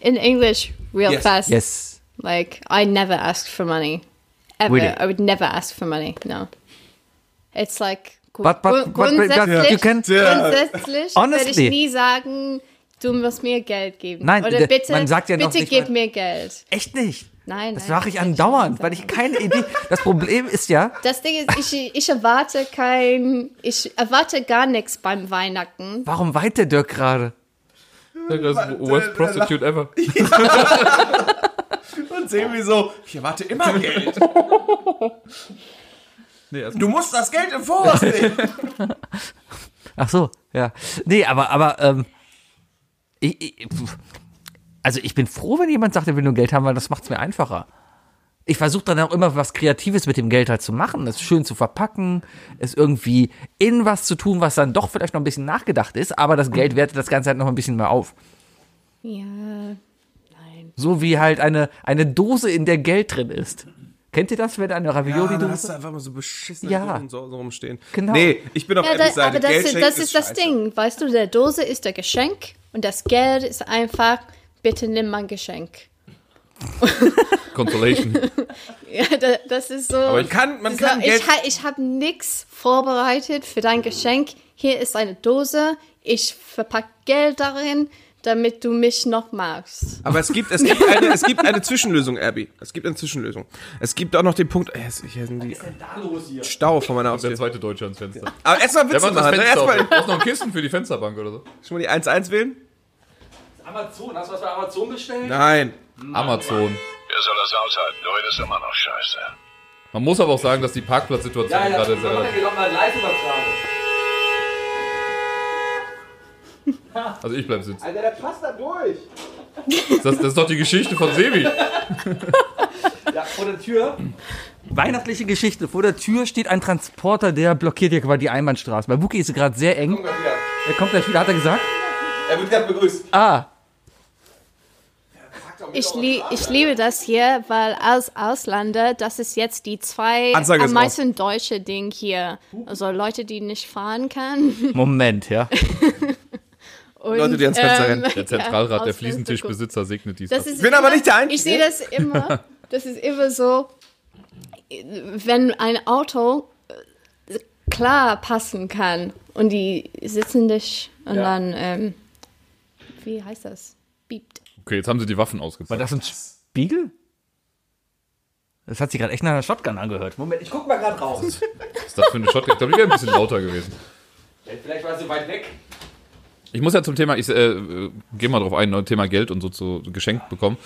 In English, real Yes. fast. Yes. Like I never ask for money, ever. Really? I would never ask for money. No, it's like gru- But- but- but- but- gru- but grundsätzlich, you can- grundsätzlich würde Honestly. ich nie sagen, du musst mir Geld geben. Nein, oder der- bitte, man sagt ja noch bitte nicht gib mal- mir Geld. Echt nicht. Nein, Das nein, mache ich das ist andauernd, schon- weil ich keine Idee. Das Problem ist ja, Das Ding ist, ich, ich erwarte kein, ich erwarte gar nichts beim Weihnachten. warum weint der Dirk gerade? Das ist worst prostitute ever. und Sebi so, ich erwarte immer Geld. Nee, erst- Du musst das Geld im Voraus nehmen. Ach so, ja. Nee, aber, aber, ähm, ich, ich, pf. also ich bin froh, wenn jemand sagt, er will nur Geld haben, weil das macht es mir einfacher. Ich versuche dann auch immer was Kreatives mit dem Geld halt zu machen, es schön zu verpacken, es irgendwie in was zu tun, was dann doch vielleicht noch ein bisschen nachgedacht ist, aber das Geld wertet das Ganze halt noch ein bisschen mehr auf. Ja, nein. So wie halt eine, eine Dose, in der Geld drin ist. Kennt ihr das, wenn eine dann hast du Ravioli-Dose? einfach mal so beschissene Ja. Dosen so, so rumstehen. Genau. Nee, ich bin auf Ja, Abby's da, Seite. aber das, Geld ist- schenken das ist das scheiße. Ding, weißt du, der Dose ist der Geschenk und das Geld ist einfach, bitte nimm mein Geschenk. Consolation. Ja, da, das ist so. Man kann, man so, kann Geld... ich ha- ich habe nichts vorbereitet für dein Geschenk. Hier ist eine Dose. Ich verpacke Geld darin, damit du mich noch magst. Aber es gibt, es gibt, eine, es gibt eine Zwischenlösung, Abby. Es gibt eine Zwischenlösung. Es gibt auch noch den Punkt. Äh, es- hier sind die Stau vor meiner Der Haustür. zweite Deutsche ans Fenster. Aber erstmal Der Witze macht das Also, machen. Fenster auf. Erstmal Du brauchst noch ein Kissen für die Fensterbank oder so. schon mal die 1-1 wählen? Amazon, hast du was bei Amazon bestellt? Nein. Amazon. Wer soll das aushalten? Du redest immer noch Scheiße. Man muss aber auch sagen, dass die Parkplatzsituation gerade sehr. nochmal live übertragen. Also ich bleib sitzen. Alter, der passt da durch. Das, das ist doch die Geschichte von Sebi. vor der Tür. Weihnachtliche Geschichte. Vor der Tür steht ein Transporter, der blockiert ja quasi die Einbahnstraße. Bei Wookie ist es gerade sehr eng. Er kommt gleich wieder, hat er gesagt. Er wird gerade begrüßt. Ah, Ich, lie ich liebe das hier, weil als Ausländer, das ist jetzt die zwei Ansage ist am meisten deutsche Ding hier. Also Leute, die nicht fahren können. Moment, ja. Und, Leute, die ans Fenster rennen. Der Zentralrat der aus Fenster gucken. Fliesentischbesitzer segnet dies. Das ab. ist bin immer, aber nicht der Einzige. Ich sehe das immer. Das ist immer so, wenn ein Auto äh, klar passen kann und die sitzen dich und dann, ähm, wie heißt das? Biebt. okay, jetzt haben sie die Waffen ausgezogen. das ein Spiegel? Das hat sich gerade echt nach einer Shotgun angehört. Moment, ich guck mal gerade raus. Was ist das für eine Shotgun? Ich glaube, die wäre ein bisschen lauter gewesen. Vielleicht war sie weit weg. Ich muss ja zum Thema, ich äh, äh, gehe mal drauf ein, ne, Thema Geld und so zu geschenkt bekommen.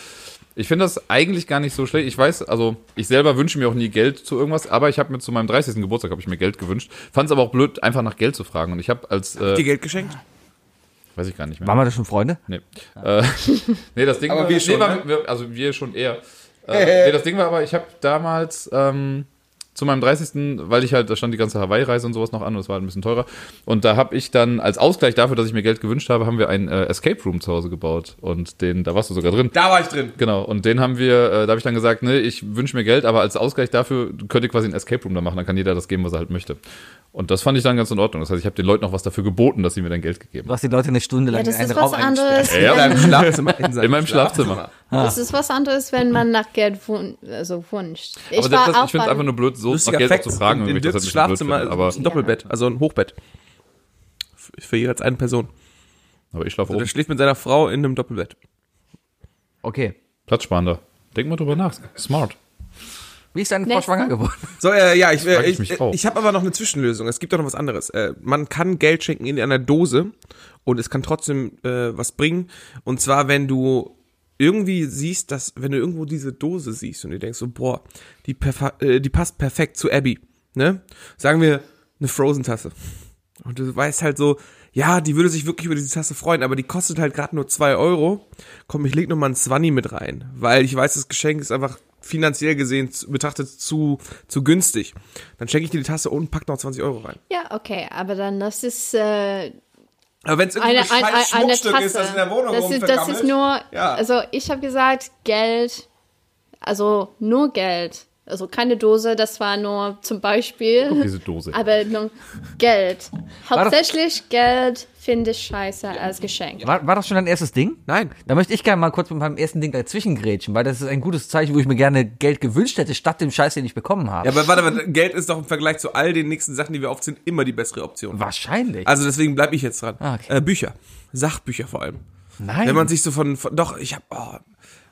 Ich finde das eigentlich gar nicht so schlecht. Ich weiß, also ich selber wünsche mir auch nie Geld zu irgendwas, aber ich habe mir zu meinem 30. Geburtstag habe ich mir Geld gewünscht. Fand es aber auch blöd, einfach nach Geld zu fragen. Und ich habe als, Dir äh, Geld geschenkt? weiß ich gar nicht mehr. Waren wir da schon Freunde? Nee. Äh, nee, das Ding Ah. Aber war, wir nee, schon, war ne? wir, also wir schon eher. Äh, nee, das Ding war aber, ich habe damals ähm, zu meinem 30., weil ich halt, da stand die ganze Hawaii-Reise und sowas noch an und es war halt ein bisschen teurer. Und da habe ich dann als Ausgleich dafür, dass ich mir Geld gewünscht habe, haben wir einen äh, Escape Room zu Hause gebaut. Und den, da warst du sogar drin. Da war ich drin. Genau, und den haben wir, äh, da habe ich dann gesagt, nee, ich wünsche mir Geld, aber als Ausgleich dafür könnt ihr quasi einen Escape Room da machen, dann kann jeder das geben, was er halt möchte. Und das fand ich dann ganz in Ordnung. Das heißt, ich habe den Leuten auch was dafür geboten, dass sie mir dann Geld gegeben Du hast die Leute eine Stunde lang Ja, das in einen ist Raum was eingesperrt. anderes. Ja, wenn- In seinem Schlafzimmer. In, seinem In meinem Schlafzimmer. Das ist was anderes, wenn man nach Geld wun also wünscht. Ich Aber war das, auch ich finde es bei- einfach nur blöd, so nach Lustiger Geld Fact, zu fragen. in, in wenn ich das Dirks halt nicht so blöd Schlafzimmer finde. ist ein Doppelbett, also ein Hochbett. F- Für jeweils eine Person. Aber, aber ich schlafe Der oben. schläft mit seiner Frau in einem Doppelbett. Okay. Platzsparender. Denk mal drüber nach. Smart. Wie ist deine Frau Nächste. schwanger geworden? So, äh, ja, ich, frag äh, ich ich, mich äh, auch. ich habe aber noch eine Zwischenlösung. Es gibt doch noch was anderes. Äh, man kann Geld schenken in einer Dose und es kann trotzdem äh, was bringen. Und zwar, wenn du irgendwie siehst, dass, wenn du irgendwo diese Dose siehst und dir denkst, so, boah, die, perfa- äh, die passt perfekt zu Abby. Ne? Sagen wir, eine Frozen-Tasse. Und du weißt halt so, ja, die würde sich wirklich über diese Tasse freuen, aber die kostet halt gerade nur 2 Euro. Komm, ich leg noch mal einen Zwanni mit rein, weil ich weiß, das Geschenk ist einfach finanziell gesehen zu- betrachtet zu, zu günstig. Dann schenke ich dir die Tasse und pack noch 20 Euro rein. Ja, okay, aber dann das ist äh, Aber wenn es irgendwie eine, ein eine, scheiß eine Schmuckstück Tasse. ist, das in der Wohnung das, ist, das ist rumvergammelt, nur, Ja. also ich habe gesagt, Geld, also nur Geld. Also keine Dose, das war nur zum Beispiel, Diese Dose. aber nur Geld. Hauptsächlich Geld finde ich scheiße als Geschenk. War, war das schon dein erstes Ding? Nein. Da möchte ich gerne mal kurz mit meinem ersten Ding dazwischen grätschen, weil das ist ein gutes Zeichen, wo ich mir gerne Geld gewünscht hätte, statt dem Scheiß, den ich bekommen habe. Ja, aber warte, warte, Geld ist doch im Vergleich zu all den nächsten Sachen, die wir aufziehen, immer die bessere Option. Wahrscheinlich. Also deswegen bleibe ich jetzt dran. Ah, okay. äh, Bücher. Sachbücher vor allem. Nein. Wenn man sich so von, von doch, ich habe oh,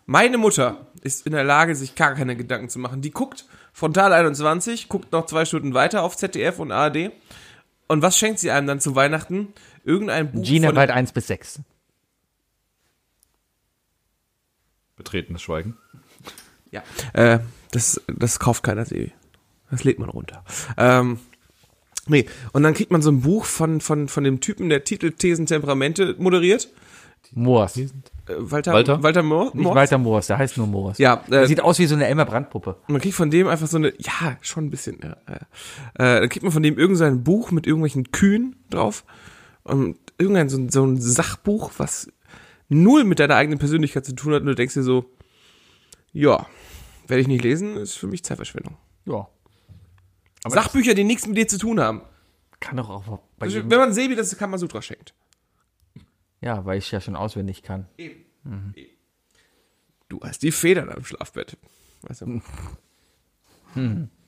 meine Mutter ist in der Lage, sich gar keine Gedanken zu machen. Die guckt Frontal 21, guckt noch zwei Stunden weiter auf ZDF und ARD. Und was schenkt sie einem dann zu Weihnachten? Irgendein Buch Gina von Wald 1 bis 6. Betretenes Schweigen. ja, äh, das, das kauft keiner Sebi. Das lädt man runter. Ähm, nee, und dann kriegt man so ein Buch von, von, von dem Typen, der Titel Thesen Temperamente moderiert. Moors. Äh, Walter, Walter? Walter Mohr. Nicht Walter Moors, der heißt nur Moors. Ja, Der äh, sieht aus wie so eine Elmer Brandpuppe. Und man kriegt von dem einfach so eine, ja, schon ein bisschen, ja, ja. Äh, dann kriegt man von dem irgendein Buch mit irgendwelchen Kühen drauf und irgendein so, ein- so ein Sachbuch, was null mit deiner eigenen Persönlichkeit zu tun hat und du denkst dir so, ja, werde ich nicht lesen, ist für mich Zeitverschwendung. Ja. Sachbücher, die nichts mit dir zu tun haben. Kann doch auch bei Also, jedem. Wenn man Sebi das Kamasutra schenkt. Ja, weil ich ja schon auswendig kann. Du hast die Federn am Schlafbett. Weißt du?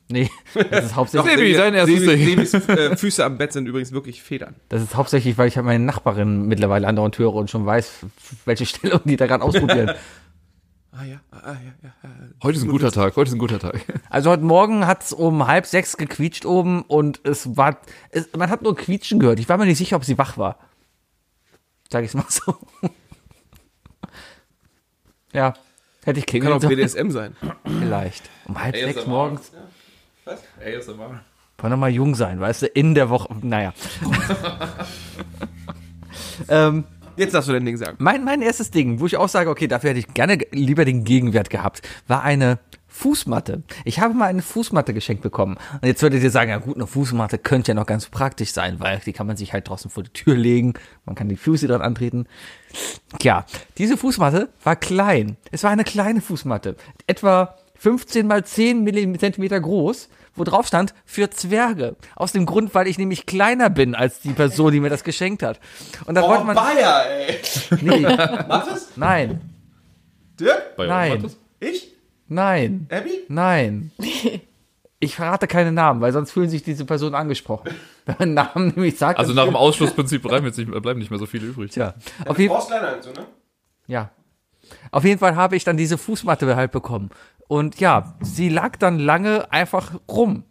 Nee, das ist hauptsächlich, Sebi, sein erstes Ding. Sebis, Sebis äh, Füße am Bett sind übrigens wirklich Federn. das ist hauptsächlich weil ich halt meine Nachbarin mittlerweile andauernd höre und schon weiß, welche Stellung die da gerade ausprobieren. Ah ja, ah ja, ja. ja. Heute ist ein guter Tag. Heute ist ein guter Tag. Also heute Morgen hat's um halb sechs gequietscht oben und es war, es, man hat nur quietschen gehört. Ich war mir nicht sicher, ob sie wach war. Sag ich's mal so. ja, hätte ich Kann auch klingeln sollen. BDSM sein. Vielleicht. Um halb sechs ASMR. morgens. Was? ASMR. Wollen noch mal jung sein, weißt du, in der Woche. Naja. ähm, Jetzt darfst du dein Ding sagen. Mein, mein erstes Ding, wo ich auch sage, okay, dafür hätte ich gerne ge- lieber den Gegenwert gehabt, war eine Fußmatte. Ich habe mal eine Fußmatte geschenkt bekommen. Und jetzt würdet ihr sagen, ja gut, eine Fußmatte könnte ja noch ganz praktisch sein, weil die kann man sich halt draußen vor die Tür legen, man kann die Füße dran antreten. Tja, diese Fußmatte war klein. Es war eine kleine Fußmatte, etwa 15 mal 10 Millim- Zentimeter groß, wo drauf stand für Zwerge. Aus dem Grund, weil ich nämlich kleiner bin als die Person, die mir das geschenkt hat. Und da wollte man Bayer, ey. nee, Was ist? nein. Dirk? Bei Nein. Robotis? Ich? Nein, Abby? nein. Ich verrate keine Namen, weil sonst fühlen sich diese Personen angesprochen. Wenn man Namen nämlich sagt. Also nach dann- dem Ausschlussprinzip bleiben jetzt nicht, bleiben nicht mehr so viele übrig. Tja. Auf jeden, leider so, ne? ja. Auf jeden Fall habe ich dann diese Fußmatte halt bekommen. Und ja, sie lag dann lange einfach rum.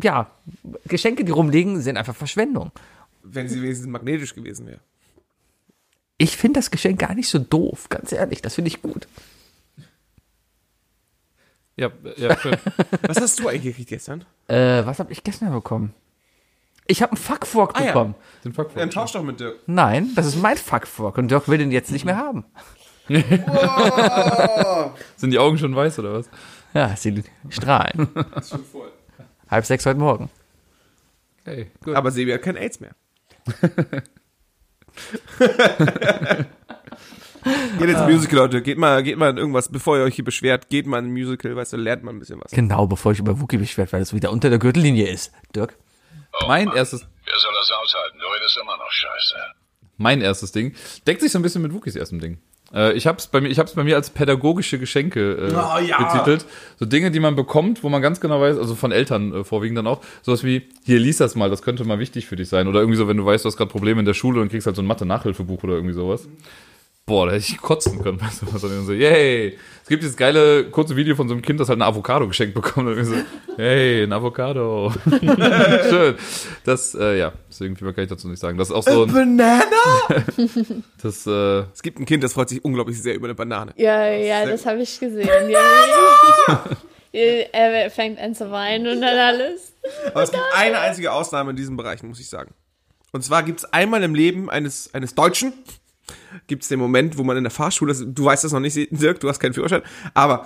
Ja, Geschenke, die rumliegen, sind einfach Verschwendung. Wenn sie wenigstens magnetisch gewesen wäre. Ich finde das Geschenk gar nicht so doof, ganz ehrlich. Das finde ich gut. Ja, ja, schön. Was hast du eigentlich gekriegt gestern? Äh, was habe ich gestern bekommen? Ich habe einen Fuckfork Ah ja. bekommen. Den Fuck Dann tausch doch mit Dirk. Nein, das ist mein Fuckfork und Dirk will den jetzt nicht mehr haben. Sind die Augen schon weiß oder was? Ja, sie strahlen. Halb sechs heute Morgen. Hey, gut. Aber Sebi hat kein Aids mehr. geht ins Musical, Leute. Geht mal, geht mal in irgendwas, bevor ihr euch hier beschwert, geht mal in ein Musical, weißt du, lernt mal ein bisschen was. Genau, bevor ich über Wookie beschwert, weil das wieder unter der Gürtellinie ist. Dirk? Mein erstes, Wer soll das aushalten? Du redest immer noch scheiße. mein erstes Ding deckt sich so ein bisschen mit Wookies erstem Ding. Äh, ich hab's bei mir, ich hab's bei mir als pädagogische Geschenke äh, betitelt. So Dinge, die man bekommt, wo man ganz genau weiß, also von Eltern äh, vorwiegend dann auch, sowas wie, hier lies das mal, das könnte mal wichtig für dich sein. Oder irgendwie so, wenn du weißt, du hast gerade Probleme in der Schule und kriegst halt so ein Mathe-Nachhilfebuch oder irgendwie sowas. Boah, da hätte ich kotzen können bei sowas. Und dann so, yay! Es gibt dieses geile kurze Video von so einem Kind, das halt eine Avocado geschenkt bekommt. Und dann so, hey, ein Avocado. Schön. Das, äh, ja, deswegen viel mehr kann ich dazu nicht sagen. Das ist auch so ein, Banana? das, äh, Es gibt ein Kind, das freut sich unglaublich sehr über eine Banane. Ja, ja, das habe ich gesehen. Ja. er fängt an zu weinen und dann alles. Aber es gibt eine einzige Ausnahme in diesen Bereichen, muss ich sagen. Und zwar gibt es einmal im Leben eines, eines Deutschen, gibt es den Moment, wo man in der Fahrschule, du weißt das noch nicht, Dirk, du hast keinen Führerschein, aber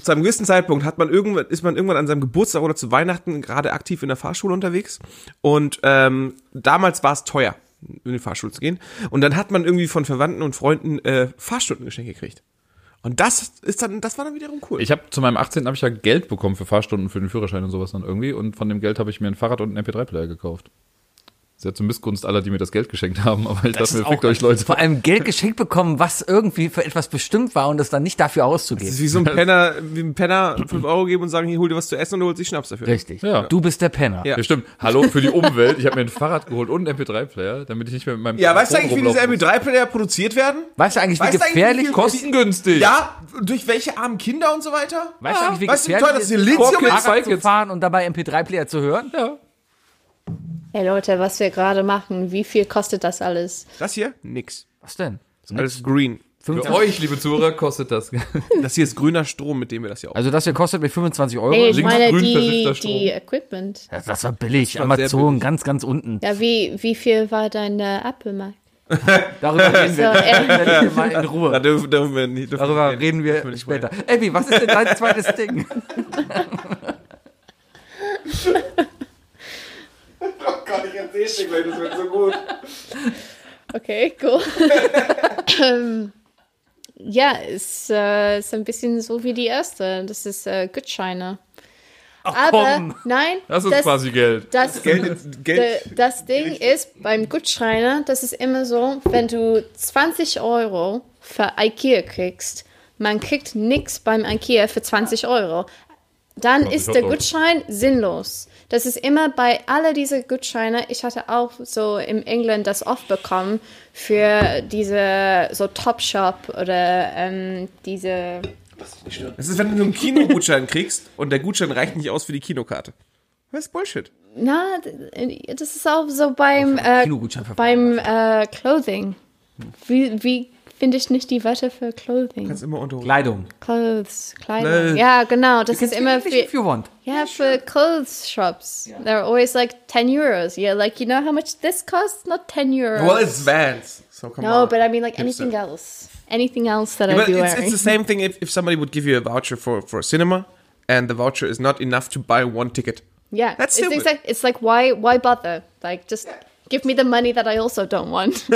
zu einem gewissen Zeitpunkt hat man irgendwann, ist man irgendwann an seinem Geburtstag oder zu Weihnachten gerade aktiv in der Fahrschule unterwegs. Und ähm, damals war es teuer, in die Fahrschule zu gehen. Und dann hat man irgendwie von Verwandten und Freunden äh, Fahrstundengeschenke gekriegt. Und das ist dann, das war dann wiederum cool. Ich habe zu meinem 18. habe ich ja Geld bekommen für Fahrstunden, für den Führerschein und sowas dann irgendwie. Und von dem Geld habe ich mir ein Fahrrad und einen MP3-Player gekauft. Das ist ja zur Missgunst aller, die mir das Geld geschenkt haben. Aber ich dachte mir, fickt euch Leute. Vor allem Geld geschenkt bekommen, was irgendwie für etwas bestimmt war und es dann nicht dafür das auszugeben. ist wie so ein Penner, wie ein Penner 5 Euro geben und sagen, hier hol dir was zu essen und du holst dich Schnaps dafür. Richtig. Ja. Du bist der Penner. Ja. Ja, stimmt. Hallo für die Umwelt. Ich habe mir ein Fahrrad geholt und einen MP3-Player, damit ich nicht mehr mit meinem Ja, weißt du eigentlich, wie Telefon diese rumlaufen MP3-Player produziert werden? Weißt du eigentlich, wie Weißt du eigentlich, wie gefährlich viel muss. Kostengünstig. Ja, durch welche armen Kinder und so weiter? Weißt du eigentlich, wie Ah, weißt du, wie gefährlich teuer das es ist, Silizium Rocket ist? Bike Fahrrad zu jetzt- fahren und dabei MP3-Player zu hören? Hey Leute, was wir gerade machen, wie viel kostet das alles? Das hier? Nix. Was denn? Das ist alles green. Für euch, liebe Zuhörer, kostet das. Das hier ist grüner Strom, mit dem wir das hier aufnehmen. Also das hier kostet mir 25 Euro. Nee, ich links meine grün die, versiffter die Strom. Equipment. Das, das war billig. war sehr Amazon ganz, ganz unten. Ja, wie, wie viel war dein äh, Apple-Markt? Darüber reden So, wir äh, mal in Da Ruhe. dürfen, dürfen wir nicht. Dürfen Darüber reden wir später. Abby, was ist denn dein zweites Ding? okay, cool. Ähm, ja, ist, äh, ist ein bisschen so wie die erste. Das ist äh, Gutscheine. Aber komm. nein, Das ist quasi Geld. das, Geld, Geld. D- Das Ding ist, beim Gutschreiner, das ist immer so, wenn du 20 Euro für Ikea kriegst, man kriegt nichts beim Ikea für 20 Euro. Dann Ja, ich ist hab der auch- Gutschein sinnlos. Das ist immer bei aller dieser Gutscheine. Ich hatte auch so in England das oft bekommen für diese so Topshop oder ähm, diese Das ist, wenn du einen Kinogutschein kriegst und der Gutschein reicht nicht aus für die Kinokarte. Das ist Bullshit. Na, d- das ist auch so beim, äh, Kinogutschein verfahren beim äh, Clothing. Wie, wie, finde ich nicht die Wörter für Clothing. Kannst immer unter. Kleidung. Clothes, Kleidung. Clothes. Ja, genau. Das ist If immer für, you want. yeah, for clothes shops. They're always like 10 euros. Yeah, like, you know how much this costs? Not 10 euros. Well, it's Vans. So come no, on. but I mean, like, Hipster. anything else. Anything else that I'd But be it's, wearing. it's the same thing if, if somebody would give you a voucher for, for a cinema and the voucher is not enough to buy one ticket. yeah. That's it's, stupid. exact- it's like, why why bother? Like, just give me the money that I also don't want.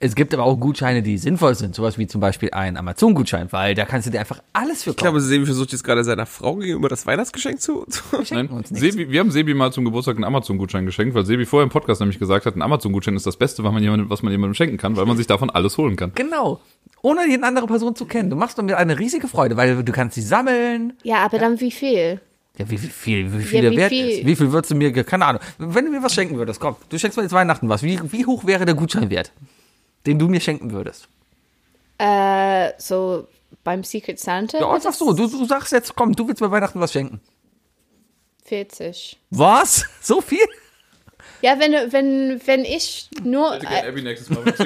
Es gibt aber auch Gutscheine, die sinnvoll sind. Sowas wie zum Beispiel ein Amazon-Gutschein, weil da kannst du dir einfach alles für Ich glaube, kaufen. Sebi versucht jetzt gerade seiner Frau gegenüber das Weihnachtsgeschenk zu. zu Nein, uns nichts. Sebi, wir haben Sebi mal zum Geburtstag einen Amazon-Gutschein geschenkt, weil Sebi vorher im Podcast nämlich gesagt hat, ein Amazon-Gutschein ist das Beste, was man, jemandem, was man jemandem schenken kann, weil man sich davon alles holen kann. Genau. Ohne die andere Person zu kennen. Du machst damit eine riesige Freude, weil du kannst sie sammeln. ja, aber dann wie viel? Ja, wie, wie viel, wie viel der wie wert viel? ist? Wie viel würdest du mir, ge- keine Ahnung. Wenn du mir was schenken würdest, komm, du schenkst mir jetzt Weihnachten was. Wie, wie hoch wäre der Gutschein wert, den du mir schenken würdest? Äh, so beim Secret Santa? Ja, wird einfach es so. Du, du sagst jetzt, komm, du willst mir Weihnachten was schenken. 40. Was? So viel? Ja, wenn, du- wenn, wenn ich nur, äh, Abby nächstes Mal mit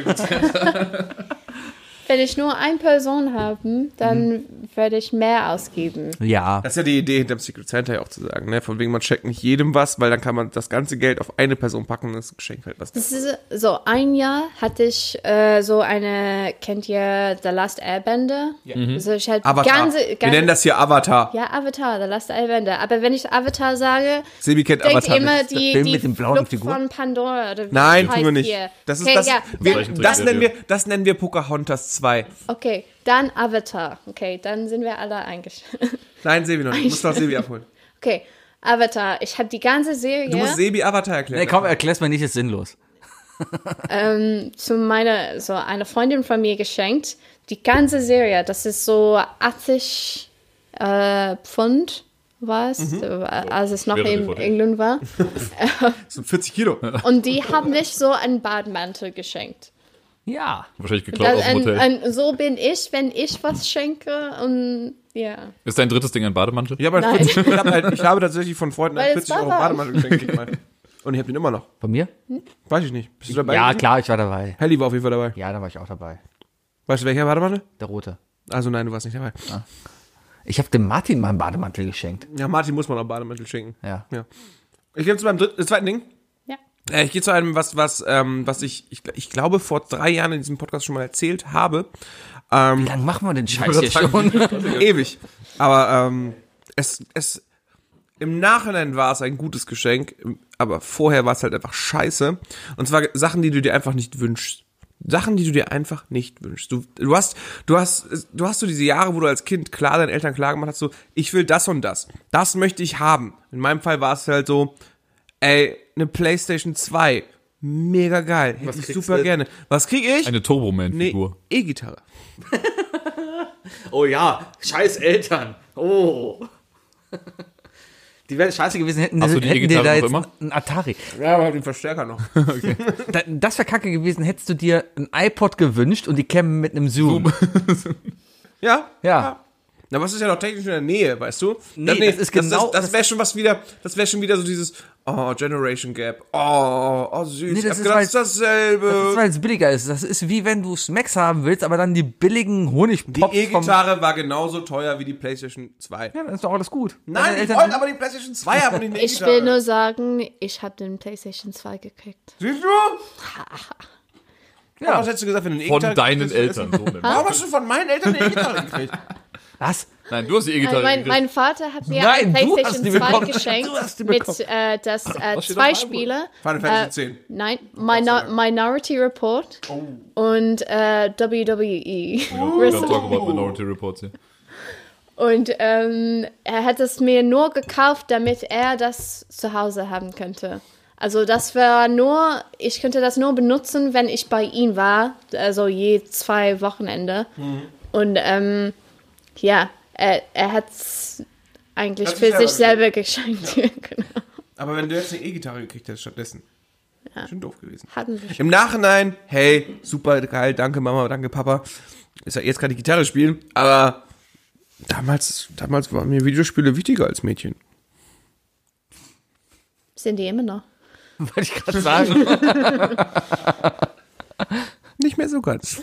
wenn ich nur eine Person habe, dann Mhm. werde ich mehr ausgeben. Ja. Das ist ja die Idee hinterm Secret Santa ja auch zu sagen, ne? Von wegen, man schenkt nicht jedem was, weil dann kann man das ganze Geld auf eine Person packen und das Geschenk halt was. Das ist so ein Jahr hatte ich äh, so eine kennt ihr The Last Airbender? Ja. Also ich halt Avatar. ganze, Wir ganze nennen das hier Avatar. ja Avatar The Last Airbender. Aber wenn ich Avatar sage, Sebi kennt denkt Avatar immer nicht. die Film die mit den blauen Flucht Figuren? von Pandora oder wie Nein, das tun wir heißt nicht. Hier. Das ist Okay, das. ja. Wir, Dann- das, nennen wir, das nennen wir Pocahontas 2. okay, dann Avatar. Okay, dann sind wir alle eigentlich. Nein, Sebi noch nicht. Du musst noch Sebi abholen. okay, Avatar. Ich habe die ganze Serie. Du musst Sebi Avatar erklären. Nee, komm, erklär's mir nicht, ist sinnlos. zu meiner, so einer Freundin von mir geschenkt. Die ganze Serie, das ist so 80 äh, Pfund war es, Mhm. äh, als es noch Wäre die in Vorteil. England war. Das sind 40 Kilo. Und die haben mich so einen Badmantel geschenkt. Ja. Wahrscheinlich geklaut aus Das, dem ein, Hotel. ein, so bin ich, wenn ich was schenke. Und ja, ist dein drittes Ding ein Bademantel? Ich habe, halt Nein. 40, ich, habe halt, ich habe tatsächlich von Freunden Weil einen es 40 Euro war warm. Bademantel geschenkt. gekriegt. Und ich habe den immer noch. Von mir? Weiß ich nicht. Bist du dabei? Ja, gewesen? klar, ich war dabei. Helly war auf jeden Fall dabei. Ja, da war ich auch dabei. Weißt du, welcher Bademantel? Der rote. Also nein, du warst nicht dabei. Ich habe dem Martin mal einen Bademantel geschenkt. Ja, Martin muss man auch Bademantel schenken. Ja. Ja. Ich gehe zu meinem dritten, zweiten Ding. ja. Äh, Ich gehe zu einem, was, was, ähm, was ich, ich, ich glaube, vor drei Jahren in diesem Podcast schon mal erzählt habe. Wie lange machen wir den Scheiß hier schon? Ewig. Aber ähm, es, es, im Nachhinein war es ein gutes Geschenk, aber vorher war es halt einfach scheiße. Und zwar Sachen, die du dir einfach nicht wünschst. Sachen, die du dir einfach nicht wünschst. Du, du hast, du hast, du hast so diese Jahre, wo du als Kind klar deinen Eltern klar gemacht hast, so, ich will das und das. Das möchte ich haben. In meinem Fall war es halt so, ey, eine Playstation 2. Mega geil. Hätte ich super gerne. Was krieg ich? Eine Turboman-Figur. nee, E-Gitarre. Oh ja, scheiß Eltern. Oh. Die wären scheiße gewesen, hätten, Hast du die hätten dir da E-Gitarre jetzt noch ein Atari. Ja, aber hab den Verstärker noch. Da- Das wäre kacke gewesen, hättest du dir ein iPod gewünscht und die kämen mit einem Zoom. Ja? Ja. Na, aber es ist ja noch technisch in der Nähe, weißt du? Nee, das ist Das, genau- das, das wäre schon was wieder, das wäre schon wieder so dieses, oh, Generation Gap, oh, oh süß, Nee, ich das hab ist, gedacht, weil- es ist dasselbe. Das ist, weil es billiger ist. Das ist wie wenn du Smacks haben willst, aber dann die billigen Honigpop die vom... E-Gitarre war genauso teuer wie die PlayStation 2. Ja, dann ist doch alles gut. Nein, Deine ich Eltern- wollte aber die PlayStation 2 haben, und nicht die Ich E-Gitarre. will nur sagen, ich habe den PlayStation 2 gekriegt. Siehst du? Ja. Was hättest du gesagt, wenn du eine Von E-Gitarre deinen gekriegt Eltern. So nämlich. Warum hast du von meinen Eltern eine E-Gitarre gekriegt? Was? Nein, du hast die Also E-Gitarre mein, gekriegt. mein Vater hat mir Nein, ein du hast die PlayStation 2 bekommen. Du hast geschenkt die mit bekommen. äh, das äh, steht auf zwei meinem Spiele. Äh, Final Fantasy 10. Nein, Minor Minority Report Oh. und äh, E. Oh, WWE. We don't talk about Minority Reports hier. Und ähm, er hat es mir nur gekauft, damit er das zu Hause haben könnte. Also das war nur, ich könnte das nur benutzen, wenn ich bei ihm war, also je zwei Wochenende. Mhm. Und ähm, ja, er, er hat es eigentlich Hat sich für sich selber selber geschenkt. genau. Aber wenn du jetzt eine E-Gitarre gekriegt hättest stattdessen. Schon doof gewesen. Hatten wir schon. Im Nachhinein, hey, super geil, danke Mama, danke Papa. Ist ja, jetzt kann ich Gitarre spielen, aber damals, damals waren mir Videospiele wichtiger als Mädchen. Sind die immer noch? Wollte ich gerade sagen. Nicht mehr so ganz.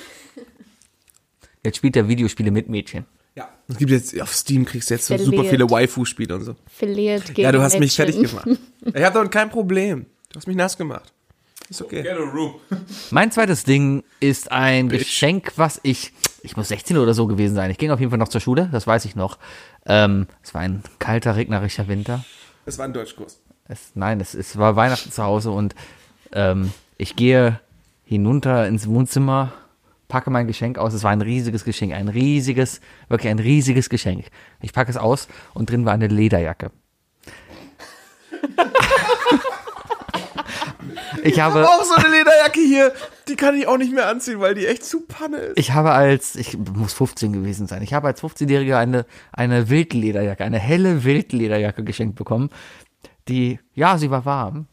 Jetzt spielt er Videospiele mit Mädchen. Ja. Es gibt jetzt, auf Steam kriegst du jetzt so super Verliert. viele Waifu-Spiele und so. Verliert gegen Ja, du hast mich fertig Mädchen. gemacht. Ich habe doch kein Problem. Du hast mich nass gemacht. Ist okay. Mein zweites Ding ist ein Geschenk, was ich, ich muss 16 oder so gewesen sein. Ich ging auf jeden Fall noch zur Schule, das weiß ich noch. Ähm, es war ein kalter, regnerischer Winter. Das war ein Deutschkurs. Es, nein, es, es war Weihnachten zu Hause und ähm, ich gehe hinunter ins Wohnzimmer, packe mein Geschenk aus. Es war ein riesiges Geschenk, ein riesiges, wirklich ein riesiges Geschenk. Ich packe es aus und drin war eine Lederjacke. ich habe Auch so eine Lederjacke hier, die kann ich auch nicht mehr anziehen, weil die echt zu Panne ist. Ich habe als, ich muss 15 gewesen sein, ich habe als 15-Jähriger eine, eine Wildlederjacke, eine helle Wildlederjacke geschenkt bekommen, die, ja, sie war warm.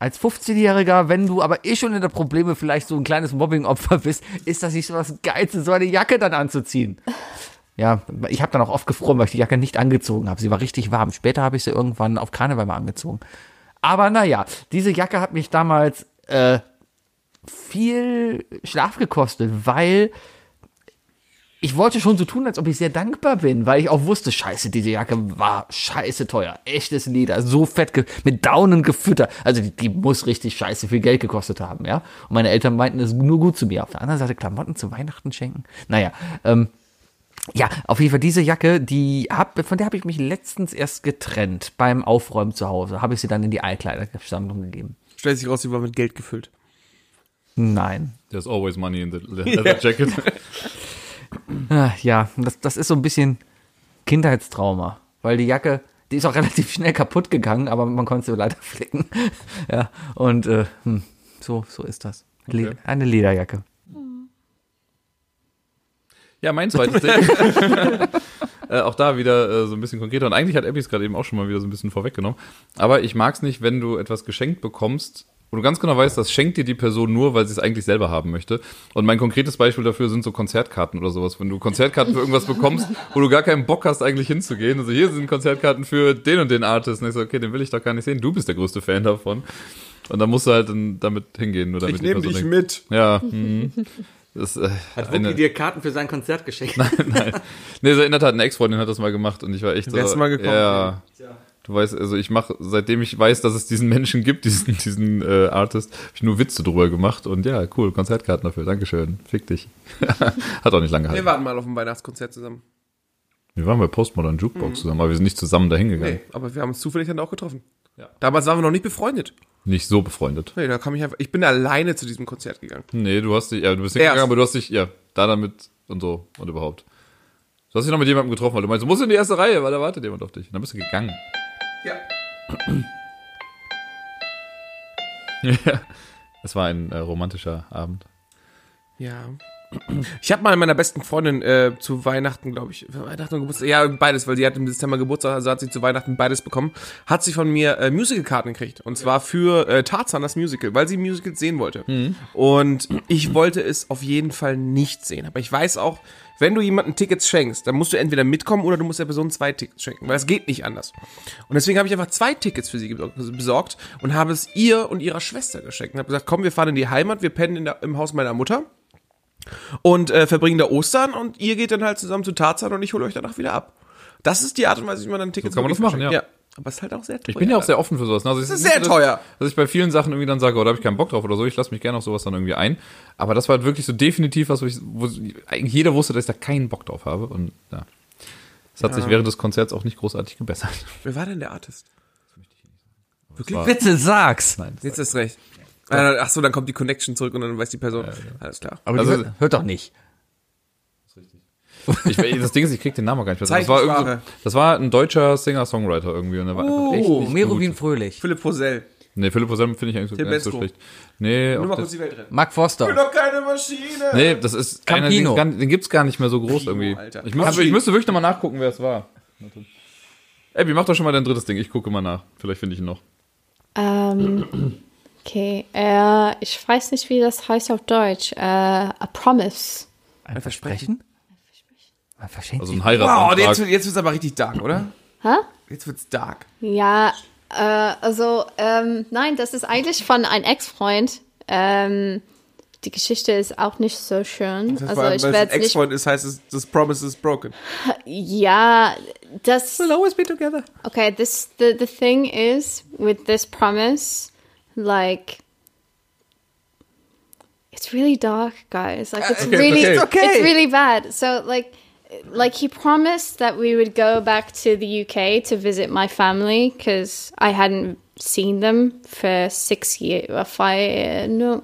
Als 15-Jähriger, wenn du aber eh schon in der Probleme vielleicht so ein kleines Mobbing-Opfer bist, ist das nicht so was Geiles, so eine Jacke dann anzuziehen. Ja, ich habe dann auch oft gefroren, weil ich die Jacke nicht angezogen habe. Sie war richtig warm. Später habe ich sie irgendwann auf Karneval mal angezogen. Aber naja, diese Jacke hat mich damals äh, viel Schlaf gekostet, weil ich wollte schon so tun, als ob ich sehr dankbar bin, weil ich auch wusste, scheiße, diese Jacke war scheiße teuer. Echtes Leder, so fett, ge mit Daunen gefüttert. Also die, die muss richtig scheiße viel Geld gekostet haben, ja. Und meine Eltern meinten es ist nur gut zu mir. Auf der anderen Seite Klamotten zu Weihnachten schenken. Naja, ähm, ja, auf jeden Fall diese Jacke, die hab, von der habe ich mich letztens erst getrennt beim Aufräumen zu Hause. Habe ich sie dann in die Altkleidersammlung gegeben. Stellt sich raus, die war mit Geld gefüllt. Nein, There's always money in the le- leather jacket. Ah, Ja, das, das ist so ein bisschen Kindheitstrauma, weil die Jacke, die ist auch relativ schnell kaputt gegangen, aber man konnte sie leider flicken. Ja, und äh, hm, so, so ist das. Le Okay. Eine Lederjacke. Ja, mein zweites Ding. äh, auch da wieder äh, so ein bisschen konkreter. Und eigentlich hat Epi es gerade eben auch schon mal wieder so ein bisschen vorweggenommen. Aber ich mag's nicht, wenn du etwas geschenkt bekommst, wo du ganz genau weißt, das schenkt dir die Person nur, weil sie es eigentlich selber haben möchte. Und mein konkretes Beispiel dafür sind so Konzertkarten oder sowas. Wenn du Konzertkarten für irgendwas bekommst, wo du gar keinen Bock hast, eigentlich hinzugehen. Also hier sind Konzertkarten für den und den Artist. Und ich so, okay, den will ich doch gar nicht sehen. Du bist der größte Fan davon. Und dann musst du halt dann damit hingehen. Nur damit Ich die nehme Person dich denkt- mit. Ja. mhm. Das, äh, eine- dir Karten für sein Konzert geschenkt? Nee, so in der Tat, eine Ex-Freundin hat das mal gemacht und ich war echt so. Wärst du mal gekommen, Ja. Du weißt, also ich mache, seitdem ich weiß, dass es diesen Menschen gibt, diesen, diesen äh, Artist, habe ich nur Witze drüber gemacht und ja, cool, Konzertkarten dafür, Dankeschön, fick dich. hat auch nicht lange Wir gehalten. warten mal auf ein Weihnachtskonzert zusammen. Wir waren bei Postmodern Jukebox zusammen, aber wir sind nicht zusammen dahin gegangen. Nee, aber wir haben uns zufällig dann auch getroffen. Ja. Damals waren wir noch nicht befreundet. Nicht so befreundet. Nee, da kam ich einfach, ich bin alleine zu diesem Konzert gegangen. Nee, du hast dich, ja, du bist hingegangen, Erst. aber du hast dich, ja, da damit und so und überhaupt. Du hast dich noch mit jemandem getroffen, weil du meinst, du musst in die erste Reihe, weil da wartet jemand auf dich. Und dann bist du gegangen. Ja. Ja. Es war ein äh, romantischer Abend. Ja. Ich habe mal meiner besten Freundin äh, zu Weihnachten, glaube ich, Weihnachten und Geburtstag, ja, beides, weil sie hat im Dezember Geburtstag, also hat sie zu Weihnachten beides bekommen, hat sie von mir äh, Musicalkarten gekriegt. Und zwar für äh, Tarzan, das Musical, weil sie Musicals sehen wollte. Und ich wollte es auf jeden Fall nicht sehen. Aber ich weiß auch, wenn du jemandem Tickets schenkst, dann musst du entweder mitkommen oder du musst der Person zwei Tickets schenken, weil es geht nicht anders. Und deswegen habe ich einfach zwei Tickets für sie gebor- besorgt und habe es ihr und ihrer Schwester geschenkt. Und habe gesagt, komm, wir fahren in die Heimat, wir pennen in der, im Haus meiner Mutter und äh, verbringen da Ostern und ihr geht dann halt zusammen zu Tarzan und ich hole euch danach wieder ab. Das ist die Art und Weise, wie man dann Tickets So kann man das machen, verschenkt. ja. Aber es ist halt auch sehr teuer. Ich bin ja auch sehr offen für sowas. ne? Also es ist nicht sehr so, teuer. Dass, dass ich bei vielen Sachen irgendwie dann sage, oh, da habe ich keinen Bock drauf oder so, ich lasse mich gerne auf sowas dann irgendwie ein. Aber das war halt wirklich so definitiv was, wo, ich, wo eigentlich jeder wusste, dass ich da keinen Bock drauf habe. Und ja. Es hat sich während des Konzerts auch nicht großartig gebessert. Wer war denn der Artist? Bitte sag's! Nein. Jetzt ist recht. Ah, Ach so, dann kommt die Connection zurück und dann weiß die Person. Alles klar. Aber Also- also, hört, hört doch nicht. Ich, das Ding ist, ich krieg den Namen auch gar nicht mehr. Das war, Zeichensprache. irgend so, das war ein deutscher Singer-Songwriter irgendwie. Und der war einfach echt Oh, nicht Merowin gut. Fröhlich. Philipp Rosell. Nee, Philipp Rosell finde ich eigentlich so, gar nicht so Tedesco. schlecht. Nee, Nur auch mal das, kurz die Welt retten. Mark Ich bin Forster. doch keine Maschine. nee, das ist einer, den, Campino. gar- den gibt's gar nicht mehr so groß irgendwie. Alter. Ich müsste, ich müsste wirklich nochmal nachgucken, wer es war. Abby, mach doch schon mal dein drittes Ding. Ich gucke mal nach. Vielleicht finde ich ihn noch. Ähm, okay, äh, ich weiß nicht, wie das heißt auf Deutsch. Äh, a Promise. Ein Versprechen? Ein Versprechen? Also ein Wow, Heiratsantrag. jetzt, wird- jetzt wird's aber richtig dark, oder? Hä? Jetzt wird's dark. Ja, äh, also ähm, nein, das ist eigentlich von einem Ex-Freund. Ähm, die Geschichte ist auch nicht so schön. Das also war, ich weil es ein werde nicht. Ex-Freund ist, heißt es, das Promise is broken. Ja, das. always be together. Okay, this the the thing is with this promise, like it's really dark, guys. Like it's Uh, okay, really it's okay. it's really bad. So like like he promised that we would go back to the UK to visit my family cuz I hadn't seen them for 6 years or 5 uh, no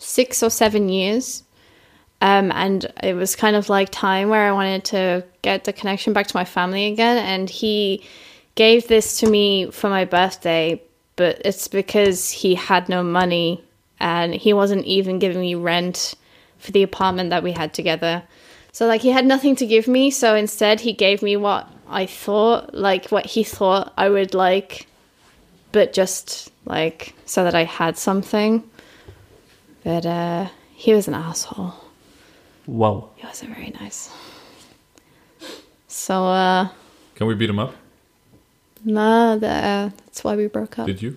6 or 7 years. Um, and it was kind of like time where I wanted to get the connection back to my family again. And he gave this to me for my birthday, but it's because he had no money and he wasn't even giving me rent for the apartment that we had together. So, like, he had nothing to give me. So instead, he gave me what I thought, like, what he thought I would like, but just like so that I had something. But uh, he was an asshole. Wow. It wasn't very nice. So, uh, Can we beat him up? no, the, uh, that's why we broke up. Did you?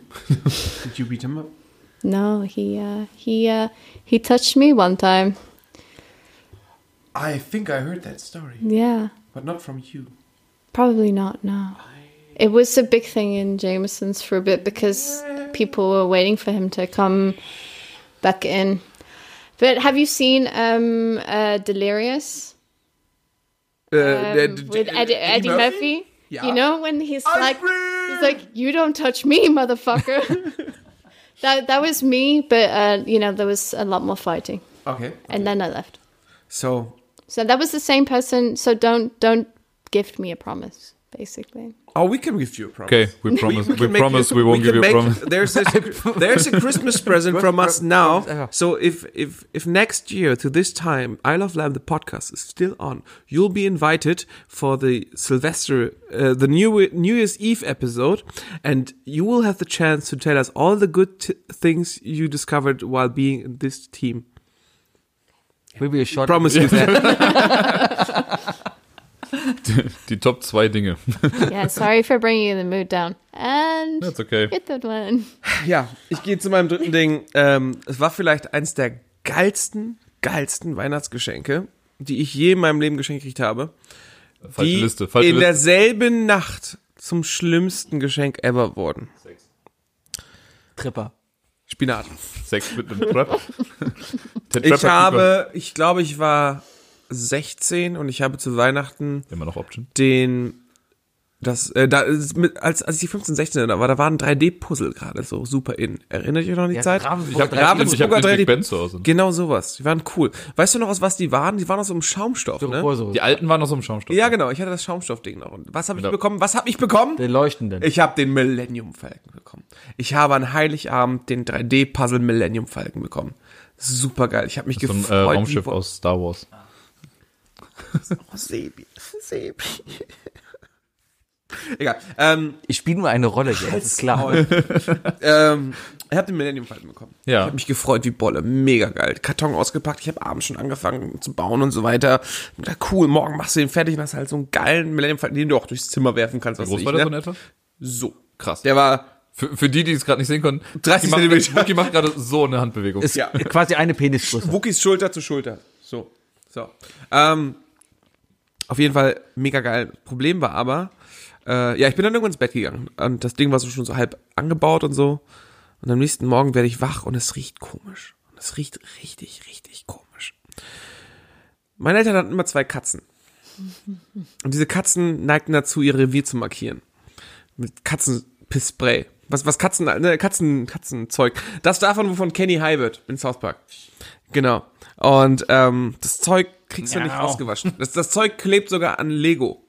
Did you beat him up? No, he, uh, he, uh, he touched me one time. I think I heard that story, Yeah, but not from you. probably not. No, it was a big thing in Jameson's for a bit because people were waiting for him to come back in. But have you seen um, uh, Delirious Uh, um, with Eddie, Eddie Murphy? Yeah. You know when he's like, He's like, "You don't touch me, motherfucker." that that was me, but uh, you know there was a lot more fighting, Okay. and then I left. So, So that was the same person. So don't don't gift me a promise, basically. oh, we can give you a promise. Okay, we promise. we can make- promise we won't we give can you a make- promise. There's a, there's a Christmas present from us now. einfach. So if if if next year to this time I Love Lamb the podcast is still on, you'll be invited for the Sylvester uh, the new New Year's Eve episode, and you will have the chance to tell us all the good t- things you discovered while being in this team. Will be a short. Promise you that. Die Top zwei Dinge. Yeah, sorry for bringing the mood down. And That's okay. your third one. ja, ich gehe zu meinem dritten Ding. Ähm, es war vielleicht eins der geilsten geilsten Weihnachtsgeschenke, die ich je in meinem Leben geschenkt gekriegt habe. Falsche die Liste. Falsche in Liste. derselben Nacht zum schlimmsten Geschenk ever wurden. Tripper. Spinat. Sex mit einem Trap. Der Trapper Ich Keeper. habe, ich glaube, ich war 16 und ich habe zu Weihnachten Immer noch Option. den das äh, da ist mit, als als ich 15 16 da war, da waren 3D Puzzle gerade so super in. Erinnert ihr noch an die Zeit? Ravensburger Ich hab- Dreieck. Ich habe Ravensburger den 3D Big Ben zu Hause. Genau sowas. Die waren cool. Weißt du noch aus was die waren? Die waren aus so einem Schaumstoff, ne? Rohrsauce. Die alten waren noch so im Schaumstoff. Ja, genau. Ich hatte das Schaumstoffding noch. Und was habe ich Ja. bekommen? Was habe ich bekommen? Den leuchtenden. Ich habe den Millennium Falcon bekommen. Ich habe an Heiligabend den 3D-Puzzle Millennium Falcon bekommen. Super geil. Ich habe mich So ein gefreut. äh, Raumschiff wie- aus Star Wars. Oh, Sebi. Sebi. Egal. Ähm, Ich spiele nur eine Rolle hier, das ist klar. ähm, ich habe den Millennium Falcon bekommen. Ja. Ich habe mich gefreut wie Bolle. Mega geil. Karton ausgepackt. Ich habe abends schon angefangen zu bauen und so weiter. Und da, cool, morgen machst du den fertig und hast halt so einen geilen Millennium Falcon, den du auch durchs Zimmer werfen kannst. was Groß weiß war ich, der so in ne? etwa? So. Krass. Der war Für, für die, die es gerade nicht sehen konnten, 30 Mucki macht, Zentimeter. Mucki macht gerade so eine Handbewegung. Ist Ja. quasi eine Penisgröße. Wookies Schulter zu Schulter. So. So. Ähm, auf jeden Fall mega geil. Problem war aber, äh, ja, ich bin dann irgendwann ins Bett gegangen. Und das Ding war so schon so halb angebaut und so. Und am nächsten Morgen werde ich wach und es riecht komisch. Und es riecht richtig, richtig komisch. Meine Eltern hatten immer zwei Katzen. Und diese Katzen neigten dazu, ihr Revier zu markieren. Mit Katzenpissspray. Was, was Katzen, ne, Katzen, Katzenzeug. Das davon, wovon Kenny high wird in South Park. Genau. Und ähm, das Zeug kriegst du nicht rausgewaschen. Das, das Zeug klebt sogar an Lego.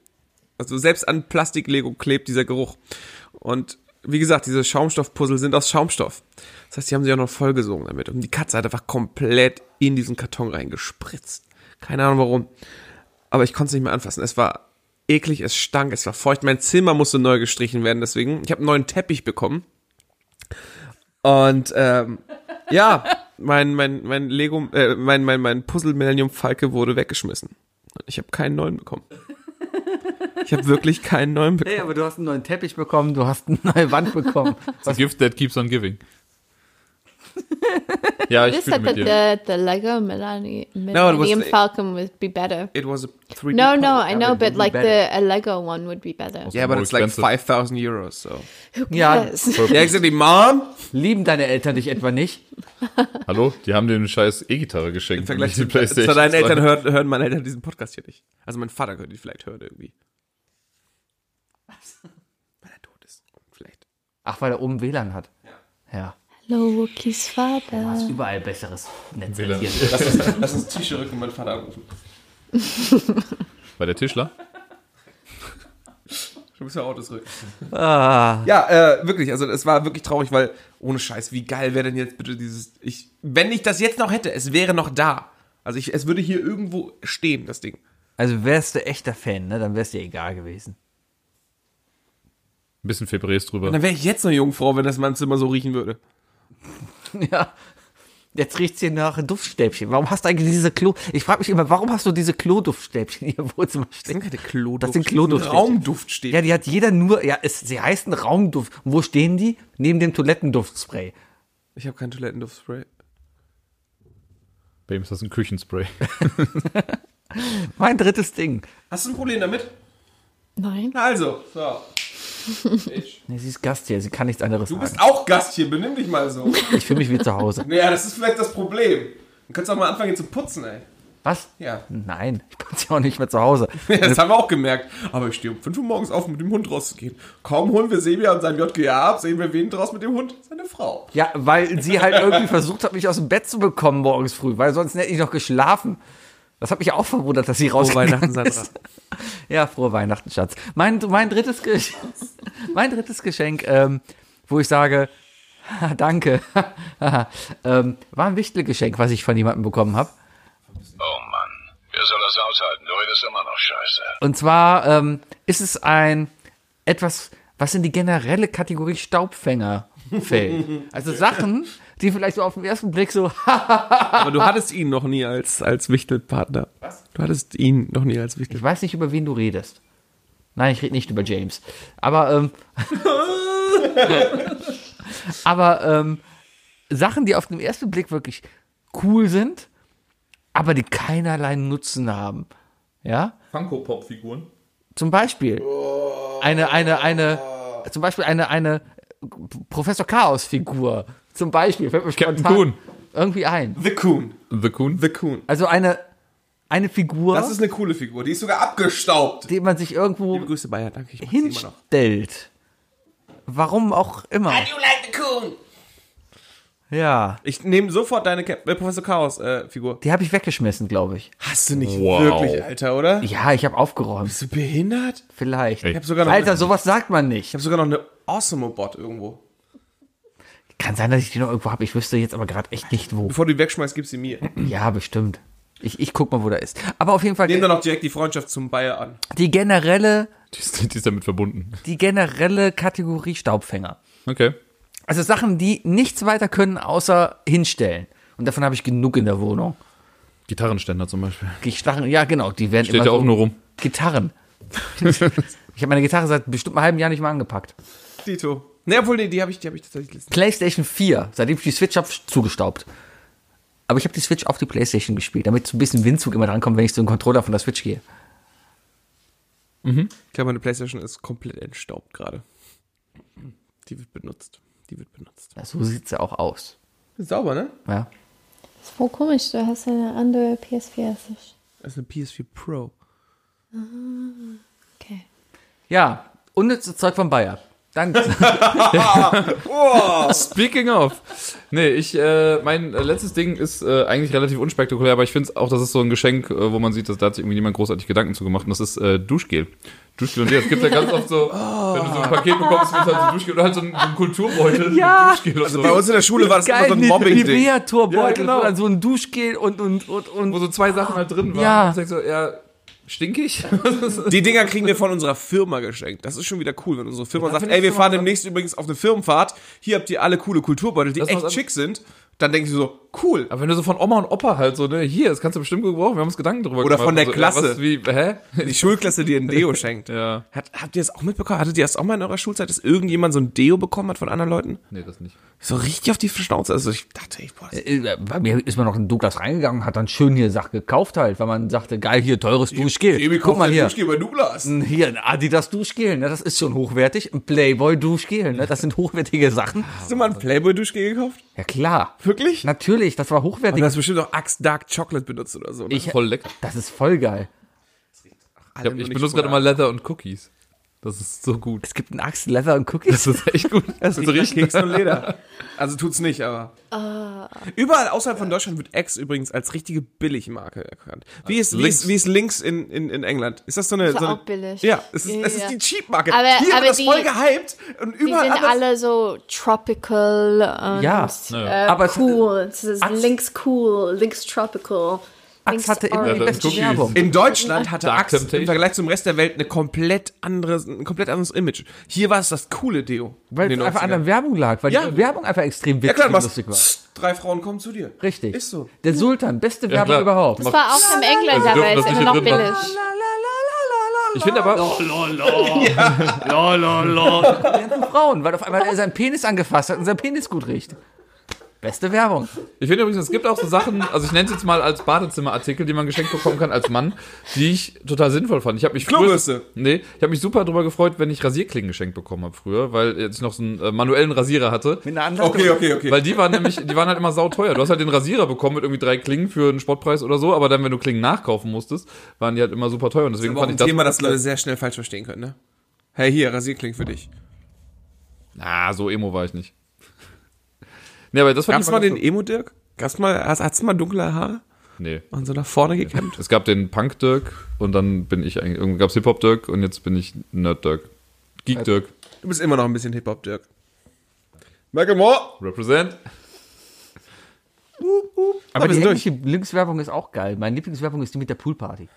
Also selbst an Plastik-Lego klebt dieser Geruch. Und wie gesagt, diese Schaumstoffpuzzle sind aus Schaumstoff. Das heißt, die haben sich auch noch vollgesogen damit. Und die Katze hat einfach komplett in diesen Karton reingespritzt. Keine Ahnung warum. Aber ich konnte es nicht mehr anfassen. Es war eklig, es stank, es war feucht. Mein Zimmer musste neu gestrichen werden, deswegen. Ich habe einen neuen Teppich bekommen. Und ähm, ja, mein, mein, mein Lego, äh, mein, mein, mein Puzzle Millennium Falke wurde weggeschmissen. Ich habe keinen neuen bekommen. Ich habe wirklich keinen neuen bekommen. Hey, aber du hast einen neuen Teppich bekommen, du hast eine neue Wand bekommen. Gift that keeps on giving. Ja, ich This fühle said that mit dir. the, the Lego Millennium, it was Millennium the- Falcon would be better. It was a 3D No, no, product. I know, would but be like better. the a Lego one would be better. Yeah, but More it's like expensive. 5,000 euros, so. Ja, Yes. Yeah, exactly, Mom! lieben deine Eltern dich etwa nicht? Hallo? Die haben dir eine scheiß E-Gitarre geschenkt. Im Vergleich nicht zu, die zu PlayStation deinen 2. Eltern hören, hören meine Eltern diesen Podcast hier nicht. Also mein Vater könnte ihn vielleicht hören irgendwie. Weil er tot ist. Vielleicht. Ach, weil er oben WLAN hat. Ja. Hello, Wookiees Vater. Überall besseres Netz WLAN. hier. Lass uns Tische rücken und meinen Vater anrufen. Bei der Tischler? Du bist ja auch zurück. Ja, äh, wirklich, also es war wirklich traurig, weil ohne Scheiß, wie geil wäre denn jetzt bitte dieses ich wenn ich das jetzt noch hätte, es wäre noch da. Also ich es würde hier irgendwo stehen, das Ding. Also wärst du echter Fan, ne? Dann wär's dir egal gewesen. Ein bisschen Febrés Und dann drüber. wäre ich jetzt eine Jungfrau, wenn das in meinem Zimmer so riechen würde. Ja. Jetzt riecht's hier nach Duftstäbchen. Warum hast du eigentlich diese Klo... Ich frage mich immer, warum hast du diese Kloduftstäbchen hier im Wohnzimmer Das stehen? sind keine Kloduft. Das sind Kloduftstäbchen. Raumduft steht. Ja, die hat jeder nur... Ja, es, sie heißen Raumduft. Und wo stehen die? Neben dem Toilettenduftspray. Ich habe kein Toilettenduftspray. Bei ihm ist das ein Küchenspray. Mein drittes Ding. Hast du ein Problem damit? Nein. Na also, so. Ich. Nee, sie ist Gast hier. Sie kann nichts anderes Du bist sagen. auch Gast hier, benimm dich mal so. Ich fühle mich wie zu Hause. Naja, das ist vielleicht das Problem. Du könntest auch mal anfangen zu putzen, ey. Was? Ja. Nein, ich putze ja auch nicht mehr zu Hause. Das haben wir auch gemerkt. Aber ich stehe um 5 Uhr morgens auf, um mit dem Hund rauszugehen. Kaum holen wir Sebia und sein JGA ab, sehen wir wen draus mit dem Hund? Seine Frau. Ja, weil sie halt irgendwie versucht hat, mich aus dem Bett zu bekommen morgens früh, weil sonst hätte ich noch geschlafen. Das hat mich auch verwundert, dass sie rausgegangen Weihnachten, Sandra. ist. Ja, frohe Weihnachten, Schatz. Mein, mein, drittes, Gesch mein drittes Geschenk, ähm, wo ich sage, "Ha, danke, ähm, war ein Wichtelgeschenk, was ich von jemandem bekommen habe. Oh Mann, wer soll das aushalten? Du redest immer noch scheiße. Und zwar ähm, ist es ein etwas, was in die generelle Kategorie Staubfänger fällt. Also Sachen, die vielleicht so auf den ersten Blick so, Aber du hattest ihn noch nie als, als Wichtelpartner. Was? Du hattest ihn noch nie als Wichtel. Ich weiß nicht, über wen du redest. Nein, ich rede nicht über James. Aber, ähm, aber ähm, Sachen, die auf den ersten Blick wirklich cool sind, aber die keinerlei Nutzen haben. Ja? Funko-Pop-Figuren? Zum Beispiel eine, eine, eine, zum Beispiel eine, eine Professor Chaos-Figur. Zum Beispiel, fällt mir Captain spontan Kuhn. irgendwie ein. The Coon. The Coon? The Coon. Also eine, eine Figur, Das ist eine coole Figur. Die ist sogar abgestaubt. die man sich irgendwo Grüße, Bayer. Danke. Ich mag sie immer noch. hinstellt. Warum auch immer. Ja, Ich nehme sofort deine Cap äh, Professor Chaos äh, Figur. die habe ich weggeschmissen, glaube ich. Hast du nicht Wow. wirklich, Alter, oder? Ja, ich habe aufgeräumt. Bist du behindert? Vielleicht. Ich habe sogar noch Alter, eine, sowas sagt man nicht. ich hab sogar noch eine Awesome Bot irgendwo. Kann sein, dass ich die noch irgendwo habe. Ich wüsste jetzt aber gerade echt nicht wo. Bevor du die wegschmeißt, gib sie mir. Ja, bestimmt. Ich, ich guck mal, wo der ist. Aber auf jeden Fall Nehmen dann auch direkt die Freundschaft zum Bayer an. die generelle, Die ist, die ist damit verbunden. die generelle Kategorie Staubfänger. Okay. Also Sachen, die nichts weiter können außer hinstellen. Und davon habe ich genug in der Wohnung. Gitarrenständer zum Beispiel. Gitarren, ja genau, die werden Steht immer ja auch so nur rum. Gitarren. ich habe meine Gitarre seit bestimmt einem halben Jahr nicht mehr angepackt. Dito. Ne, obwohl, nee, die habe ich, die hab ich tatsächlich listen. PlayStation 4, seitdem ich die Switch habe, zugestaubt. Aber ich habe die Switch auf die PlayStation gespielt, damit so ein bisschen Windzug immer drankommt, wenn ich zu einem Controller von der Switch gehe. Ich glaube, meine Playstation ist komplett entstaubt gerade. Die wird benutzt. Die wird benutzt. Ja, so sieht's ja auch aus. Ist sauber, ne? Ja. Das ist voll komisch, du hast eine andere PS4 als ich. Das ist eine PS4 Pro. Okay. ja, unnützes Zeug von Bayer. Dann Speaking of. Nee, ich, äh, mein äh, letztes Ding ist äh, eigentlich relativ unspektakulär, aber ich finde auch, das ist so ein Geschenk, äh, wo man sieht, dass da hat sich irgendwie niemand großartig Gedanken zu gemacht und das ist äh, Duschgel. Duschgel und Gel. Es gibt ja ganz oft so, Oh. wenn du so ein Paket bekommst, mit halt so Duschgel oder halt so ein, so ein Kulturbeutel Ja. mit Duschgel und so. Also Bei uns in der Schule war es immer so ein Mobbing-Ding. Nivea-Torbeutel, Ja, genau. wo dann so ein Duschgel und, und, und, wo und. so zwei Sachen halt drin waren. Ja. Und ich denk so, ja, stinkig? Die Dinger kriegen wir von unserer Firma geschenkt. Das ist schon wieder cool, wenn unsere Firma sagt, finde ey, ich wir schon fahren mal- demnächst übrigens auf eine Firmenfahrt. Hier habt ihr alle coole Kulturbeutel, die Das ist was echt an- schick sind. Dann denke ich so, cool. Aber wenn du so von Oma und Opa halt so, ne, hier, das kannst du bestimmt gebrauchen, wir haben uns Gedanken drüber Oder gemacht. von der Also, äh, Klasse. Was, wie, hä? Die Schulklasse, die ein Deo schenkt. Ja. Hat, habt ihr das auch mitbekommen? Hattet ihr das auch mal in eurer Schulzeit, dass irgendjemand so ein Deo bekommen hat von anderen Leuten? Nee, das nicht. So richtig auf die Schnauze. Also ich dachte, ich, boah, das Äh, Bei mir ist man noch in Douglas reingegangen und hat dann schön hier Sachen gekauft halt, weil man sagte, geil, hier, teures Duschgel. Guck mal hier. bei Douglas. Ein- Hier, ein Adidas Duschgel, ne, das ist schon hochwertig. Ein Playboy Duschgel, ne, das sind hochwertige Sachen. Hast du mal ein Playboy-Duschgel gekauft? Ja klar. Wirklich? Natürlich, das war Und hochwertig. du hast bestimmt auch Axe Dark Chocolate benutzt oder so. Ne? Ich- Voll lecker. Das ist voll geil. Ich, hab, ich benutze gerade mal Leather und Cookies. Das ist so gut. Es gibt einen Axt, Leather und Cookies. Das ist echt gut. Das Mit riecht nach richtig- Keks und Leder. Also tut's nicht, aber. Ah. Überall außerhalb von Deutschland wird Axe übrigens als richtige Billigmarke erkannt. Wie ist, wie ist, wie ist Links in, in, in England? Ist das so eine. Ist so eine auch billig. Ja, es ist, Ja, es ja. ist die Cheap-Marke. Aber- Hier aber wird das die- voll gehypt und Die überall sind anders. alle so tropical und Ja. äh, Aber es- cool. Es ist Axt- links cool, links tropical. Axt links hatte immer die orange. beste Cookies. Werbung. In Deutschland hatte Dark Axe im Temptation. Vergleich zum Rest der Welt eine komplett anderes, ein komplett anderes Image. Hier war es das coole Deo. Weil in es den einfach 90ern. an der Werbung lag, weil Ja. die Werbung einfach extrem Ja witzig klar, und was, lustig war. drei Frauen kommen zu dir. Richtig. Ist so. Der Sultan, beste Werbung klar. überhaupt. Das war auch im England, Also aber dürfen ist das immer noch nicht hier drin billig. machen. Ich finde aber, ganzen Frauen, weil auf einmal er seinen Penis angefasst hat und sein Penis gut riecht. Beste Werbung. Ich finde übrigens, es gibt auch so Sachen, also ich nenne es jetzt mal als Badezimmerartikel, die man geschenkt bekommen kann als Mann, die ich total sinnvoll fand. Ich habe mich Klobürste. Früher, nee, ich habe mich super drüber gefreut, wenn ich Rasierklingen geschenkt bekommen habe früher, weil jetzt ich noch so einen äh, manuellen Rasierer hatte. Mit einer anderen Okay, okay, okay. Weil die waren nämlich, die waren halt immer sauteuer. Du hast halt den Rasierer bekommen mit irgendwie drei Klingen für einen Sportpreis oder so, aber dann, wenn du Klingen nachkaufen musstest, waren die halt immer super teuer. Und deswegen Aber auch fand ein ich das. Thema, das Leute sehr schnell falsch verstehen können, ne? Hey, hier, Rasierkling für dich. Na, so emo war ich nicht. Nee, aber das fand Gab's ich mal den ganz Emo-Dirk? Gab's mal, hast, hat's mal dunkle Haare cool. Nee. und so nach vorne gekämmt? Es gab den Punk Dirk und dann bin ich eigentlich, irgendwie gab es Hip Hop Dirk und jetzt bin ich Nerd Dirk. Geek Dirk. Du bist immer noch ein bisschen Hip-Hop-Dirk. Macklemore! Represent. Aber wir die sind durch. hängliche Linkswerbung ist auch geil. Meine Lieblingswerbung ist die mit der Poolparty.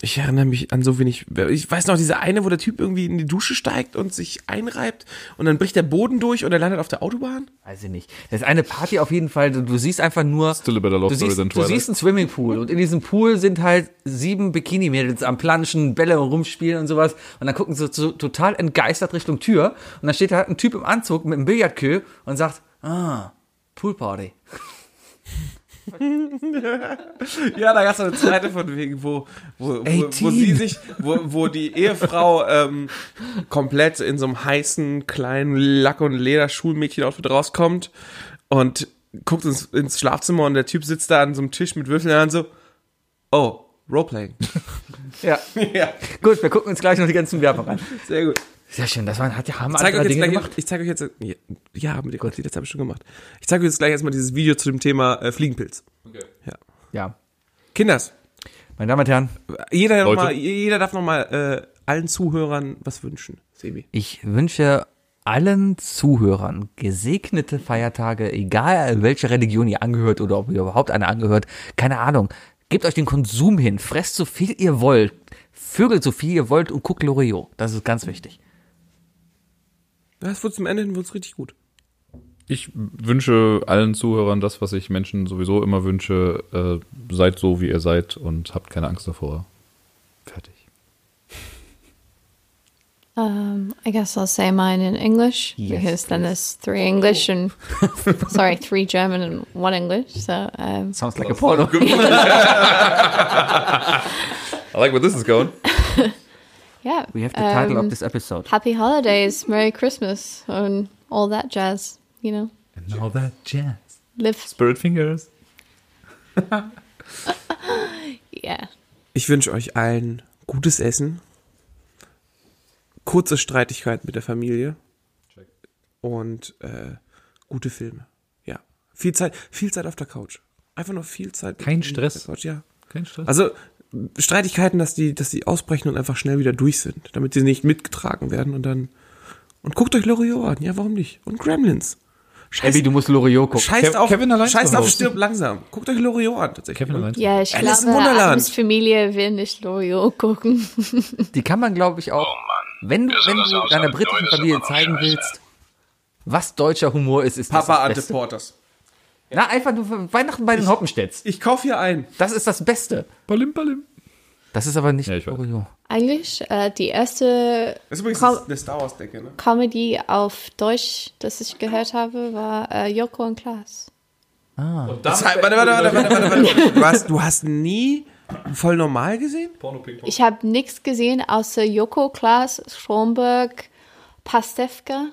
Ich erinnere mich an so wenig. Ich weiß noch, diese eine, wo der Typ irgendwie in die Dusche steigt und sich einreibt und dann bricht der Boden durch und er landet auf der Autobahn. Weiß ich nicht. Das ist eine Party auf jeden Fall. Du, du siehst einfach nur. Still a better love du story siehst, than du Twilight. siehst einen Swimmingpool und in diesem Pool sind halt sieben Bikini-Mädels am Planschen, Bälle rumspielen und sowas. Und dann gucken sie so total entgeistert Richtung Tür. Und dann steht da halt ein Typ im Anzug mit einem Billardkö und sagt, ah, Poolparty. Ja, da gab es eine zweite von wegen, wo, wo, wo, wo 18. sie sich, wo, wo die Ehefrau ähm, komplett in so einem heißen, kleinen Lack- und Leder-Schulmädchen-Outfit rauskommt und guckt ins, ins Schlafzimmer und der Typ sitzt da an so einem Tisch mit Würfeln und so, oh, Roleplaying. Ja. ja, Gut, wir gucken uns gleich noch die ganzen Werbung an. sehr gut. Sehr schön, das waren, hat ja Hammer Ich zeige euch jetzt Dinge gleich, gemacht. ich zeige euch jetzt, ja, ja mit dem Gott, das habe ich schon gemacht. Ich zeige euch jetzt gleich erstmal dieses Video zu dem Thema äh, Fliegenpilz. Ja. Kinders, Meine Damen und Herren, jeder, noch Leute. mal, jeder darf nochmal äh, allen Zuhörern was wünschen. Sebi. ich wünsche allen Zuhörern gesegnete Feiertage, egal welche Religion ihr angehört oder ob ihr überhaupt eine angehört, keine Ahnung. Gebt euch den Konsum hin, fresst so viel ihr wollt, vögelt so viel ihr wollt und guckt Loriot. Das ist ganz wichtig. Das wurde zum Ende hin wird's richtig gut. Ich wünsche allen Zuhörern das, was ich Menschen sowieso immer wünsche. Äh, seid so, wie ihr seid und habt keine Angst davor. Fertig. Um, I guess I'll say mine in English Yes, because then there's three English and sorry, three German and one English. So um, Sounds like a porno. I like where this is going. yeah. We have the title um, of this episode. Happy holidays, Merry Christmas, and all that jazz. You know, And now that jazz. live. Spirit Fingers. Yeah. Ich wünsche euch allen gutes Essen, kurze Streitigkeiten mit der Familie und äh, gute Filme. Ja. Viel Zeit, viel Zeit auf der Couch. Einfach nur viel Zeit. Kein auf Stress. Der Couch, ja. Kein Stress. Also mh, Streitigkeiten, dass die, dass die ausbrechen und einfach schnell wieder durch sind, damit sie nicht mitgetragen werden und dann. Und guckt euch Loriot an, ja, warum nicht? Und Gremlins. Scheiß, Abby, du musst Loriot gucken. scheißt Kev- auf, Kevin allein scheißt zu auf, Hause. stirb langsam. Guckt euch Loriot an, tatsächlich. ne? Kevin Und- allein. Ja, ich Alice im glaube, Wunderland. Adams Familie will nicht Loriot gucken. Die kann man, glaube ich, auch, wenn, wenn Besonders du außerhalb deiner Leute britischen sind Familie immer noch zeigen scheiße. willst, was deutscher Humor ist, ist das das Beste. Porters. Na, einfach nur für Weihnachten bei den Hoppenstedts. Ich kaufe hier ein. Das ist das Beste. Balim, balim. Das ist aber nicht Ja, ich weiß. Orion. Eigentlich äh, die erste Das ist übrigens Komm. eine Star Wars Decke, ne? Comedy auf Deutsch, das ich gehört habe, war äh, Joko und Klaas. Das heißt, warte, warte, warte, warte, warte, warte. Du hast, du hast nie voll normal gesehen? Ich habe nichts gesehen außer Joko, Klaas, Stromberg, Pastewka.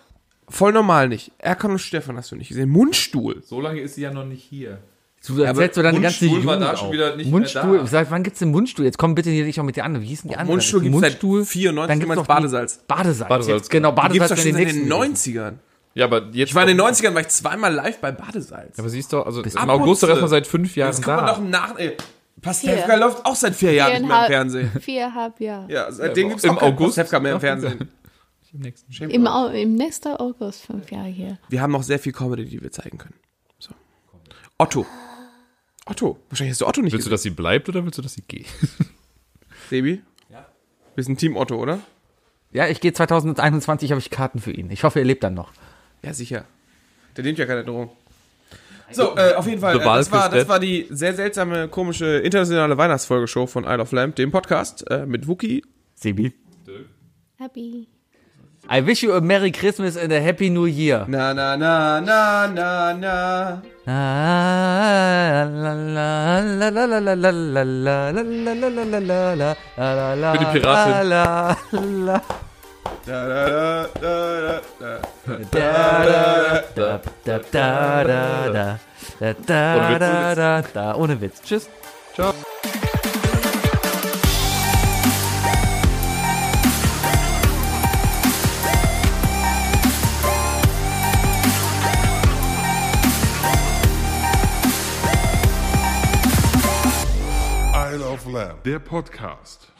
Voll normal nicht. Erkan und Stefan hast du nicht gesehen. Mundstuhl. So lange ist sie ja noch nicht hier. Du erzählst du dann die ganze Mundstuhl war Jugend da schon auf. wieder nicht mehr Mundstuhl, da. seit wann gibt's den Mundstuhl? Jetzt kommen bitte hier nicht auch mit der anderen. Wie hießen die anderen? Mundstuhl gibt's seit 94 dann gibt's immer das noch Badesalz. die- Badesalz. Badesalz. Jetzt, genau, Die gibt's Badesalz doch wäre schon die seit den nächsten. 90ern. Ja, aber jetzt. Ich war in den 90ern, war ich zweimal live bei Badesalz. Aber siehst du, also im Abputze. August doch erstmal seit fünf Jahren das kann man doch da. im Nach... Ey, Pastewka läuft auch seit vier Jahren nicht mehr im Viereinhalb- Fernsehen. Viereinhalb Jahre. Ja, seitdem gibt's im auch keinen August- Pastewka mehr im Fernsehen. Im, Au- Im nächsten August fünf Jahre hier. Wir haben noch sehr viel Comedy, die wir zeigen können. So. Otto. Otto. Wahrscheinlich hast du Otto nicht Willst du, dass sie bleibt oder willst du, dass sie geht? Sebi? Ja. Wir sind Team Otto, oder? Ja, ich gehe 2021, habe ich Karten für ihn. Ich hoffe, er lebt dann noch. Ja, sicher. Der nimmt ja keine Drohung. So, äh, auf jeden Fall, The äh, das, Bulk war, is das dead. war die sehr seltsame, komische internationale Weihnachtsfolgeshow von Isle of Lamp, dem Podcast äh, mit Wookie. Sebi. Happy. I wish you a Merry Christmas and a Happy New Year. Na, na, na, na, na, na. Bin die Piratin. Da, da, da, da, da, Ohne Witz. Tschüss. Isle of Lamb, der Podcast.